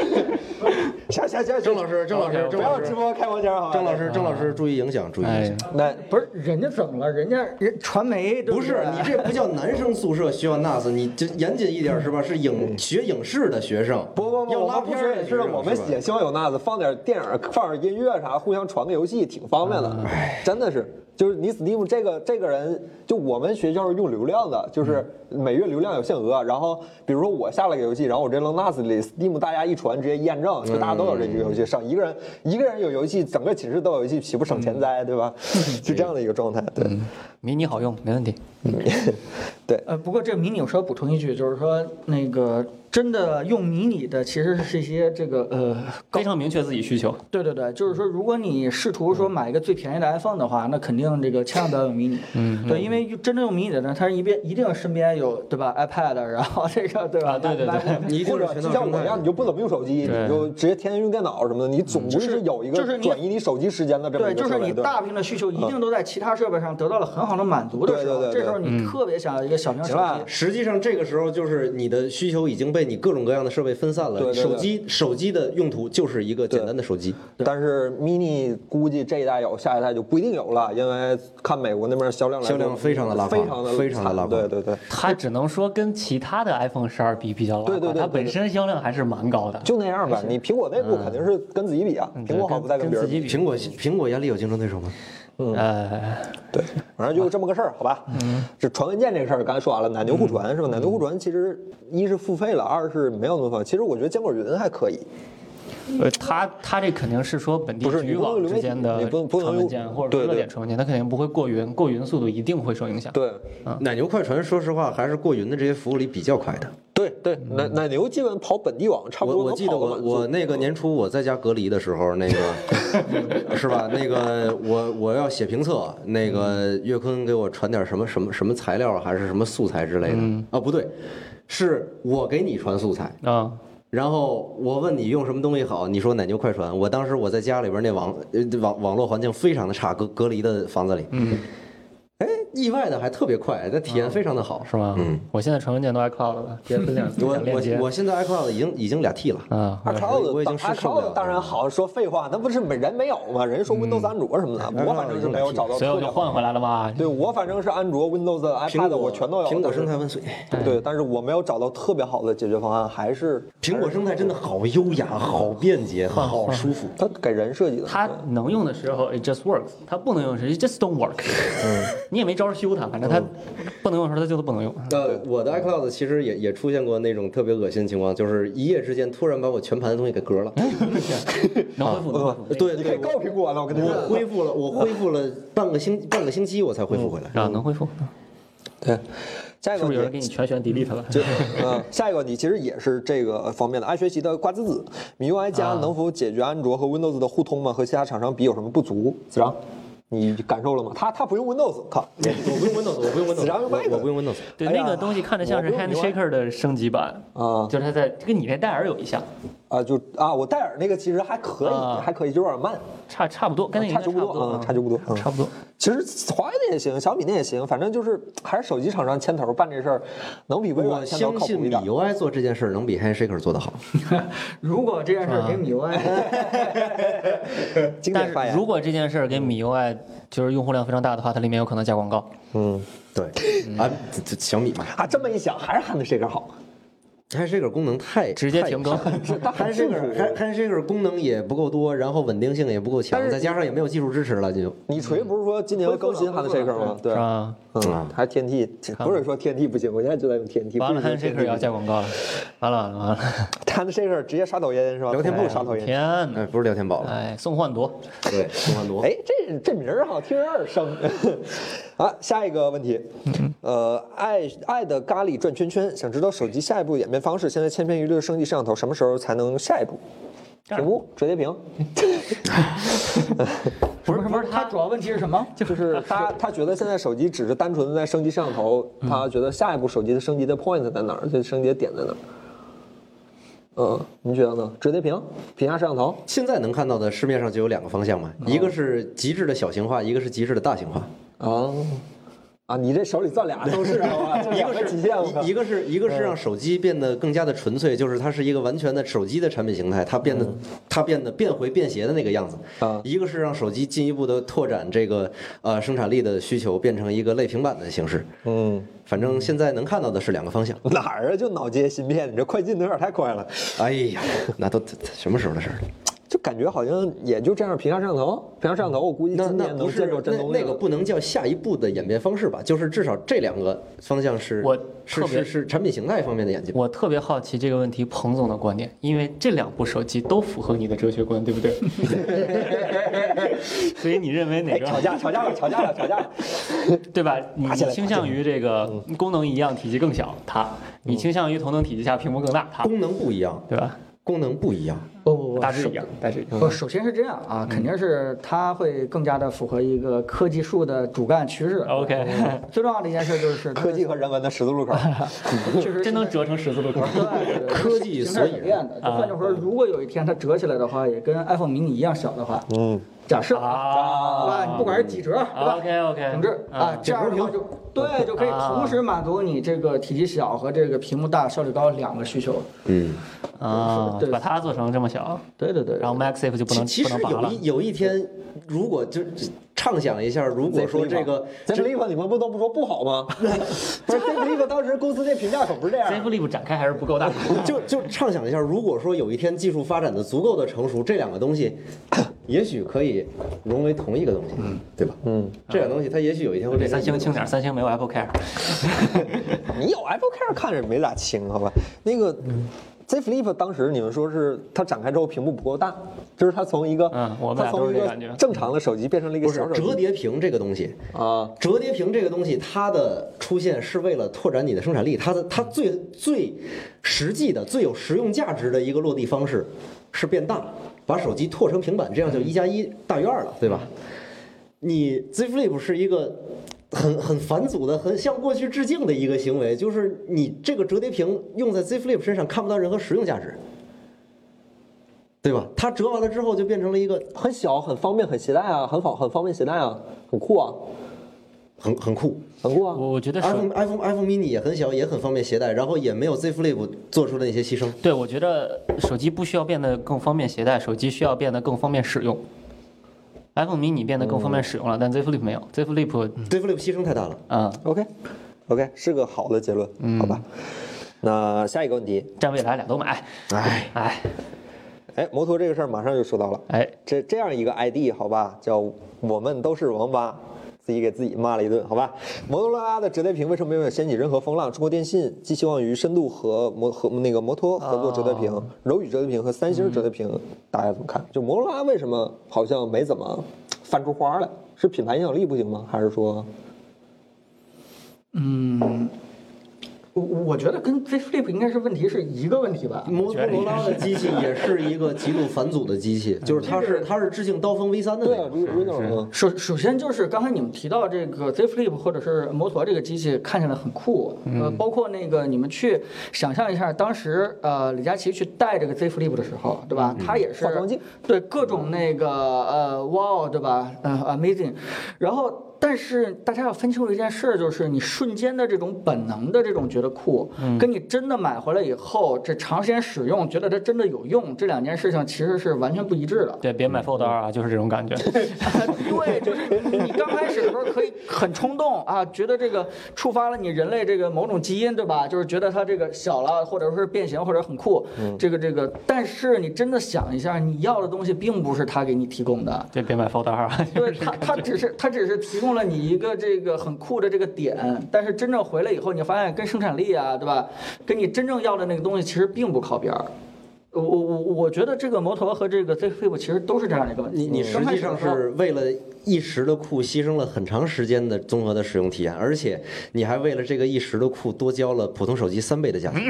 下下下？
郑老师，郑老师，
不
郑
要
老
直
师，
播开黄腔好吧？
郑老师，郑老师，注意影响，注意影
哎
响。，
那
不是人家怎么了？人家人传媒对
不是
对
你这不叫男生宿舍需要 NAS，你就严谨一点是吧？是影学影视的学生，
嗯不不不，
要
我
拉
们不
片
学
儿的
也
学生
是，我们也
吧
希望有 NAS，放点电影，放点音乐啥，互相传个游戏，挺方便的。哎真的是，就是你 Steam 这个这个人，就我们学校是用流量的，就是每月流量有限额。然后比如说我下了个游戏，然后我扔 NAS 里，Steam 大家一传，直接验证，就大家都有这个游戏上，一个人一个人有游戏，整个寝室都有游戏，岂不省钱灾，对吧？就这样的一个状态，对。
迷你好用，没问题。
呃，不过这个迷你，我稍微补充一句，就是说那个真的用迷你的，其实是一些这个呃
非常明确自己需求，
对对对，就是说，如果你试图说买一个最便宜的 iPhone 的话，那肯定这个千万不要用迷你。嗯，对，因为真正用迷你的呢，他一边一定身边有对吧 iPad，然后这个对吧？
啊对对对
MacBook
你一定
或
是
者
全
就
套
像
生
我一样，
态
你。就不怎么用手机，
对
你就直接天天用电脑什么的，你总归是有一
就
个
是你
转移你手机时间的这么
对，
一个
就
设
是
备。
你
对吧嗯
大屏的需求一定都在其他设备上得到了很好的满足的时候，
对对对对
这时候
嗯
你特别想要一个小屏手
行了
机。
实际上，这个时候就是你的需求已经被你各种各样的设备分散了。
对对对
手机手机的用途就是一个简单的手机。
但是 mini 估计这一代有，下一代就不一定有了，因为看美国那边销量来说，
销量非常地拉胯
非常的
非常地拉胯
对对对，
它只能说跟其他的 iPhone 十二比比较拉
对对
胯，
对
它
对对
本身销量还是蛮高的。
就那样吧。你苹果内部肯定是跟自己比啊，
嗯
苹果好不嗯再跟别人
自己
比。
比，
苹果苹果眼里有竞争对手吗？
呃，
对，反正就这么个事儿，好吧？嗯，这传文件这个事儿，刚才说完了，奶牛互传是吧？奶牛互传其实一是付费了，二是没有那么方便。其实我觉得坚果云还可以，
呃，它它这肯定是说本地
不是你
局
不能
网
用
之间
你
的
不不能
传
用
文件或者
对
说热
对
点传文件，它肯定不会过云，过云速度一定会受影响。
对。
奶牛快传，说实话还是过云的这些服务里比较快的。
对对，奶奶牛基本跑本地网，差不
我
多
我
能
记得
跑个
我
满
我
足
那个年初我在家隔离的时候，那
<laughs>
个是吧？那个我我要写评测，那个
嗯
岳坤给我传点什么什么什么
嗯
材料还是什么素材之类的啊？不对，是我给你传素材，
啊，
然后我问你用什么东西好，你说奶牛快传。我当时我在家里边那网呃网网络环境非常的差，隔隔离的房子里，
嗯，
哎，意外的还特别快，那
啊
体验非常的好。
是吗？
嗯，
我现在常用键都 iCloud 了，直接分享分
我
享链接
我我现在 iCloud 已经已经俩 T 了，
啊。
二超子，
我已经是
二
受
超
不了
子
了
当然好说废话，那不是没人没有吗？人说 Windows 安卓什么的，我反正是没有找到
所以
特
我
别好
就换
的。
回来了嘛。
对我反正是安卓、Windows、
苹
iPad
果
我全都有，
苹果
但是
生态万岁。
对，但是我没有找到特别好的解决方案，还是
苹果生态真的好优雅，好便捷，好舒服。
它给人设计的。
它能用的时候，it just works；它不能用的时候，it just don't work。
嗯
你 <laughs> 也没招儿修它，反正它不能用的时候，它就是不能用。
呃，我的 iCloud 其实也也出现过那种特别恶心的情况，就是一夜之间突然把我全盘的东西给革了。
嗯
能恢复能恢复。
对，
你可以
对，
告苹果了，我跟你
我
说。
恢复了，我恢复了半个星半个星期，我才恢复回来。
啊，能恢复，
对，下一
是
个
不是有人
你
给你全选 delete 了？
就嗯，下一个你其实也是这个方面的爱学习的瓜子子，米 UI 加能否解决安卓和 Windows 的互通吗？和其他厂商比有什么不足？子章，你感受了吗？他他不用 Windows，靠，
嗯我不用 Windows，我不用
Windows，
我不用 Windows。
对，
哎呀
那个东西看着像是
我不用
Handshaker 的升级版，
啊
就是它在这跟你那戴尔有一项，
啊就啊，我戴尔那个其实还可
啊
以，还可以，就有点慢，
差差不多，跟那个应
差
该
距
差
不
不多
多，
啊
嗯，差距不多，嗯
差不多。
其实华为那也行，小米那也行，反正就是还是手机厂商牵头办这事儿，能比微
我
软牵头
相
靠
信
谱一
米
点。
UI 做这件事儿能比 Handshaker 做得好。
如果这件事儿给
<laughs>
米 UI，
经
但
典发
是
言，
如果这件事儿跟 MIUI 就是用户量非常大的话，它里面有可能加广告。
嗯
对，啊，这这小米嘛
啊，这么一想还是 Handshaker 好，
，Handshaker 功能太
直接停更
太
但很幸
Handshaker
福。
Hand- Handshaker 功能也不够多，然后稳定性也不够
但
强，
是
再加上也没有技术支持了，就
你
嗯
锤不是说今年要更新 Handshaker 吗？对
是，吧？
嗯，还是天梯，不是说天梯不行，我现在就在用天梯。
完了
不是说
，Handshaker 要加广告了，完了完了完了！
Handshaker 直接刷抖音是吧？哎
聊天
不
不
刷抖音。
天
哎，
哪！
不是聊天宝了，
哎，宋焕铎，
对，宋汉铎。
哎，这这名儿好听着有点生。 <laughs> 啊，下一个问题，
嗯
呃，爱爱的咖喱转圈圈，想知道手机下一步演变方式，现在千篇一律的升级摄像头，什么时候才能下一步？
这
屏
样
幕折叠
<laughs>
屏，
不是不是，它主要问题是什么？
<laughs> 就是他他觉得现在手机只是单纯的在升级摄像头，
嗯
他觉得下一步手机的升级的 point 在哪儿，这升级的点在哪儿？嗯，您觉得呢？折叠屏、屏下摄像头，
现在能看到的市面上就有两个方向嘛，一个是极致的小型化，一个是极致的大型化。
啊啊，你这手里攥俩都是好吧？就
<laughs> 一
两
个
个
是
极限，我靠
一一个是一个是让手机变得更加的纯粹，就是它是一个完全的手机的产品形态，它变得它变得变回便携的那个样子
啊。
一个是让手机进一步的拓展这个呃生产力的需求，变成一个类平板的形式。
嗯，
反正现在能看到的是两个方向。
<laughs> 哪儿啊？就脑接芯片，你这快进的有点太快了，
哎呀，那都什么时候的事儿了？
就感觉好像也就这样。屏下摄像头，屏下摄像头，我估计
那
今
那
年
不
能
是
见着真
那
东西
那个
了
不能叫下一步的演变方式吧？就是至少这两个方向是
我
是
特别
是是产品形态方面的演进。
我特别好奇这个问题彭总的观点，因为这两部手机都符合你的哲学观，对
<laughs>
不对？所以你认为哪
哎，
个
吵架，吵架了，吵架了，吵
<laughs>
架了。
对吧？你
打起来
倾向于这个功能一样、体积更小，它；你倾向于同等体积下屏幕更大，它，
功能不一样，
对吧？
功能不一样。
不不不，
大致一嗯样，大致一样。
不，首先是这样啊，肯定是它会更加的符合一个科技树的主干趋势。
哦 OK，
最重要的一件事就是它
科技和人文的十字
<laughs>
路口，
就是
真能折成十字路口。
对
科技
形
所
态
以
演变的。就换句话说，如果有一天它折起来的话，也跟 iPhone mini 一样小的话，
嗯，
假设
啊
对吧？你不管是几折，对吧？
OK OK，
总之啊，这样的话就对，就可以同时满足你这个体积小和这个屏幕大、效率高两个需求。
嗯，
<laughs> 啊
对，
把它做成这么小，
对对对，
然后 MaxSafe 就不
其
能
其
不
实
能拔
有
了。
一有一天，如果就畅想一下，如果说这个
这 l i f 你们不都不说不好
<laughs>
吗？不是 z l i f 当时公司那评价可不是这样
z
的。
f l i p 展开还是不够大。
就就畅想一下，如果说有一天技术发展的足够的成熟，这两个东西也许可以融为同一个东西，对吧？嗯，这两个东西它也许有一天会
对，
变成
三
一个
星轻
东西
点，三星没有 Apple Care。
你有 Apple Care 看着没咋清，好吧？那个
嗯
Z Flip 当时你们说是它展开之后屏幕不够大，就是它从一个
嗯我们
它
俩
从
都
一
是这
个
感觉
正常的手机变成了一个
不是
小手
折
机
叠屏这个东西。
啊。
折叠屏这个东西，它的出现是为了拓展你的生产力，它的它最最实际的、最有实用价值的一个落地方式是变大，把手机拓成平板，这样就一加一大于二了，对吧？你 Z Flip 是一个很很返祖的、很向过去致敬的一个行为，就是你这个折叠屏用在 Z Flip 身上看不到任何实用价值，对吧？它折完了之后就变成了一个
很小，很方便，很携带啊，很好，很方便携带啊，很酷啊，
很很酷。
很酷啊。
我我觉得手
iPhone iPhone iPhone mini 也很小，也很方便携带，然后也没有 Z Flip 做出的那些牺牲。
对，我觉得手机不需要变得更方便携带，手机需要变得更方便使用。iPhone mini 变得更方便使用了，但 Z Flip 没有。Z Flip，
Z Flip 牺牲太大了。
嗯，
OK OK 是个好的结论，好吧？那下一个问题，
占未来俩都买。
哎，
哎
哎，摩托这个事儿马上就说到了。
哎，
这这样一个 ID 好吧，叫我们都是王八，自己给自己骂了一顿好吧。摩托罗拉的折叠屏为什么没有掀起任何风浪？中国电信寄希望于深度和摩和那个摩托合作折叠屏、柔宇折叠屏和三星折叠屏，大家怎么看？就摩托罗拉为什么好像没怎么翻出花来？是品牌影响力不行吗？还是说
嗯，我我觉得跟 Z Flip 应该是问题是一个问题吧。
摩托罗拉的机 <laughs> 器也是一个极度返祖的机器，就是它是它是致敬刀锋 V 三的
对
那
啊
个。
，Reno
嗯
吗？
首首先就是刚才你们提到这个 Z Flip 或者是摩托这个机器看起来很酷，呃，包括那个你们去想象一下，当时呃李佳琦去带这个 Z Flip 的时候，对吧？他也是
化妆镜
对各种那个呃 wow 对吧？呃 amazing，然后。但是大家要分清楚一件事儿，就是你瞬间的这种本能的这种觉得酷，跟你真的买回来以后，这长时间使用觉得它真的有用，这两件事情其实是完全不一致的。
对，别买 Fold 二啊，就是这种
<laughs>
感觉。
<laughs> 对，就是你刚开始的时候可以很冲动啊，觉得这个触发了你人类这个某种基因，对吧？就是觉得它这个小了，或者说是变形，或者很酷，这个这个。但是你真的想一下，你要的东西并不是它给你提供的。
对，别买 Fold 二啊。
对它，它只是它只是提供了你一个这个很酷的这个点，但是真正回来以后，你发现跟生产力啊，对吧？跟你真正要的那个东西其实并不靠边儿。我我我我觉得这个摩托和这个 Z Flip 其实都是这样的一个问题。
你你嗯实际上是为了一时的酷，牺牲了很长时间的综合的使用体验，而且你还为了这个一时的酷多交了普通手机三倍的价钱，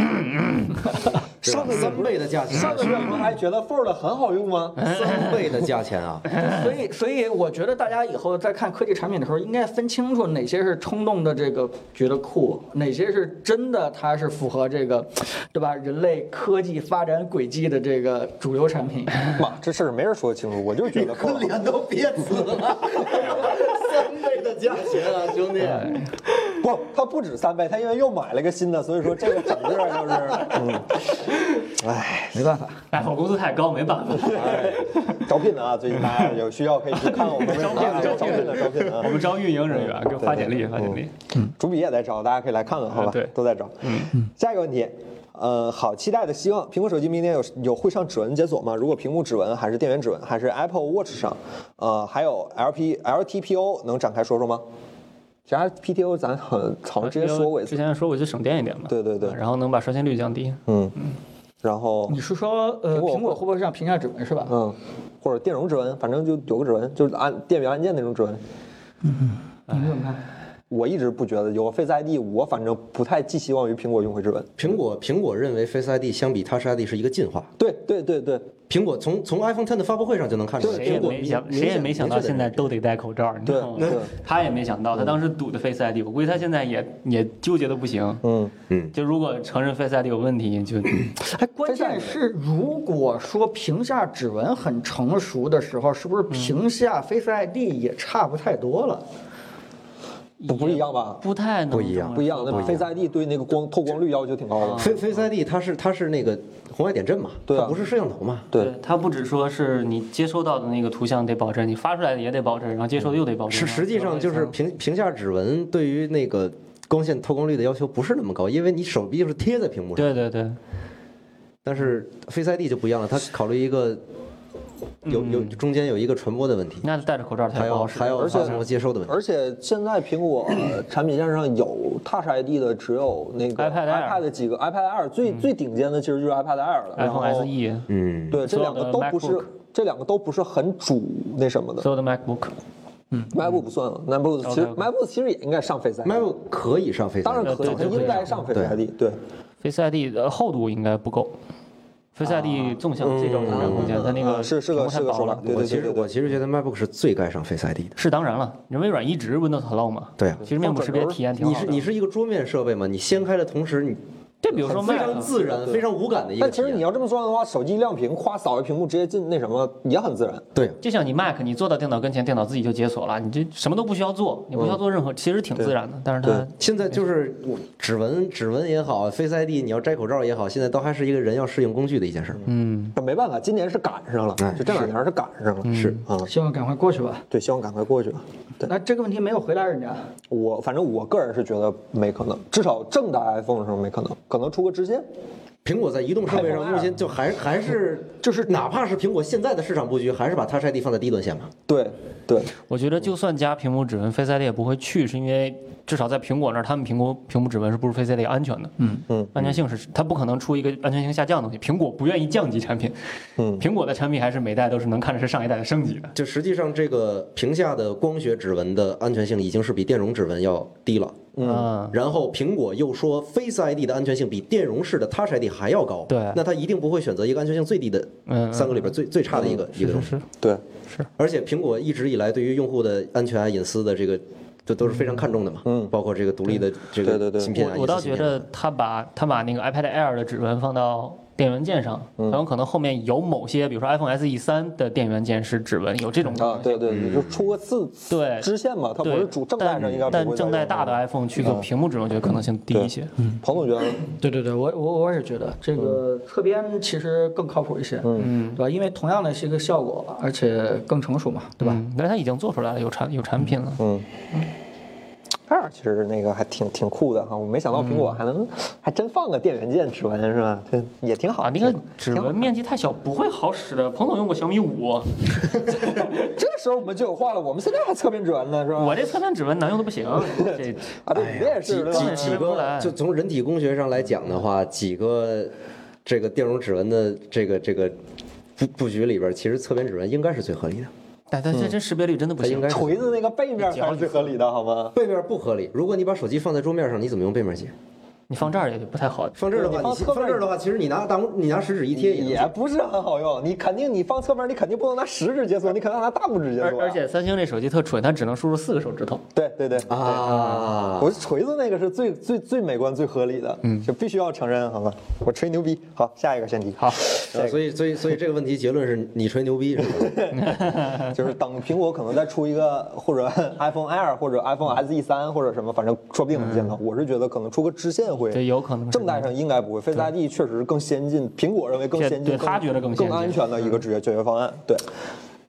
对吧三倍的价钱，啊
上个月不是还觉得 Fold 很好用吗？
哎
三倍的价钱啊！
所以，所以我觉得大家以后在看科技产品的时候，应该分清楚哪些是冲动的这个觉得酷，哪些是真的它是符合这个，对吧？人类科技发展轨迹的这个主流产品。
妈，这事儿没人说清楚，我就觉得够了
脸 <laughs> 都憋紫了， <laughs> 三倍的价钱啊，兄弟！
不，它不止三倍，它因为又买了一个新的，所以说这个整个
<laughs>
就是，嗯，哎，
没办法，
Apple 工资太高，没办法。
招聘的啊，最近大家有需要可以去看我们招聘的，啊招聘的，招聘的
我
啊。
们招运营人员，给发简历，发简
嗯
历。
嗯
主笔也在招，大家可以来看看，好吧？
对
都在招。嗯，下一个问题。呃，好期待的希望，苹果手机明年有有会上指纹解锁吗？如果屏幕指纹还是电源指纹，还是 Apple Watch 上？呃，还有 LP LTPO 能展开说说吗？其实 LTPO 咱好像好像之前说过一
之
次，
前说过就省电一点嘛。
对对对
然后能把刷新率降低。
嗯，然后
你是说
苹
呃，
果
苹果会不会上评价指纹是吧？
嗯，或者电容指纹，反正就有个指纹，就是按电源按键那种指纹。
你们怎么看？
我一直不觉得有个 Face ID，我反正不太寄希望于苹果用户指纹。
苹果苹果认为 Face ID 相比 Touch ID 是一个进化。
对对对对，
苹果从从 iPhone Ten 的发布会上就能看出来，
谁也
苹果
没想，谁也没想到现在都得戴口罩，你知道吗
对嗯对？
他也没想到，他当时赌的 Face ID，我估计他现在也也纠结的不行。
嗯，
就如果承认 Face ID 有问
<clears throat>
题，就
哎，关键是如果说屏下指纹很成熟的时候，是不是屏下 Face ID 也差不太多了？
不不一样吧？
不太能
不一
承
样
认
不一样，那 Face ID 对那个光透光率要求挺高
啊
的。
Face Face ID 它是它是那个红外点阵嘛，
对啊
它不是摄像头嘛。
对
对，它不只说是你接收到的那个图像得保证，你发出来的也得保证，然后接收的又得保证。
实实际上就是屏屏下指纹对于那个光线透光率的要求不是那么高，因为你手臂就是贴在屏幕上。
对对对，
但是 Face ID 就不一样了，它考虑一个有有中间有一个传播的问题，
嗯那戴着口罩
还
才不
要
好使。
还要
而且
发送和接收的问题。
而且现在苹果呃产品线上有 Touch ID 的只有那个
iPad Air 嗯
iPad 几个 iPad Air 最最顶尖的其实就是 iPad Air 了。然后
iPhone E， SE，
嗯，
对，这
所有
两个
的
都不是
MacBook，
这两个都不是很主那什么的。
所有的 MacBook，
MacBook 不算了，MacBook 其实
OK，OK
MacBook 其实也应该上 Face ID。
，MacBook 可以上 Face，ID
当然可以，它
对对对
应该上 Face ID。对，
Face ID 的呃厚度应该不够，Face ID 纵向这种展空间，它那
啊嗯
个
是是个
屏幕太
是个
薄
说法
了。
对
我
对
其实
对
我
对
其实觉得 MacBook 是最该上 Face ID 的。
是当然了，你微软一直 Windows Hello 嘛，
对啊
其实面部识别体验挺
你
好
是
的。
你是一个桌面设备嘛？你掀开的同时，你
对，比如说
非
麦
常
啊，
自然、非常无感的一个
但
体
其
验。
实你要这么说的话，手机一亮屏，夸扫一屏幕直接进那什么也很自然。
对，
就像你 Mac，你坐到电脑跟前，电脑自己就解锁了，你这什么都不需要做，你不需
嗯
要做任何，其实挺自然的。但是它
对
现在就是我指纹、指纹也好，Face ID，你要摘口罩也好，现在都还是一个人要适应工具的一件事儿。
嗯，
这没办法，今年是赶上了，
哎
就这两年是赶上了。是
嗯
啊、
希望赶快过去吧。
对，希望赶快过去吧。对
那这个问题没有回答人家，
我，反正我个人是觉得没可能，至少正代 iPhone 上没可能，可能出个支线。
苹果在移动设备上目前就还还是就是，哪怕是苹果现在的市场布局，还是把 Touch ID 放在低端线嘛。
对对，
我觉得
嗯
就算加屏幕指纹，Face ID 也不会去，是因为至少在苹果那儿，他们苹果屏幕指纹是不如 Face ID 安全的。嗯
嗯，
安全性是它不可能出一个安全性下降的东西，苹果不愿意降级产品。
嗯
苹果的产品还是每代都是能看着是上一代的升级的。
就实际上，这个屏下的光学指纹的安全性已经是比电容指纹要低了。
嗯，
然后苹果又说 Face ID 的安全性比电容式的 Touch ID 还要高，
对
那它一定不会选择一个安全性最低的
嗯嗯
三个里边最最差的一个一个东西。
对，
而且苹果一直以来对于用户的安全啊、隐私的这个，这都是非常看重的嘛。嗯，包括这个独立的这
对对
个
对
芯片啊，
我我倒
隐私芯
觉
片
得他把他把那个 iPad Air 的指纹放到电源键上，很
嗯
有可能后面有某些，比如说 iPhone SE 三的电源键是指纹，有这种可
啊，
能性。
对对，你就出个次
嗯对
支线嘛，它不是
对，
主正代上应该
但
不会
但正代大的 iPhone 去做屏幕指纹，我觉得可能性低一些。
嗯，彭总觉
<laughs>
得呢，
对对对，我我我也觉得这个侧边其实更靠谱一些，嗯，对吧？因为同样的是一个效果，而且更成熟嘛，对吧？
嗯，但是它已经做出来了，有产有产品了。
二其实那个还挺挺酷的哈，我没想到苹
嗯
果还能还真放个电源键指纹是吧？这也挺好
啊，那个指纹面积太小，不会好使的。彭总用过小米 <laughs> 五，
这个时候我们就有话了，我们现在还侧面指纹呢是吧？
我这侧面指纹难用的不 <laughs> 行。这
啊，对，你这也是对吧
几几
对不来嗯
个，就从人体工学上来讲的话，几个这个电容指纹的这个这个布布局里边，其实侧边指纹应该是最合理的，
但但这这识别率真的不
它应
行
该。是
锤子那个背面才是最合理的好吗？
背面不合理。如果你把手机放在桌面上，你怎么用背面解？
你放这儿也不太好。
放这儿的
你
话，
放
你
侧面
放这儿的话，其实你拿大拇你拿食指一贴也能
也不是很好用，你肯定你放侧面，你肯定不能拿食指解锁，你肯定要拿大拇指解
而
锁啊。
而且三星这手机特蠢，它只能输入四个手指头。
对对对，
啊
我锤子那个是最最最美观、最合理的，嗯，就必须要承认，好吧？我吹牛逼，好，下一个选题，好，
啊所以所以所以这个问题结论是你吹牛逼是
<laughs>
吧？
就是等苹果可能再出一个，或者 iPhone Air 或者
嗯
iPhone SE 三或者什么，反正说不定能见到。我是觉得可能出个支线会，
对有可能是
正代上应该不会，Face ID 确实更先进，苹果认为更
对
先进，
对他觉得更
更
先进嗯
安全的一个解决解决方案，对，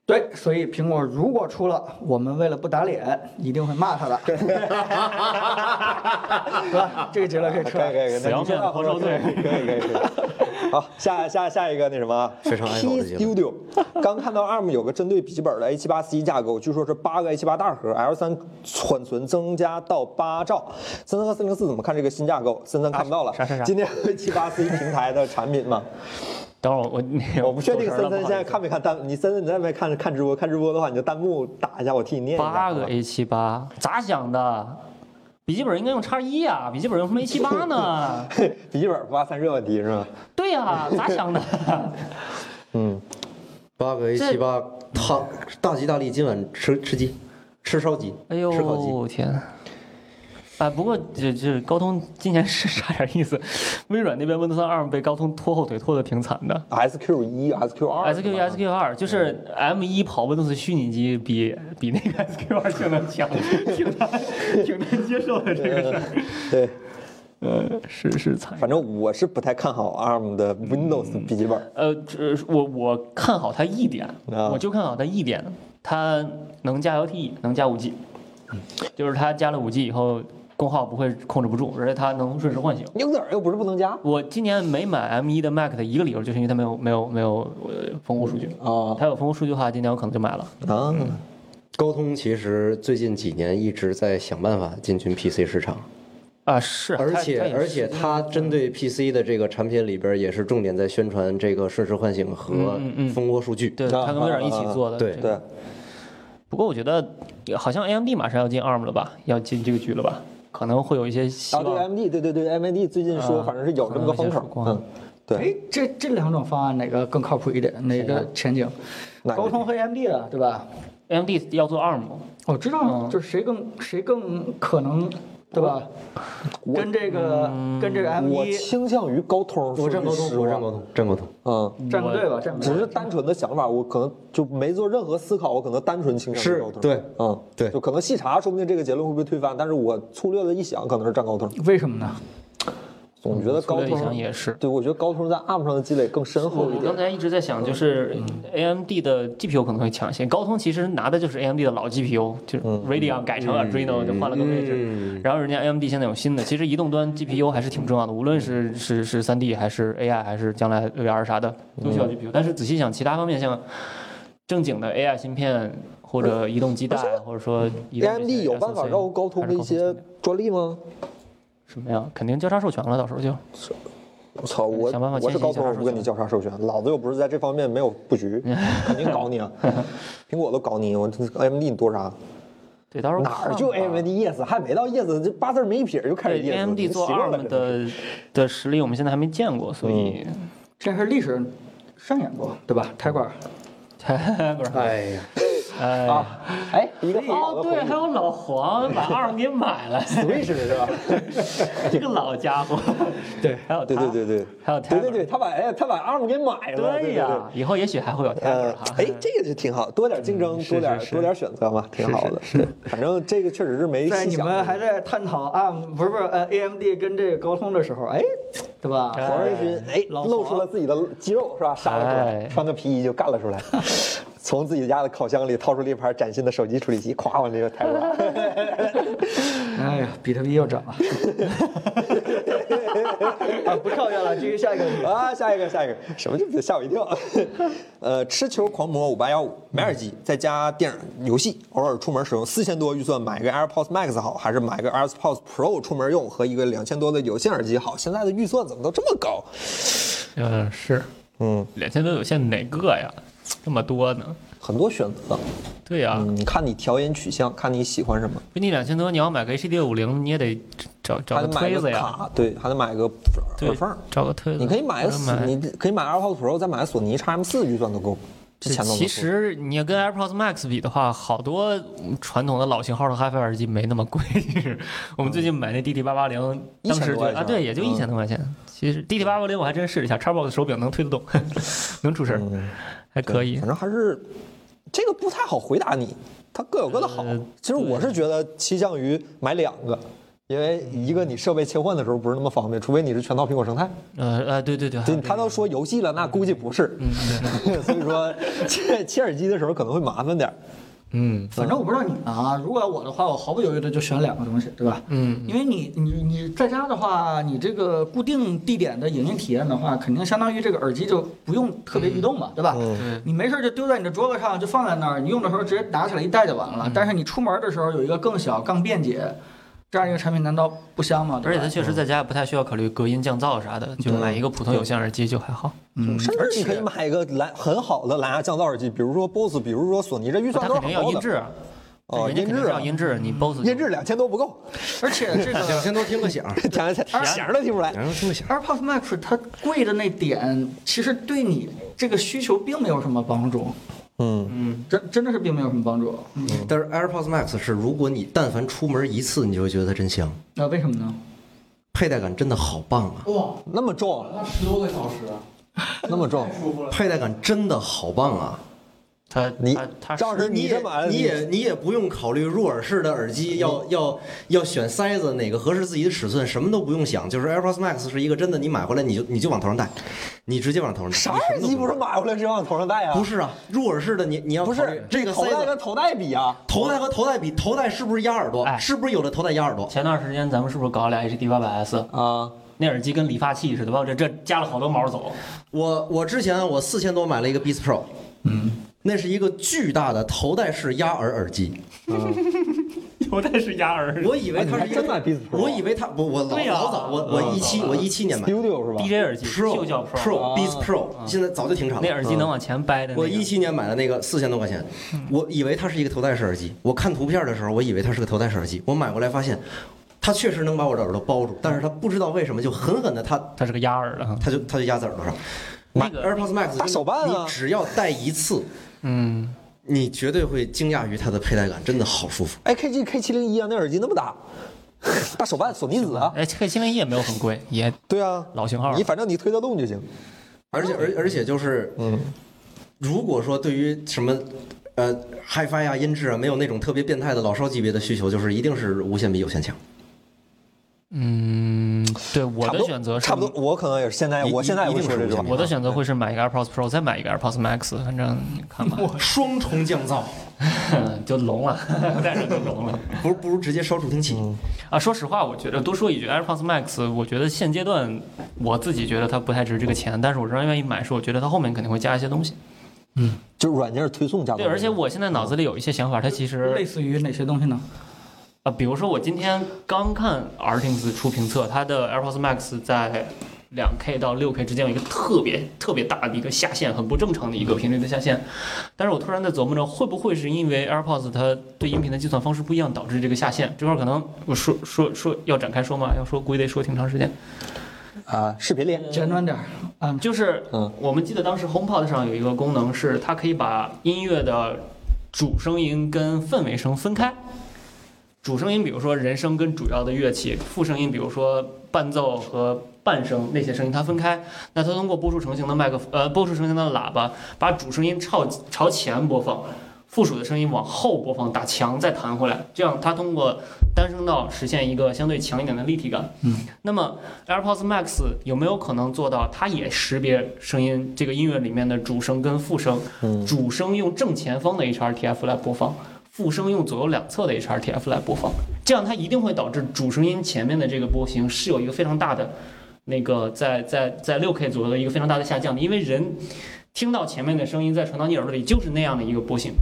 对，所以苹果如果出了，我们为了不打脸，一定会骂他的，对吧？这个结论可以
<laughs>
出
可以
来。
可以，
死
那
要
你这
面子
样
活受罪
可以可以可以。可以好，下下下一个那什么啊
非常爱我
，Key
的节目
Studio，刚看到 ARM 有个针对笔记本的 A78 C 架构，据说是八个 A78 大核，L3 缓存增加到八兆。三三和四零四怎么看这个新架构？三三看不到了，
啥啥啥
今天 A78 C 平台的产品
<laughs>
嘛，
等会儿我 <laughs> 那个
我不确定
走神
三
了
三现在看没看弹，你三三你在没看看直播？看直播的话，你就弹幕打一下，我替你念一下。
八
好
个
吧
A 七八，咋想的？笔记本应该用叉一啊，笔记本用什么 A 七八 <laughs> 呢？
<laughs> 笔记本不怕散热问题是吧？
对呀、咋想的？
八个 A 七八，他大吉大利，今晚吃吃鸡，吃烧鸡，
哎
吃烤鸡。
呦天！啊，不过这这高通今年是差点意思， <laughs> 微软那边 Windows ARM 被高通拖后腿拖的挺惨的。
SQ 一、SQ 二
SQ 一、SQ 二就是 M 一跑 Windows 虚拟机比比那个 SQ 二性能强， <laughs> 挺难挺难接受的这个事儿。
对，
呃，是是惨。
反正我是不太看好 ARM 的 Windows 笔记本。
呃，这我我看好它一点，
啊
我就看好它一点，它能加 LTE，能加 5G，就是它加了 5G 以后，功耗不会控制不住，而且它能瞬时唤醒。
英特尔又不是不能加
我今年没买 M1 的 Mac 的一个理由，就是因为它没有没有没有呃蜂窝数据。
啊
它有蜂窝数据的话，今年我可能就买了。
啊，
高通其实最近几年一直在想办法进军 PC 市场，
啊，是，
而
它
且
它也
而
是
且它针对 PC 的这个产品里边也是重点在宣传这个瞬时唤醒和
嗯嗯嗯
蜂窝数据。
对，它跟微软一起做的。
对
这个
对，
不过我觉得好像 AMD 马上要进 ARM 了吧，要进这个局了吧，可能会有一些希
啊，
望。
对，AMD，对对对，AMD 最近说，
啊
反正是有这么个风口
可，
嗯
能有些，
对，
哎，这这两种方案哪个更靠谱一点？哪个前景？
哪个
高通和 AMD 了，对吧？
AMD 要做 ARM，
我知道，
嗯
就是谁更谁更可能对吧？跟这个跟这个 M
我
一
倾向于高通，
我站高通，我站高，通，站高通。
嗯。
站个队吧，站个
只
队。
是单纯的想法，我可能就没做任何思考，我可能单纯倾向于
是
高通。
对
嗯，
对
就可能细查，说不定这个结论会被推翻，但是我粗略的一想，可能是站高通。
为什么呢？
总觉得
粗
高
略一想
通
也是
对我觉得高通在 ARM 上的积累更深
我
厚一
我刚
点。嗯
才一直在想，就是 AMD 的 GPU 可能会强一些。高通其实拿的就是 AMD 的老 GPU，就是
嗯
Radeon 改成 Adreno 就换了个位置
嗯，
然后人家 AMD 现在有新的。其实移动端 GPU 还是挺重要的，无论是是是 3D 还是 AI 还是将来 VR 啥的，
嗯
都需要 GPU。但是仔细想，其他方面像正经的 AI 芯片或者移动基带，或者说移动
AMD
这些
有办法
SoC
绕过高通
还
的
是
一些
强
专利吗？
什么呀？肯定交叉授权了，到时候就
我操，我
想办法
我是
迁
高
徙交
通，
叉
我
授
不跟你
权
交叉授权，老子又不是在这方面没有布局，肯定搞你啊！苹果都搞你，我这 AMD 你多啥？
对，到时候
哪儿
看
就
吧
AMD yes，还没到 yes，这八字儿没一撇儿就开始
对
yes，
AMD
你
做
习惯了
ARM
这个
的的实力，我们现在还没见过，所以
嗯
<laughs>
这是历史上演过，对吧？开馆。
不是
哎呀，
哎
啊，哎，一个很好
哦
的
对，还有老黄把 ARM 给买
<laughs>
了，
Switch 是吧？
这个老家伙，对， <laughs> 还有
对对对
对，
对，
还有
对对
Tiger
对，他把哎他把 ARM 给买了，对
对
对对
呀，以后也许还会有 t
呃
i 哈，，
哎，这个就挺好，多点竞争，
是
多点
是是
多点选择嘛，挺好的。是，反正这个确实是没
在
细
你
想
们
过。
还在探讨 ARM 不是不是呃 AMD 跟这个高通的时候，哎，对吧？
哎
黄仁勋哎，
老
露出了自己的肌肉是吧？杀了出
哎
来，穿个皮衣就干了出来，从自己家的烤箱里掏出了一盘崭新的手机处理器，咵往这个抬过来。
哎呀，比特币又 <laughs> 涨了。啊，不跳跃了，继续下一个。
<laughs> 啊，下一个，下一个，什么就吓我一跳？ <laughs> 呃，吃球狂魔五八幺五，买耳机再加电影游戏，偶尔出门使用，四千多预算买个 AirPods Max 好，还是买个 AirPods Pro 出门用和一个两千多的有线耳机好？现在的预算怎么都这么高？
嗯，是，
嗯，
两千多有限哪个呀？这么多呢？
很多选择，
对呀、
嗯，看你调研取向，看你喜欢什么，
给你两千多，你要买个 HD 五零，你也得找找
还
个
得买
推
个
子呀，
卡，对，还得买个
对
耳放，，
找个推子。
你可以买个
或者
索，你可以买 AirPods Pro，再买个索尼 x M 四，预算都够，这钱都能
其
够
实你要跟
嗯
AirPods Max 比的话，好多嗯传统的老型号的 HiFi 耳机没那么贵。 <laughs> 我们最近买那 DT 八八零，当
1000多嗯
时就
块钱
啊，对，也就一千多块钱。其实 DT 八八零我还真试了一下，Xbox 手柄能推得动， <laughs> 能出声儿，
嗯
还可以
反。正还是这个不太好回答你，它各有各的好。
呃
其实我是觉得倾向于买两个，因为一个你设备切换的时候不是那么方便，除非你是全套苹果生态。
呃呃，对对对，还
对，他都说游戏了，那估计不是。
嗯
<laughs> 所以说切切耳机的时候可能会麻烦点儿。
嗯
反正我不知道你们啊，如果我的话，我毫不犹豫的就选两个东西，对吧？
嗯，
因为你你你在家的话，你这个固定地点的影音体验的话，肯定相当于这个耳机就不用特别移动嘛，对吧？
对
你没事就丢在你的桌子上，就放在那儿，你用的时候直接拿起来一戴就完了。但是你出门的时候有一个更小、更便捷这样一个产品，难道不香吗？
而
对
且
吧
它确实在家也不太需要考虑隔音降噪啥
嗯
的，就买一个普通有线耳机就还好。
嗯，
甚至你可以买一个蓝很好的蓝牙降噪耳机，比如说 BOSS，比如说索尼，这预
它
算都
肯
是很
定要
高
音
的。
质，啊
哦，
人家
音
肯定
质
是
啊
要，音质，你 BOSS
音质两千多不够， <laughs>
而且这
两
个
千多听个响，
两
<laughs>
千响儿都听不出来。
嗯
两千多听个响。
AirPods Max 它贵的那点，其实对你这个需求并没有什么帮助，
嗯，
真真的是并没有什么帮助。嗯
但是 AirPods Max 是，如果你但凡出门一次，你就会觉得它真香，
那为什么呢？
佩戴感真的好棒啊！
哇，
那么重，
那十多个小时，啊
那么重
太。舒服了。
佩戴感真的好棒啊！
它
你
它它
赵老师，
你
这买了
你也你也不用考虑入耳式的耳
嗯
机要要要选塞子哪个合适自己的尺寸，什么都不用想，就是 AirPods Max 是一个真的，你买回来你就你就往头上戴，你直接往头上戴。
啥
你什
耳
么都
机不是
用？
买回来直接往头上戴啊？
不，是啊，入耳式的你你要
不
考虑
是
这个
啊头
塞
戴
子，
跟头戴比啊，
头戴和头戴比，头戴是不是压耳朵
哎？
是不是有的头戴压耳朵？
前段时间咱们是不是搞了俩 HD 八百 S？
啊，
那耳机跟理发器似的，把我这这加了好多毛 <laughs> 走。
我我之前我四千多买了一个 Beats Pro，嗯，那是一个巨大的头戴式压耳耳机，
头戴是压耳
我以为它是
啊你还
一个哦
真买 Beats Pro
<laughs> 我以为它不我老
对呀
老早我我一七我一七年买
Studio 是吧
DJ 耳机就
Pro 哦嗯
叫
Pro Beats Pro，现在早就停产
那
了。
耳机能往前掰的那个。
我一七年买的那个四千多块钱，我以为它是一个头戴式耳机。我看图片的时候，我以为它是个头戴式耳机。我买过来发现，它确实能把我的耳朵包住，但是它不知道为什么就狠狠的它
它是个压耳的哈。
它就它就压在耳朵上。
那个
AirPods Max
打手办啊
你只要戴一次，
嗯，
你绝对会惊讶于它的佩戴感，真的好舒服。
哎，KG K 七零一啊，那耳机那么大，大手办索尼子啊，
哎，这个千零一也没有很贵，也
对啊，
老型号了
你反正你推得动就行。
而
哦
且而而且就是，嗯，如果说对于什么。呃，HiFi 啊、音质啊，没有那种特别变态的老烧级别的需求，就是一定是无线比有线强。
嗯，对，我
差不
的
多
选择是
差不多，我可能也是现在，
一
我现在也会说这句话
一定是。
我的选择会是买一个 AirPods Pro，再买一个 AirPods Max，反正你看吧，
双重降噪，
<laughs> 就聋了，戴上就聋了。
不如不如直接烧助听器。
嗯
啊，说实话，我觉得多说一句，AirPods Max，我觉得现阶段我自己觉得它不太值这个钱，但是我仍然愿意买，是我觉得它后面肯定会加一些东西。
就是软件推送加
对，而且我现在脑子里有一些想法，它其实
类似于哪些东西呢？
啊，比如说我今天刚看 Artings 出评测，它的 AirPods Max 在两 K 到六 K 之间有一个特别特别大的一个下限，很不正常的一个频率的下限。但是我突然在琢磨着，会不会是因为 AirPods 它对音频的计算方式不一样导致这个下限？这块儿可能我说说说要展开说嘛，要说估计得说挺长时间。
啊，视频连
简短点儿，嗯，
就是
嗯
我们记得当时 HomePod 上有一个功能是它可以把音乐的主声音跟氛围声分开。主声音比如说人声跟主要的乐器，副声音比如说伴奏和伴声那些声音它分开。那它通过播出成型的麦克呃播出成型的喇叭，把主声音朝朝前播放，附属的声音往后播放，打墙再弹回来，这样它通过单声道实现一个相对强一点的立体感。嗯，那么 AirPods Max 有没有可能做到它也识别声音这个音乐里面的主声跟副声？主声用正前方的 HRTF 来播放，副声用左右两侧的 HRTF 来播放，这样它一定会导致主声音前面的这个波形是有一个非常大的那个在在在六 K 左右的一个非常大的下降的，因为人听到前面的声音再传到你耳朵里就是那样的一个波形。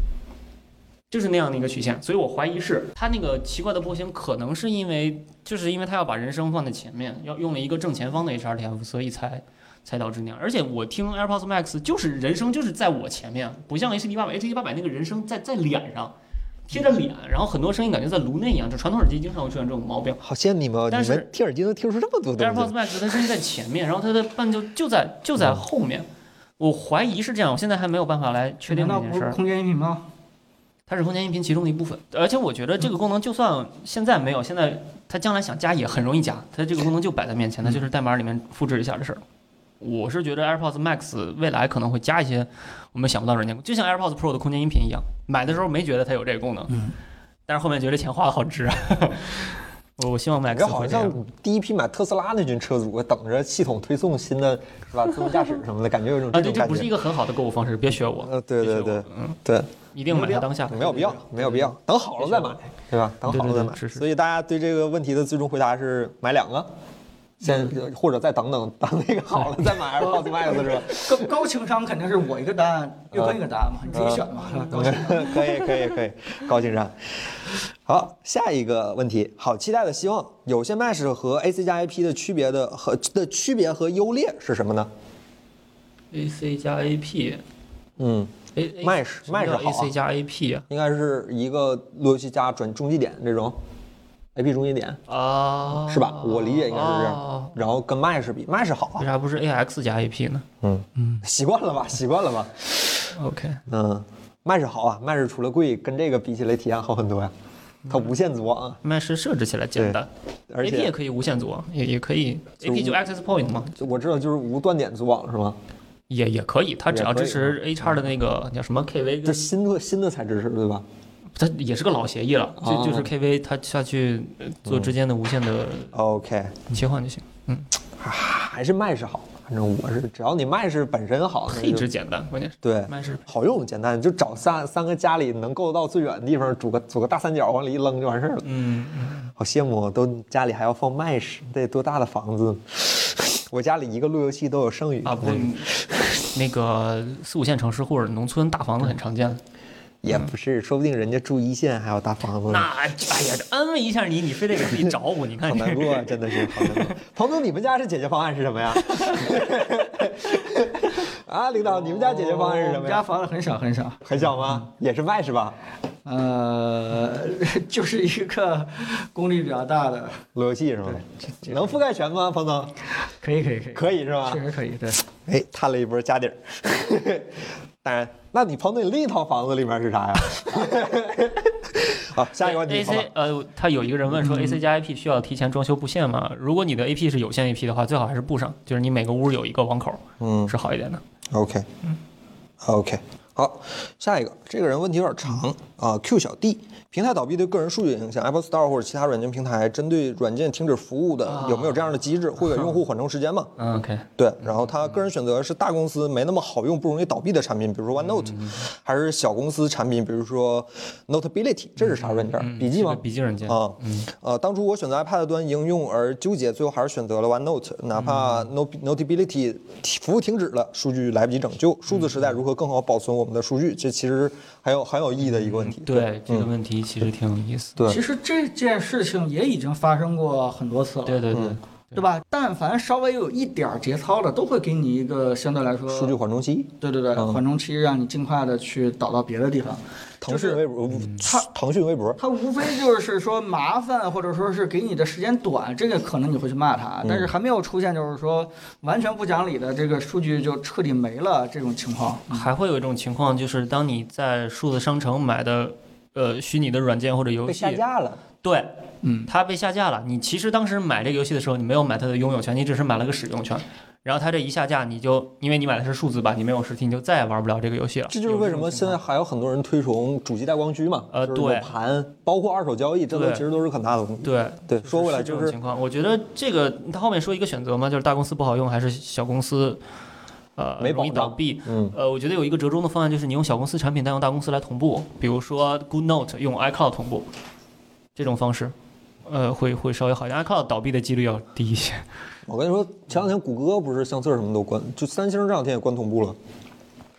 就是那样的一个曲线，所以我怀疑是它那个奇怪的波形，可能是因为就是因为它要把人声放在前面，要用了一个正前方的 HRTF，所以才才导致那样。而且我听 AirPods Max 就是人声就是在我前面，不像 HD 八百，HD 八百那个人声在在脸上贴着脸，然后很多声音感觉在颅内一样，就传统耳机经常会出现这种毛病。
好羡慕你们，
但
你
是
们听耳机能听出这么多东
AirPods
西。
Max 它声音在前面，然后它的伴奏就在就在后面。我怀疑是这样，我现在还没有办法来确定这
难道
件
不
事
是
儿。
空间音频吗？
它是空间音频其中的一部分，而且我觉得这个功能就算现在没有，现在它将来想加也很容易加，它这个功能就摆在面前，它就是代码里面复制一下的事儿。我是觉得 AirPods Max 未来可能会加一些我们想不到软件，就像 AirPods Pro 的空间音频一样，买的时候没觉得它有这个功能，但是后面觉得钱花的好值啊。 <laughs> 我我希望
感
Max
觉好
会这
像
样。
第一批买特斯拉那群车主等着系统推送新的，是吧？自动驾驶什么的，感觉有一种
啊，
这
对，
种
这
感
不是一
觉。
个很好的购物方式，别学我。
呃，对
别学
对
我
对
嗯，
对，
一定买它当下，
没有必要，没有必要，等好了再买，对吧？等好了再
对对
买。
对是是
所以大家对这个问题的最终回答是买两个，先
嗯
或者再等等，等那个好了再买 AirPods Max 是
<laughs>
吧？
高高情商肯定是我一个答案，岳坤一个答案嘛，你自己选嘛，是吧高情商
<laughs> 可以可以可以，高情商。好，下一个问题，好期待的希望，有线 Mesh 和 AC 加 AP 的区别的和的区别和优劣是什么呢？
AC 加 AP，
嗯，
A
Mesh-
什么叫
Mesh 好啊
AC 加 AP 啊
应该是一个路由器加转中继点这种，AP 中继点
啊，
是吧？我理解应该是这
哦
样。然后跟 Mesh 比，Mesh 好啊
为，啥不是 AX 加 AP 呢
嗯习惯
<laughs>
了吧？习惯了吧？
？OK，
嗯，Mesh 好啊，Mesh 除了贵，跟这个比起来体验好很多呀、
嗯
它无线组网啊，
麦是设置起来简单
而
，AP 也
且
可以无线组网，也也可以
无
，AP 就 Access Point 嘛，
就我知道就是无断点组网是吗？
嗯也也可以，它只要支持 HR 的那个叫什么 KV，
啊这
跟
新的新的才支持对吧？
它也是个老协议了，
哦
就就是 KV 它下去呃做
嗯
之间的无线的
OK，
切换就行，嗯，
还是麦是好，反正我是只要你麦是本身好，那
配
就
置简单，关键是
对
麦是
好用简单，就找三三个家里能够到最远的地方，组个组个大三角往里一扔就完事儿了。
嗯，嗯
好羡慕，都家里还要放麦式，得多大的房子？ <laughs> 我家里一个路由器都有剩余
啊不，
<laughs>
那个四五线城市或者农村大房子很常见，
也不是，说不定人家住一线还有大房子呢。
那哎呀，这安慰一下你，你非得给自己找补，
<laughs>
你看
好
你
难过啊，真的是好难过。彭总，你们家是解决方案是什么
<laughs>
呀？啊，领导，你们家解决方案是
我
什么
们家
呀？
房子很小很小，
很小吗？也是麦是吧？
呃， <laughs> 就是一个功率比较大的，
路由器是吗？能覆盖全吗，彭总？
可以可以可以，
可以是吧
确？实可以，对，
哎，探了一波家底儿。当然，那你彭总你另一套房子里面是啥呀？ <laughs> 好，下一个问题
A
好吧嗯
C 呃，他有一个人问说，A C 加 A P 需要提前装修布线吗？如果你的 A P 是有线 A P 的话，最好还是布上，就是你每个屋有一个网口，
嗯
是好一点的。
，OK，OK，好，下一个这个人问题有点长啊。Q 小弟，平台倒闭对个人数据的影响，Apple Store 或者其他软件平台针对软件停止服务的有没有这样的机制，会给用户缓冲时 <laughs> 间吗？
嗯，OK，
对，然后他个人选择是大公司没那么好用、不容易倒闭的产品，比如说 OneNote，还是小公司产品，比如说 Notability，这嗯是啥软件？笔记
是个
吗？
笔记软件
啊，呃，当初我选择 iPad 端应用而纠结，最后还是选择了 OneNote，哪怕
嗯
Not Notability 停服务停止了，数据来不及拯救。数字时
嗯
代如何更好保存我们的数据？这其实很有很有意义的一个问题。
嗯对这个问题其实挺有意思。
对
其实这件事情也已经发生过很多次了，
对对对，
嗯
对吧？但凡稍微有一点儿节操的，都会给你一个相对来说
数据，缓冲期，
对对对，缓冲期，让你尽快的去导到别的地方。
腾讯微博，
嗯
它腾讯微博，
它无非就是说麻烦，或者说是给你的时间短，这个可能你会去骂它，但是还没有出现就是说完全不讲理的这个数据就彻底没了这种情况。
还会有一种情况，就是当你在数字商城买的呃虚拟的软件或者游
被
戏
下，架了，
对，
嗯，
它被下架了。你其实当时买这个游戏的时候，你没有买它的拥有权，你只是买了个使用权。然后它这一下架，你就因为你买的是数字版，你没有实体，你就再也玩不了这个游戏了。
这就是为什么现在还有很多人推崇主机带光驱嘛，
呃
就是
对
有盘，包括二手交易，这都
对
其实都是很大的问题。
对
对，说回来
这
就
种
是
情况，我觉得这个他后面说一个选择嘛，就是大公司不好用还是小公司，呃，
没
容易
保障
倒闭。
嗯
呃，我觉得有一个折中的方案就是你用小公司产品，但用大公司来同步，比如说 GoodNote 用 iCloud 同步，这种方式，呃，会会稍微好一点。iCloud 倒闭的几率要低一些。
我跟你说，前两天谷歌不是相册什么都关，就三星这两天也关同步了，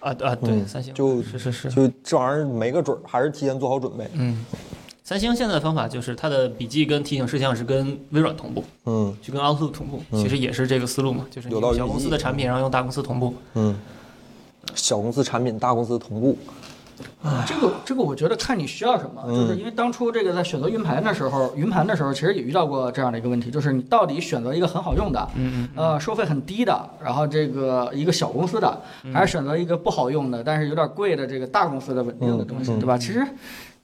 啊啊，对，
嗯
三星
就是
是是是，
就这玩意儿没个准儿，还是提前做好准备。
嗯。三星现在的方法就是它的笔记跟提醒事项是跟微软同步，
嗯
去跟 Outlook 同步，其实也是这个思路嘛，就是你
有道
用
有
小公司
义
的产品，然后用大公司同步，
嗯，小公司产品大公司同步，
这个这个，我觉得看你需要什么，就是因为当初这个在选择云盘的时候，云盘的时候其实也遇到过这样的一个问题，就是你到底选择一个很好用的，嗯呃，收费很低的，然后这个一个小公司的，还是选择一个不好用的，但是有点贵的这个大公司的稳定的东西，对吧？其实。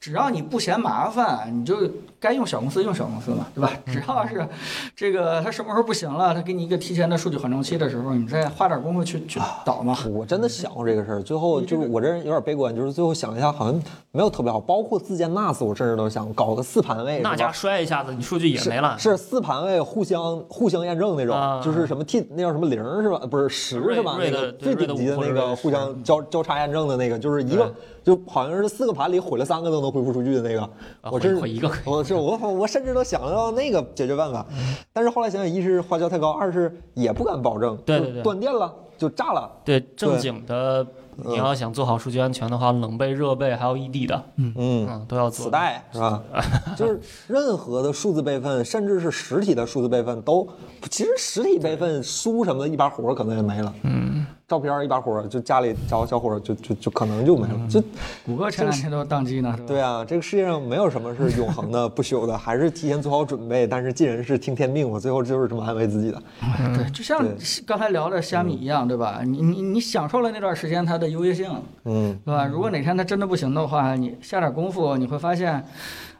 只要你不嫌麻烦，你就该用小公司用小公司嘛，对吧？只要是这个它什么时候不行了，它给你一个提前的数据缓冲期的时候，你再花点功夫去去导嘛。
我真的想过这个事儿。最后就是我这人有点悲观，就是最后想一下，好像没有特别好。包括自建 NAS，我甚至都想搞个四盘位，
那
是
家
吧
摔一下子，你数据也没了。
是四盘位互相互相验证那种，
啊
就是什么 T 那叫什么零是吧？不是十
瑞
是吧？
瑞
那
的
个
对
最顶级
瑞
的那
的五或者瑞
个
的
互
十
相交交叉验证的那个，就是一个就好像是四个盘里毁了三个都能恢复数据的那个。我
毁
真
啊毁
是
一个可嗯以
我是我我我甚至都想到那个解决办法，但是后来想想，一是花销太高，二是也不敢保证，
对
就
对对
断电了就炸了。
对正经的，
嗯
你要想做好数据安全的话，冷备、热备还有异地的，
嗯，
嗯，都要做。
磁带是吧？ <laughs> 就是任何的数字备份，甚至是实体的数字备份，都其实实体备份书什么的，一把火可能也没了。嗯，照片儿一把火，就家里小小火就就就可能就没了。就
谷歌前两天都宕机呢，是吧？
对啊，这个世界上没有什么是永恒的、不朽的，还是提前做好准备。但是尽人事，听天命，我最后就是这么安慰自己的。
哎对，就像
对
刚才聊的虾米一样，对吧？你你你享受了那段时间它的优越性，
嗯，
对吧？如果哪天它真的不行的话，你下点功夫，你会发现，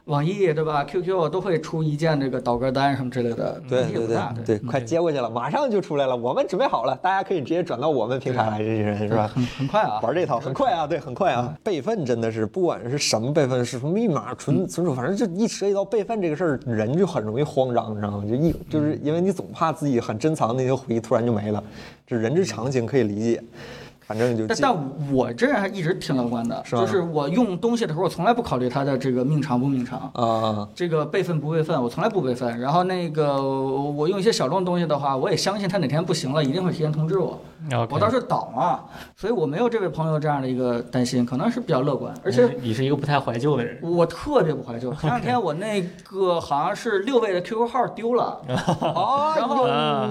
网易对吧？QQ 都会出一键这个导歌单什么之类的，
对
问题也
对
不大
对
对，
快接过去了，马上就出来了。我们准备好了，大家可以直接转到我们平台来，这些人是吧？
很很快啊。
玩这套很快啊，对，很快啊。备份真的是，不管是什么备份，是什么密码、存存储，反正就一涉及到备份这个事儿，人就很容易慌张，你知道吗？就一就是因为你总怕自己很珍藏的那些回忆突然就没了，这人之常情可以理解。反正就
但
尽
但我这人还一直挺乐观的，
是吧
就是我用东西的时候，我从来不考虑它的这个命长不命长。
啊，
这个备份不备份，我从来不备份。然后那个我我用一些小众东西的话，我也相信它哪天不行了，一定会提前通知我。
嗯 OK，
我倒是倒嘛，所以我没有这位朋友这样的一个担心，可能是比较乐观，而
你
且
是你是一个不太怀旧的人。
我特别不怀旧。前两天我那个好像是六位的 QQ 号丢
<laughs>
了，哦然后
啊，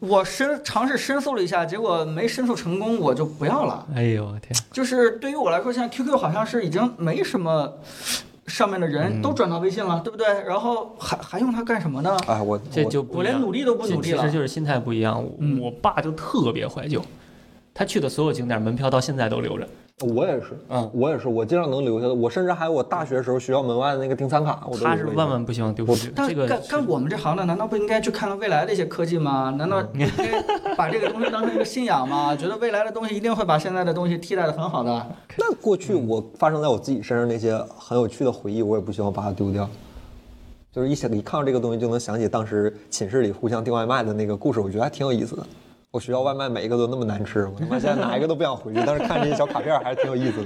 我申尝试申诉了一下，结果没申诉成功，我就不要了。
哎呦我天，
就是对于我来说，现在 QQ 好像是已经没什么。上面的
嗯
人都转到微信了，对不对？然后还还用它干什么呢？
哎，我
这
我
就不
我
一样
连努力都不
这
努力
其
了
实。就是心态不一样。我
嗯
我爸就特别怀旧，他去的所有景点门票到现在都留着，
我也是，
嗯，
我也是，我尽量能留下的。我甚至还有我大学时候学校门外的那个订餐卡，我都
他是
留了一
万
张
万不希望丢失
但
这个
干干我们这行的，难道不应该去看看未来的一些科技吗？难道
嗯
应该把这个东西当成一个信仰吗？觉得未来的东西一定会把现在的东西替代的很好的。
那过去我发生在我自己身上那些很有趣的回忆，我也不希望把它丢掉。就是一想一看到这个东西，就能想起当时寝室里互相订外卖的那个故事，我觉得还挺有意思的。我学校外卖每一个都那么难吃，我他妈现在哪一个都不想回去，但是看这些小卡片还是挺有意思的。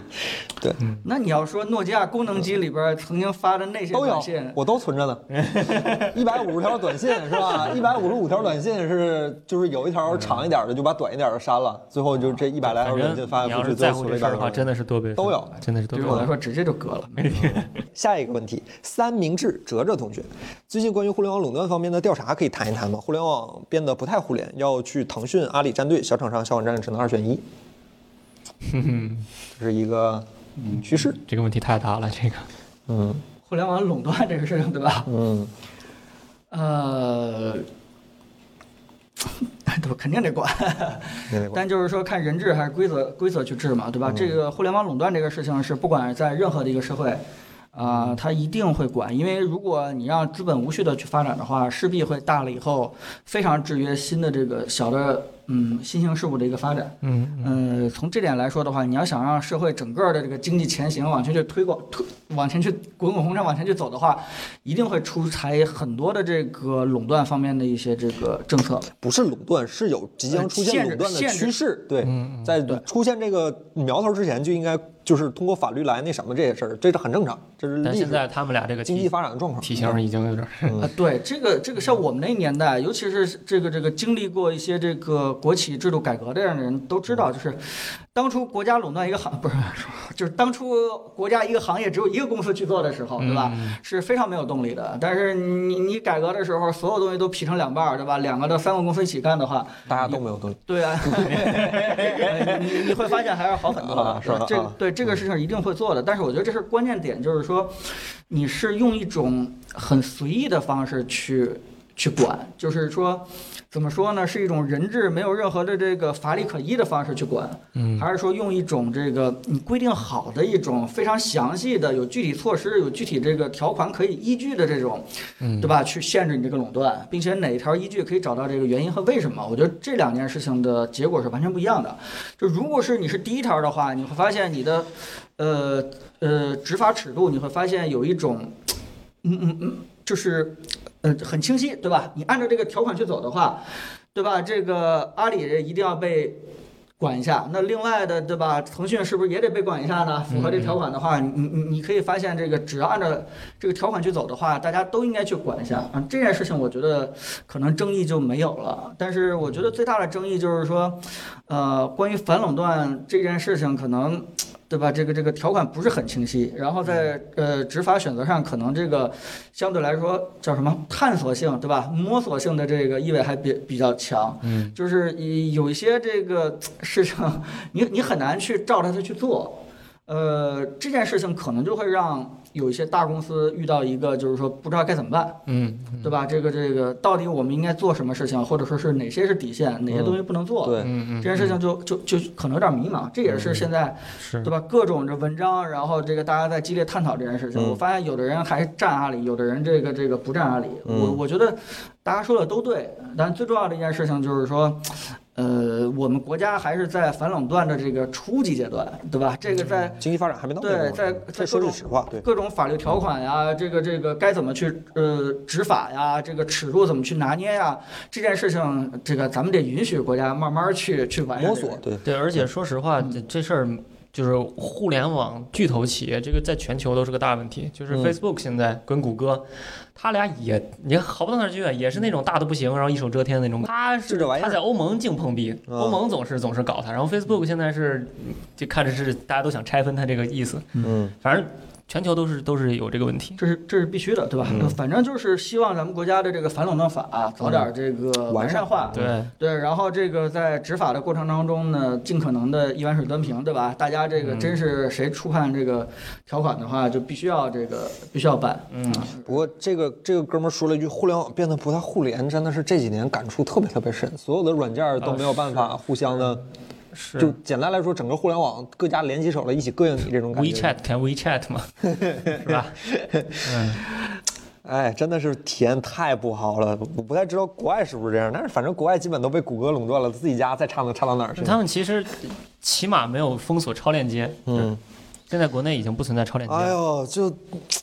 对，
那你要说诺基亚功能机里边曾经发的那些
都有
短信，，
我都存着呢。一百五十条短信是吧？一百五十五条短信是就是有一条长一点的，就把短一点的删了，最后就这一百来条
反
短信
正
翻
你
来
要
覆去，
是
最
在
后
乎这
存了一
事
百
儿的
多
话，
条。
真的是多备份
都有
真的是多
对
备
于我来
份。
说直接就割了。
下一个问题，三明治哲哲同学，最近关于互联网垄断方面的调查可以谈一谈吗？互联网变得不太互联，要去腾讯、阿里站队，小厂商、小网站只能二
<laughs>
选一，这是一个趋势。
这个问题太大了，这个
嗯
互联网垄断这个事情，对吧？
嗯，
呃， <laughs> 对，肯定得管。
没得管
但就是说，看人治还是规则规则去治嘛，对吧？这个互联网垄断这个事情是，不管在任何的一个社会，啊、它一定会管，因为如果你让资本无序的去发展的话，势必会大了以后非常制约新的这个小的嗯新兴事物的一个发展。
嗯
嗯、从这点来说的话，你要想让社会整个的这个经济前行往前去推广推往前去滚滚红尘往前去走的话，一定会出台很多的这个垄断方面的一些这个政策。
不是垄断，是有即将出现
限制
垄断的
限制
趋势。对，
嗯
在
对
出现这个苗头之前，就应该就是通过法律来那什么这些事儿，这是很正常，这是
但
历
现
史
在他们俩这个
经济
体
发展的状况。
体型已经有点儿，
啊，对，这个这个像我们那年代，尤其是这个这个经历过一些这个国企制度改革这样的人都知道，就是当初国家垄断一个行，不 <laughs> 是，就是当初国家一个行业只有一个公司去做的时候，对吧？是非常没有动力的。但是你你改革的时候，所有东西都劈成两半儿，对吧？两个到三个公司一起干的话，
大家都没有动力。
对啊，你你会发现还要好很多
啊
的，
是吧
这
啊
个对这个事情一定会做的，但是我觉得这是关键点，就是说你是用一种很随意的方式去去管，就是说怎么说呢，是一种人治没有任何的这个法理可依的方式去管，
嗯
还是说用一种这个你规定好的一种非常详细的、有具体措施、有具体这个条款可以依据的这种，对吧？去限制你这个垄断，并且哪一条依据可以找到这个原因和为什么？我觉得这两件事情的结果是完全不一样的。就如果是你是第一条的话，你会发现你的，呃呃，执法尺度你会发现有一种，嗯嗯嗯，就是，呃，很清晰，对吧？你按照这个条款去走的话，对吧？这个阿里一定要被管一下。那另外的，对吧？腾讯是不是也得被管一下呢？符合这条款的话，你你你可以发现，这个只要按照这个条款去走的话，大家都应该去管一下啊。这件事情我觉得可能争议就没有了。但是我觉得最大的争议就是说，呃，关于反垄断这件事情，可能。对吧？这个这个条款不是很清晰，然后在呃执法选择上，可能这个相对来说叫什么探索性，对吧？摸索性的这个意味还比比较强。嗯，就是以有一些这个事情， <laughs> 你你很难去照着它去做。呃，这件事情可能就会让有一些大公司遇到一个就是说不知道该怎么办，
嗯，
对吧？这个这个到底我们应该做什么事情，或者说是哪些是底线，
嗯
哪些东西不能做？
对，
嗯
这件事情就就就可能有点迷茫，这也是现在
嗯是
对吧？各种这文章，然后这个大家在激烈探讨这件事情。
嗯
我发现有的人还站阿里，有的人这个这个不站阿里。
嗯
我我觉得大家说的都对，但最重要的一件事情就是说，呃，我们国家还是在反垄断的这个初级阶段，对吧？这个在
经济发展还没到那
对
个地方
在
这
在
说
各
句
种
实话，对，
各种法律条款呀，这个这个该怎么去呃执法呀，这个尺度怎么去拿捏呀，这件事情，这个咱们得允许国家慢慢去去完善
摸
这个
索，对，
对，而且说实话，
嗯
这这事儿就是互联网巨头企业，这个在全球都是个大问题。就是
嗯
Facebook 现在跟谷歌，他俩也也好不到哪儿去啊，也是那种大的不行，然后一手遮天的那种。他
就是这玩意儿
他在欧盟净碰壁，
嗯
欧盟总是总是搞他，然后 Facebook 现在是就看着是大家都想拆分他这个意思，
嗯，
反正全球都是都是有这个问题。
这是这是必须的，对吧？
嗯
反正就是希望咱们国家的这个反垄断法、啊早点这个
嗯完
完
善
善化，
对，
对，然后这个在执法的过程当中呢，尽可能的一碗水端平，对吧？大家这个
嗯
真是谁触犯这个条款的话，就必须要这个必须要办，嗯，
不过这个这个哥们儿说了一句，互联网变得不太互联，真的是这几年感触特别特别深，所有的软件儿都没有办法互相的
啊是
就简单来说，整个互联网各家联起手来一起膈应你这种感觉。
WeChat can WeChat 嘛，是吧？
哎，真的是体验太不好了。我不太知道国外是不是这样，但是反正国外基本都被谷歌垄断了，自己家再差能差到哪儿去？
他们其实起码没有封锁超链接，
嗯，
现在国内已经不存在超链接
哎
了。
呦，就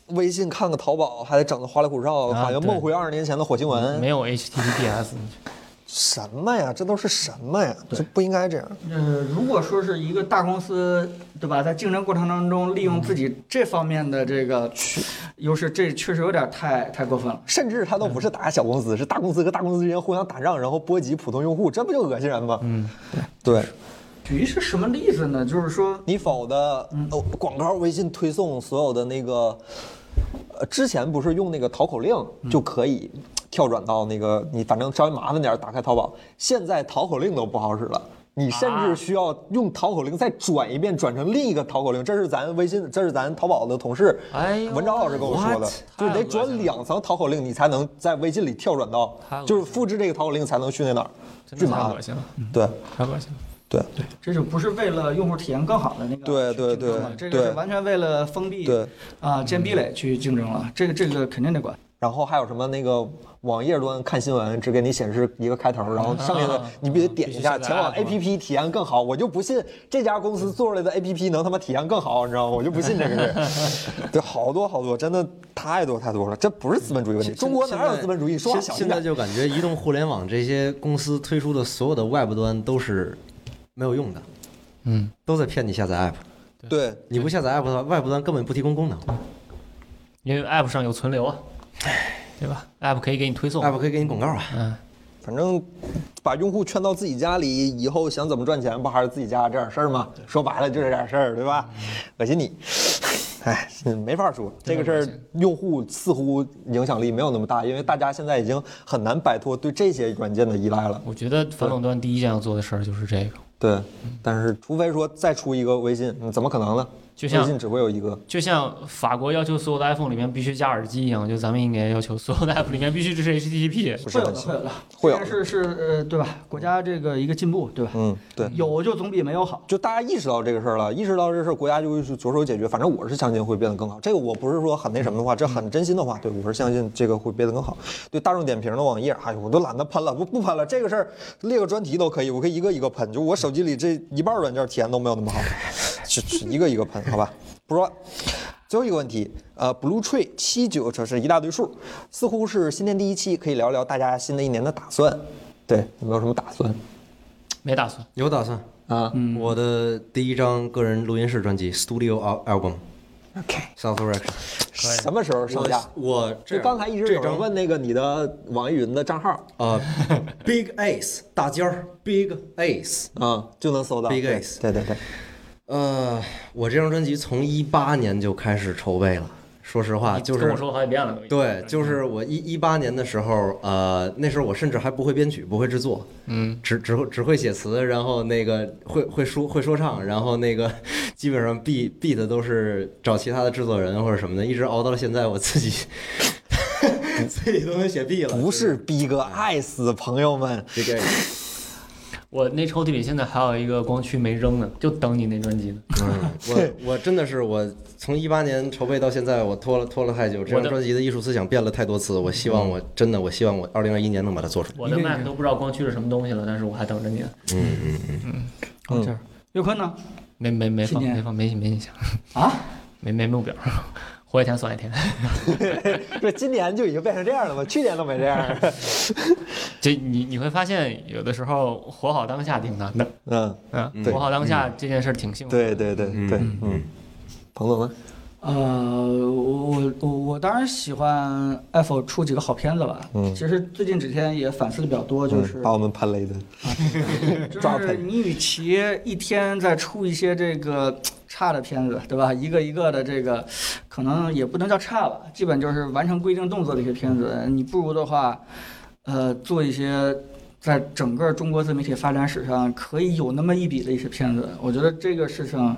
微信看个淘宝，还得整的花里胡哨，
啊
好像
对
梦回二十年前的火星文。
没有 HTTPS，
什么呀？这都是什么呀？这不应该这样。
呃，如果说是一个大公司，对吧，在竞争过程当中
嗯
利用自己这方面的这个优势，这确实有点太太过分了。
甚至它都不是打小公司，是大公司和大公司之间互相打仗，然后波及普通用户，这不就恶心人吗？嗯，对
举一是什么例子呢？就是说，
你否的
嗯
哦广告微信推送所有的那个，呃，之前不是用那个淘口令
嗯
就可以跳转到那个你反正稍微麻烦点儿打开淘宝，现在淘口令都不好使了。你甚至需要用淘口令再转一遍，转成另一个淘口令。这是咱微信，这是咱淘宝的同事
哎呦
文章老师跟我说的
what？，
就是得
太恶
转
心了
两层淘口令，你才能在微信里跳转到
太恶心，了
就是复制这个淘口令才能去那哪儿，
真
巨
的太
麻
恶
烦。
心了，
对
太恶心了。
对
这就不是为了用户体验更好的那个
对
去竞争
对
了
对
这个是
对
完全为了封闭
对
啊建壁垒去竞争了，这个这个肯定得管。
然后还有什么那个网页端看新闻，只给你显示一个开头，然后上面的你必须点一下，
必须下载
前往
app 嘛
APP 体验更好。我就不信这家公司做出来的 APP 能他妈体验更好，你知道吗？我就不信这个事儿。对，好多好多，真的太多太多了，这不是资本主义问题。中国哪有资本主义？说话
现
小心
现在
点。
就感觉移动互联网这些公司推出的所有的 Web 端都是没有用的，
嗯，
都在骗你下载 App。
对，
你不下载 App 的话，Web 端根本不提供功能
因为 App 上有存留啊，对吧？App 可以给你推送。
，App 可以给你广告啊。
嗯，
反正把用户圈到自己家里，以后想怎么赚钱，不还是自己家这点事儿吗？说白了就这点事儿，对吧？恶心你， <laughs> 哎，没法说这个事儿，用户似乎影响力没有那么大，因为大家现在已经很难摆脱对这些软件的依赖了。
我觉得反垄断第一件要做的事儿就是这个，
对，但是除非说再出一个微信，嗯怎么可能呢？
就像
微信只会有一个，
就像法国要求所有的 iPhone 里面必须加耳机一样，就咱们应该要求所有的 App 里面必须支持 HTTP。
不是
会有
很
的，
行
会有的，
会有
但是是呃，对吧？国家这个一个进步，对吧？
嗯，对。
有就总比没有好。
就大家意识到这个事儿了，意识到这事儿，国家就会去着手解决。反正我是相信会变得更好。这个我不是说很那什么的话，这很真心的话，对我是相信这个会变得更好。对大众点评的网页，哎呦，我都懒得喷了，不不喷了。这个事儿列个专题都可以，我可以一个一个喷。就我手机里这一半软件体验都没有那么好， <laughs> 是是一个一个喷，好吧？不说了。最后一个问题，呃，Blue Tree 七九这是一大堆数，似乎是新年第一期，可以聊聊大家新的一年的打算。对，有没有什么打算
没打算，
有打算
啊？
我的第一张个人录音室专辑 Studio Al- Album
OK
Self Direction
什么时候上架？
我
就刚才一直
这
有人
张
问那个你的网易云的账号
啊 <laughs> Big Ace 大尖儿 Big Ace
啊，就能搜到。
Big
对
Ace
对对对，
呃，我这张专辑从一八年就开始筹备了。说实话，就
跟
是
我说好几遍了。都已经
对，就是我一一八年的时候，呃，那时候我甚至还不会编曲，不会制作，嗯，只只会只会写词，然后那个会会说会说唱，然后那个基本上 beat beat 都是找其他的制作人或者什么的，一直熬到了现在，我自己 <laughs> 自己都能写 beat 了，
不是逼哥爱死朋友们，
这个
我那抽屉里现在还有一个光驱没扔呢，就等你那专辑呢。
我 <laughs> 我真的是我从一八年筹备到现在，我拖了拖了太久。这
我
张
的
专辑的嗯艺术思想变了太多次，我希望我真的我希望我二零二一年能把它做出来。
我的 Mac 都不知道光驱是什么东西了，但是我还等着你呢。
好这样岳坤呢？
没没没
今
放
年
没放没没印象，
啊，
没没目标，活一天算一天。
这今年就已经变成这样了吗？去年都没这样。
就你你会发现，有的时候活好当下挺难的。
嗯，
嗯，
对
活好当下这件事儿挺幸福。
对对对对，嗯，彭总呢？
呃，我我我当然喜欢 Apple 出几个好片子了。嗯，其实最近几天也反思的比较多，就是、
嗯把我们潘雷的抓
就是
盆
你与其一天再出一些这个差的片子，对吧？一个一个的这个，可能也不能叫差吧，基本就是完成规定动作的一些片子，你不如的话，呃，做一些。在整个中国自媒体发展史上，可以有那么一笔的一些片子，我觉得这个事情，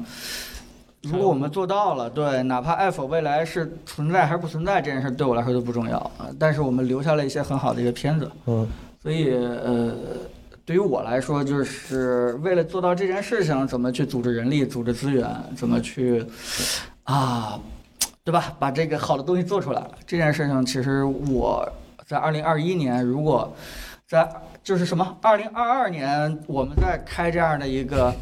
如果我们做到了，对，哪怕 Apple 未来是存在还是不存在这件事，对我来说都不重要啊。但是我们留下了一些很好的一个片子，
嗯，
所以呃，对于我来说，就是为了做到这件事情，怎么去组织人力、组织资源，怎么去啊，对吧？把这个好的东西做出来。这件事情，其实我在二零二一年，如果在就是什么二零二二年，我们在开这样的一个。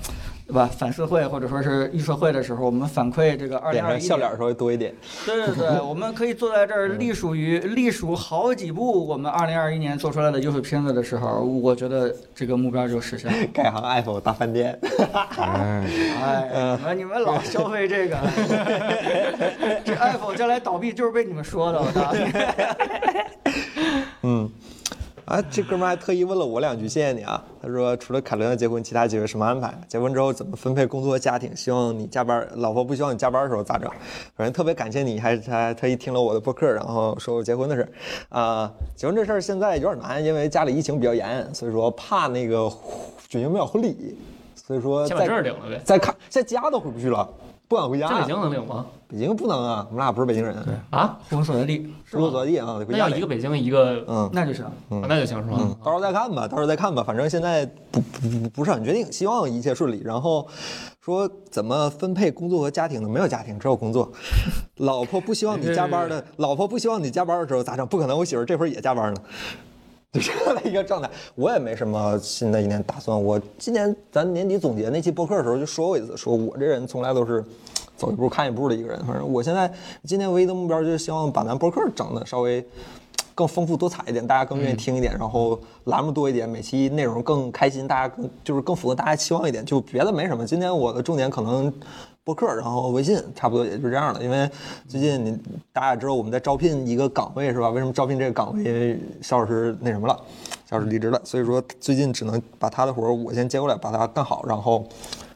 对吧？反思会或者说是预测会的时候，我们反馈这个二零
脸
二
上
一
笑脸稍微多一点。 <laughs>
对对对，我们可以坐在这儿隶属于隶属好几部我们二零二一年做出来的优秀片子的时候，我觉得这个目标就实
<laughs>
现了。
改行 Apple 大饭店，
哎，你们你们老消费这个，这 Apple 将来倒闭就是被你们说的，我操！
啊，这哥们儿还特意问了我两句，谢谢你啊。他说除了凯伦要结婚，其他几位什么安排？结婚之后怎么分配工作和家庭？希望你加班，老婆不希望你加班的时候咋整？反正特别感谢你，还还特意听了我的播客，然后说我结婚的事儿。啊、结婚这事儿现在有点难，因为家里疫情比较严，所以说怕那个举行不了婚礼，所以说
先把
在
证儿领了呗。
在看在家都回不去了，不敢回家、
在
啊
北。京能领吗？
北京不能啊，我们俩不是北京人，
啊，
无所谓力，
是落地啊，得回
那
家
要
得
一个北京一个，
嗯。
那就行。
啊那就行是吧？
到时候再看吧，到时候再看吧，反正现在不不不不是很确定，希望一切顺利。然后说怎么分配工作和家庭呢？没有家庭，只有工作。老婆不希望你加班的，老婆不希望你加班的时候咋整？不可能，我媳妇儿这会儿也加班呢。 <laughs> 就这样的一个状态，我也没什么新的一年打算。我今年咱年底总结那期播客的时候就说过一次，说我这人从来都是走一步看一步的一个人。反正我现在今年唯一的目标就是希望把咱播客整的稍微更丰富多彩一点，大家更愿意听一点，然后栏目多一点，每期内容更开心，大家更就是更符合大家期望一点。就别的没什么，今年我的重点可能。播客，然后微信，差不多也就这样了。因为最近你大家也知道我们在招聘一个岗位是吧？为什么招聘这个岗位？因为肖老师那什么了，肖老师离职了，所以说最近只能把他的活儿我先接过来，把它干好，然后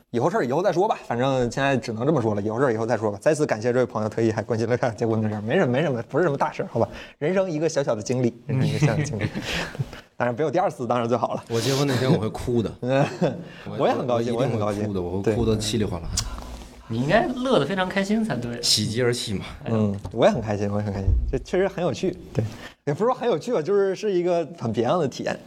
以后事儿以后再说吧。反正现在只能这么说了，以后事儿以后再说吧。再次感谢这位朋友特意还关心了看结婚的事儿，没什么没什么，不是什么大事儿，好吧？人生一个小小的经历，人生一个小小的经历，当然别有第二次当然最好了。 <laughs>
我结婚那天我会哭的，
我也很高兴，
我
也很
一定
高
会
兴，
哭的，我
对
会哭得稀里哗啦，
<laughs>
你应该乐得非常开心才对。
喜极而 <laughs> 泣嘛。
嗯，我也很开心，我也很开心，这确实很有趣。对，也不是说很有趣吧，就是是一个很别样的体验。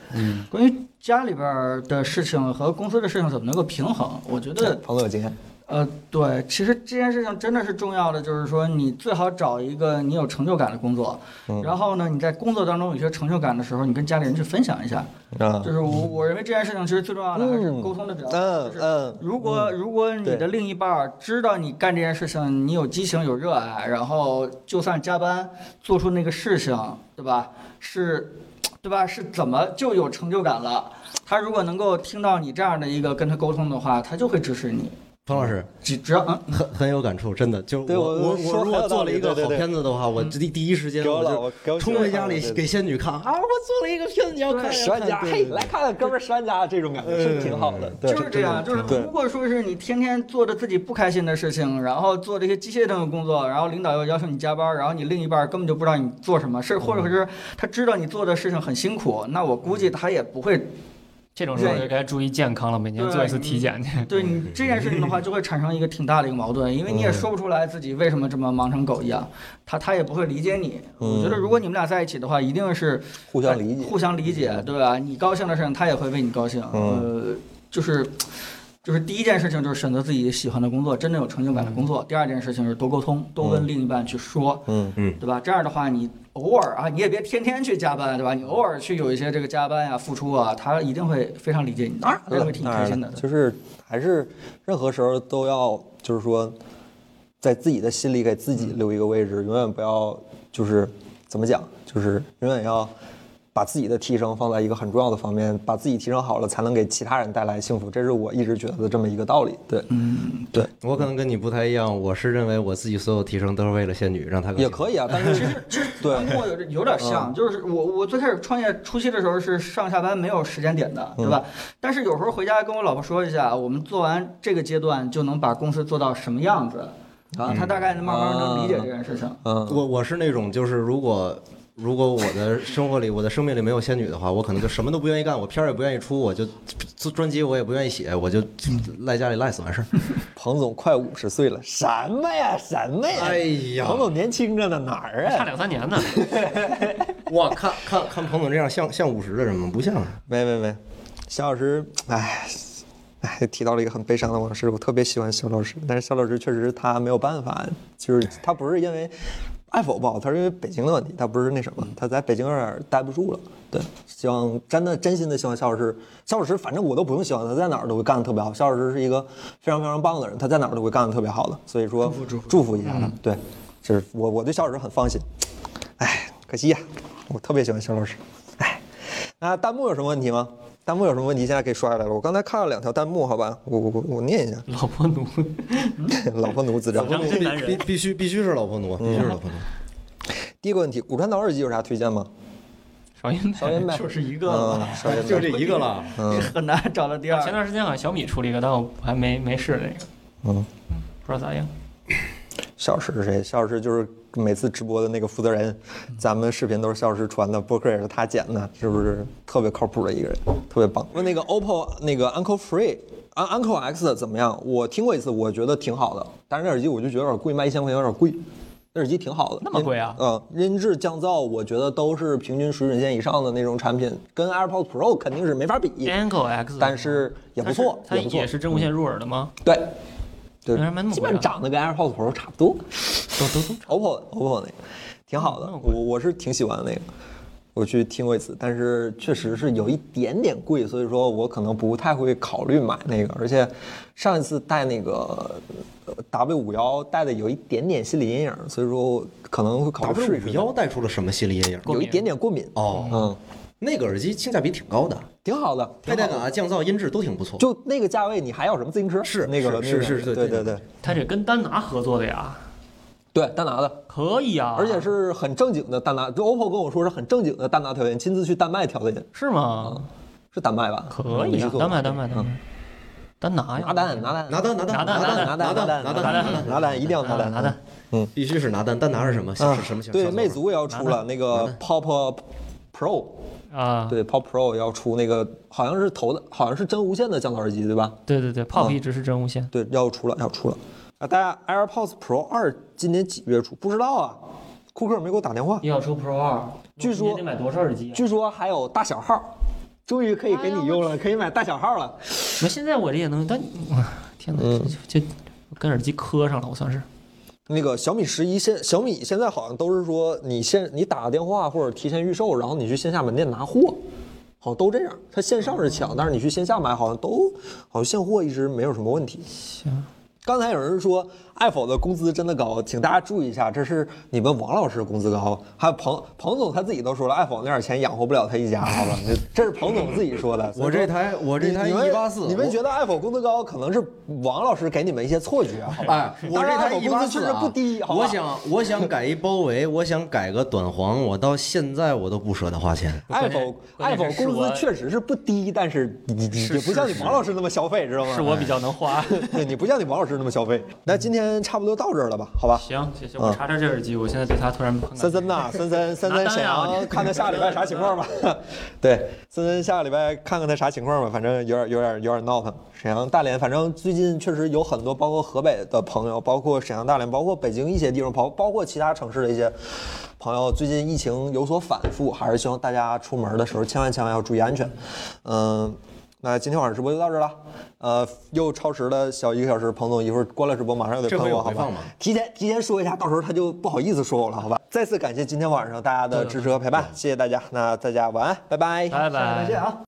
关于家里边儿的事情和公司的事情怎么能够平衡，我觉得
彭总有经验，
呃，对，其实这件事情真的是重要的，就是说你最好找一个你有成就感的工作，
嗯
然后呢，你在工作当中有些成就感的时候，你跟家里人去分享一下。
啊
就，是我我认为这件事情其实最重要的还是沟通的比较好。
嗯
就是
嗯，
如果如果你的
对
另一半儿知道你干这件事情，你有激情有热爱，然后就算加班做出那个事情，对吧？是，对吧？是怎么就有成就感了？他如果能够听到你这样的一个跟他沟通的话，他就会支持你。
彭老师
只只要嗯，
很很有感触，真的，就是
对
我
我
我
说
我
很
如果
有
做
道
了
理
一个
对对
好
对嗯
片子的话，我第第一时间
给我老
我
给我
就冲回
媳妇
家里
儿看
给仙女看啊，我做了一个片子，你要看嗯
十万加，嘿，来，看看哥们儿十万加这种感觉是挺好的，对，嗯
就是这样，就是嗯
对
如果说是你天天做着自己不开心的事情，然后做这些机械性的工作，然后领导又要求你加班，然后你另一半根本就不知道你做什么事，或者是他知道你做的事情很辛苦，那我估计他也不会
这种时候
对
就该注意健康了，每年
对
做一次体检去。
对你这件事情的话，就会产生一个挺大的一个矛盾，因为你也说不出来自己为什么这么忙成狗一样，他他也不会理解你。我觉得如果你们俩在一起的话，一定是
互相理解。
哎
嗯
互相理解，对吧？你高兴的事情，他也会为你高兴。呃，就是就是第一件事情就是选择自己喜欢的工作，真正有成就感的工作。第二件事情是多沟通，多跟另一半去说，
嗯
嗯，
对吧？这样的话，你偶尔啊，你也别天天去加班，对吧？你偶尔去有一些这个加班呀、付出啊，他一定会非常理解你，当然他也会挺
嗯当
开
然
心的
了。哎就是还是任何时候都要，就是说，在自己的心里给自
嗯
己留一个位置，永远不要就是怎么讲，就是永远要把自己的提升放在一个很重要的方面，把自己提升好了，才能给其他人带来幸福。这是我一直觉得的这么一个道理。对，嗯，对，
我可能跟你不太一样，我是认为我自己所有提升都是为了仙女，让她高兴
也可以啊，但是
其实其实
对
跟我有点有点像，就是我我最开始创业初期的时候是上下班没有时间点的，对吧？但是有时候回家跟我老婆说一下，我们做完这个阶段就能把公司做到什么样子，啊，她大概慢慢能理解这件事情。
嗯，
我我是那种就是如果如果我的生活里我的生命里没有仙女的话，我可能就什么都不愿意干，我片儿也不愿意出，我就做专辑我也不愿意写，我就赖家里赖死完事儿。 <laughs>
彭总快五十岁了，什么呀，什么呀？
哎呀
彭总年轻着呢，哪儿
差
啊？
两三年
<laughs>
呢，。
哇，看看看彭总这样像像五十的人吗？不像啊。
没没没，肖老师，哎。哎，提到了一个很悲伤的往事，我特别喜欢肖老师，但是肖老师确实他没有办法，就是他不是因为爱否不好，他是因为北京的问题，他不是那什么，他在北京有点待不住了。对，希望真的真心的希望肖老师，肖老师反正我都不用希望他在哪儿都会干得特别好，肖老师是一个非常非常棒的人，他在哪儿都会干得特别好的，所以说祝福一下他。对，就是我我对肖老师很放心，哎，可惜呀、我特别喜欢肖老师，哎，那弹幕有什么问题吗？弹幕有什么问题？现在可以刷下来了。我刚才看了两条弹幕，好吧，我我我我念一下
老婆奴，
<laughs> 老婆奴自障。
张真男人
必必须必须是老婆奴，必须是老婆
嗯
奴。
第一个问题，骨传导耳机有啥推荐吗？
少音
少
<laughs>
派。
音呗，
就是一个了，
嗯，少音
就
呗。
这一个了，
嗯
<laughs> 很难找到第二
前
个。
段时间好像小米出了一个，但我还没没试那个，
嗯，
不知道咋样。
肖老师是谁？肖老师就是每次直播的那个负责人，
嗯
咱们视频都是肖老师传的，播客也是他剪的，是不是特别靠谱的一个人，特别棒？问那个 OPPO 那个 Uncle Free。安 Uncle X 怎么样？我听过一次，我觉得挺好的，但是那耳机我就觉得有点贵，卖一千块钱有点贵。那耳机挺好的，
那么贵啊
音嗯，音质降噪我觉得都是平均水准线以上的那种产品，跟 AirPods Pro 肯定是没法比。
Angle X，
但是也不错，
它是
不
它
错
也是真无线入耳的吗？
对，对
为啥卖那，么
基
贵啊
本长得跟 AirPods Pro 差不多嗯
都
<laughs>
都都
，OPPO 的 OPPO 那个挺好的
那么，贵
我我是挺喜欢那个，我去听过一次，但是确实是有一点点贵，所以说我可能不太会考虑买那个，而且上一次带那个呃 W 五幺带的有一点点心理阴影，所以说我可能会考虑
W
试一试
五幺带出了什么心理阴影？
有一点点过敏，
哦，
嗯，
那个耳机性价比挺高的，
挺好的，
佩戴感啊、降噪、音质都挺不错。
就那个价位你还要什么自行车？
是
那个
是
那
是
个
是是
对
对
对对
它这跟丹拿合作的呀，
对，丹拿的。
可以啊，
而且是很正经的丹拿，就 OPPO 跟我说是很正经的丹拿调音，亲自去丹麦调的音，
是吗？
是丹麦吧？
可
嗯
以
没记
啊，
错吧嗯
丹麦丹麦丹麦，丹拿呀，
拿单拿单
拿单
哎
拿单
拿单
拿
拿单拿单
单拿单拿
拿
单
单拿单，一定要拿
拿
单
啊拿的。
必须是拿单。单拿是什么？
啊
是什么型？
对，
小
魅族也要出了那个 Pop Pro，
啊，
对 Pop Pro 要出那个好像是头的，好像是真无线的降噪耳机对吧？
对对
嗯
对，Pop 一直是真无线，
对，要出了要出了啊！大家 AirPods Pro 二今年几月出？不知道啊，库克没给我打电话。
又要出 Pro 二，
据说
你得买多少耳机啊？
据说还有大小号，终于可以给你用了，可以买大小号了。
那现在我这些东西，但 <sighs> 哇天哪，
嗯
就就跟耳机磕上了，我算是。
那个小米十一现小米现在好像都是说你线你打个电话或者提前预售，然后你去线下门店拿货，好像都这样。它线上是抢，但是你去线下买好像都好像现货一直没有什么问题。
行，
刚才有人说爱否的工资真的高，请大家注意一下，这是你们王老师的工资高，还有彭彭总他自己都说了，爱否那点钱养活不了他一家，好吧？这这是彭总自己说的。所以说
我这台我这台
你你们
184
你们觉得爱否工资高，可能是王老师给你们一些错觉，好吧？
哎，我
当
这
然
台
爱否
一
工
八
资确
四
实不低，啊好吧？
我想我想改一包围，我想改个短黄，我到现在我都不舍得花钱。
爱否爱否
关键关键是
工
我
资确实是不低，但是你你
是
也不像你
是
王老师那么消费，知道吗？
是我比较能花。
对，你不像你王老师那么消费。那今天差不多到这儿了吧？好吧。
<laughs> 行，谢
嗯
谢。我查查这耳机，我现在对它突然很感
森森呐，森森，森
拿
啊
森，
单
沈
呀
阳
你
看看下礼拜啥情
<laughs>
况吧。对，森森下个礼拜看看他啥情况吧，反正有点有点有点闹腾。沈阳、大连，反正最近确实有很多，包括河北的朋友，包括沈阳、大连，包括北京一些地方，包包括其他城市的一些朋友，最近疫情有所反复，还是希望大家出门的时候千万千万要注意安全。嗯。那今天晚上直播就到这儿了，呃，又超时了小一个小时。彭总一会儿关了直播，马上又得
这
喷
回有
我，好
回
吧
放吗？
提前提前说一下，到时候他就不好意思说我了，好吧？再次感谢今天晚上大家的支持和陪伴，谢谢大家，那大家晚安，拜拜。
拜拜
下次再。见啊。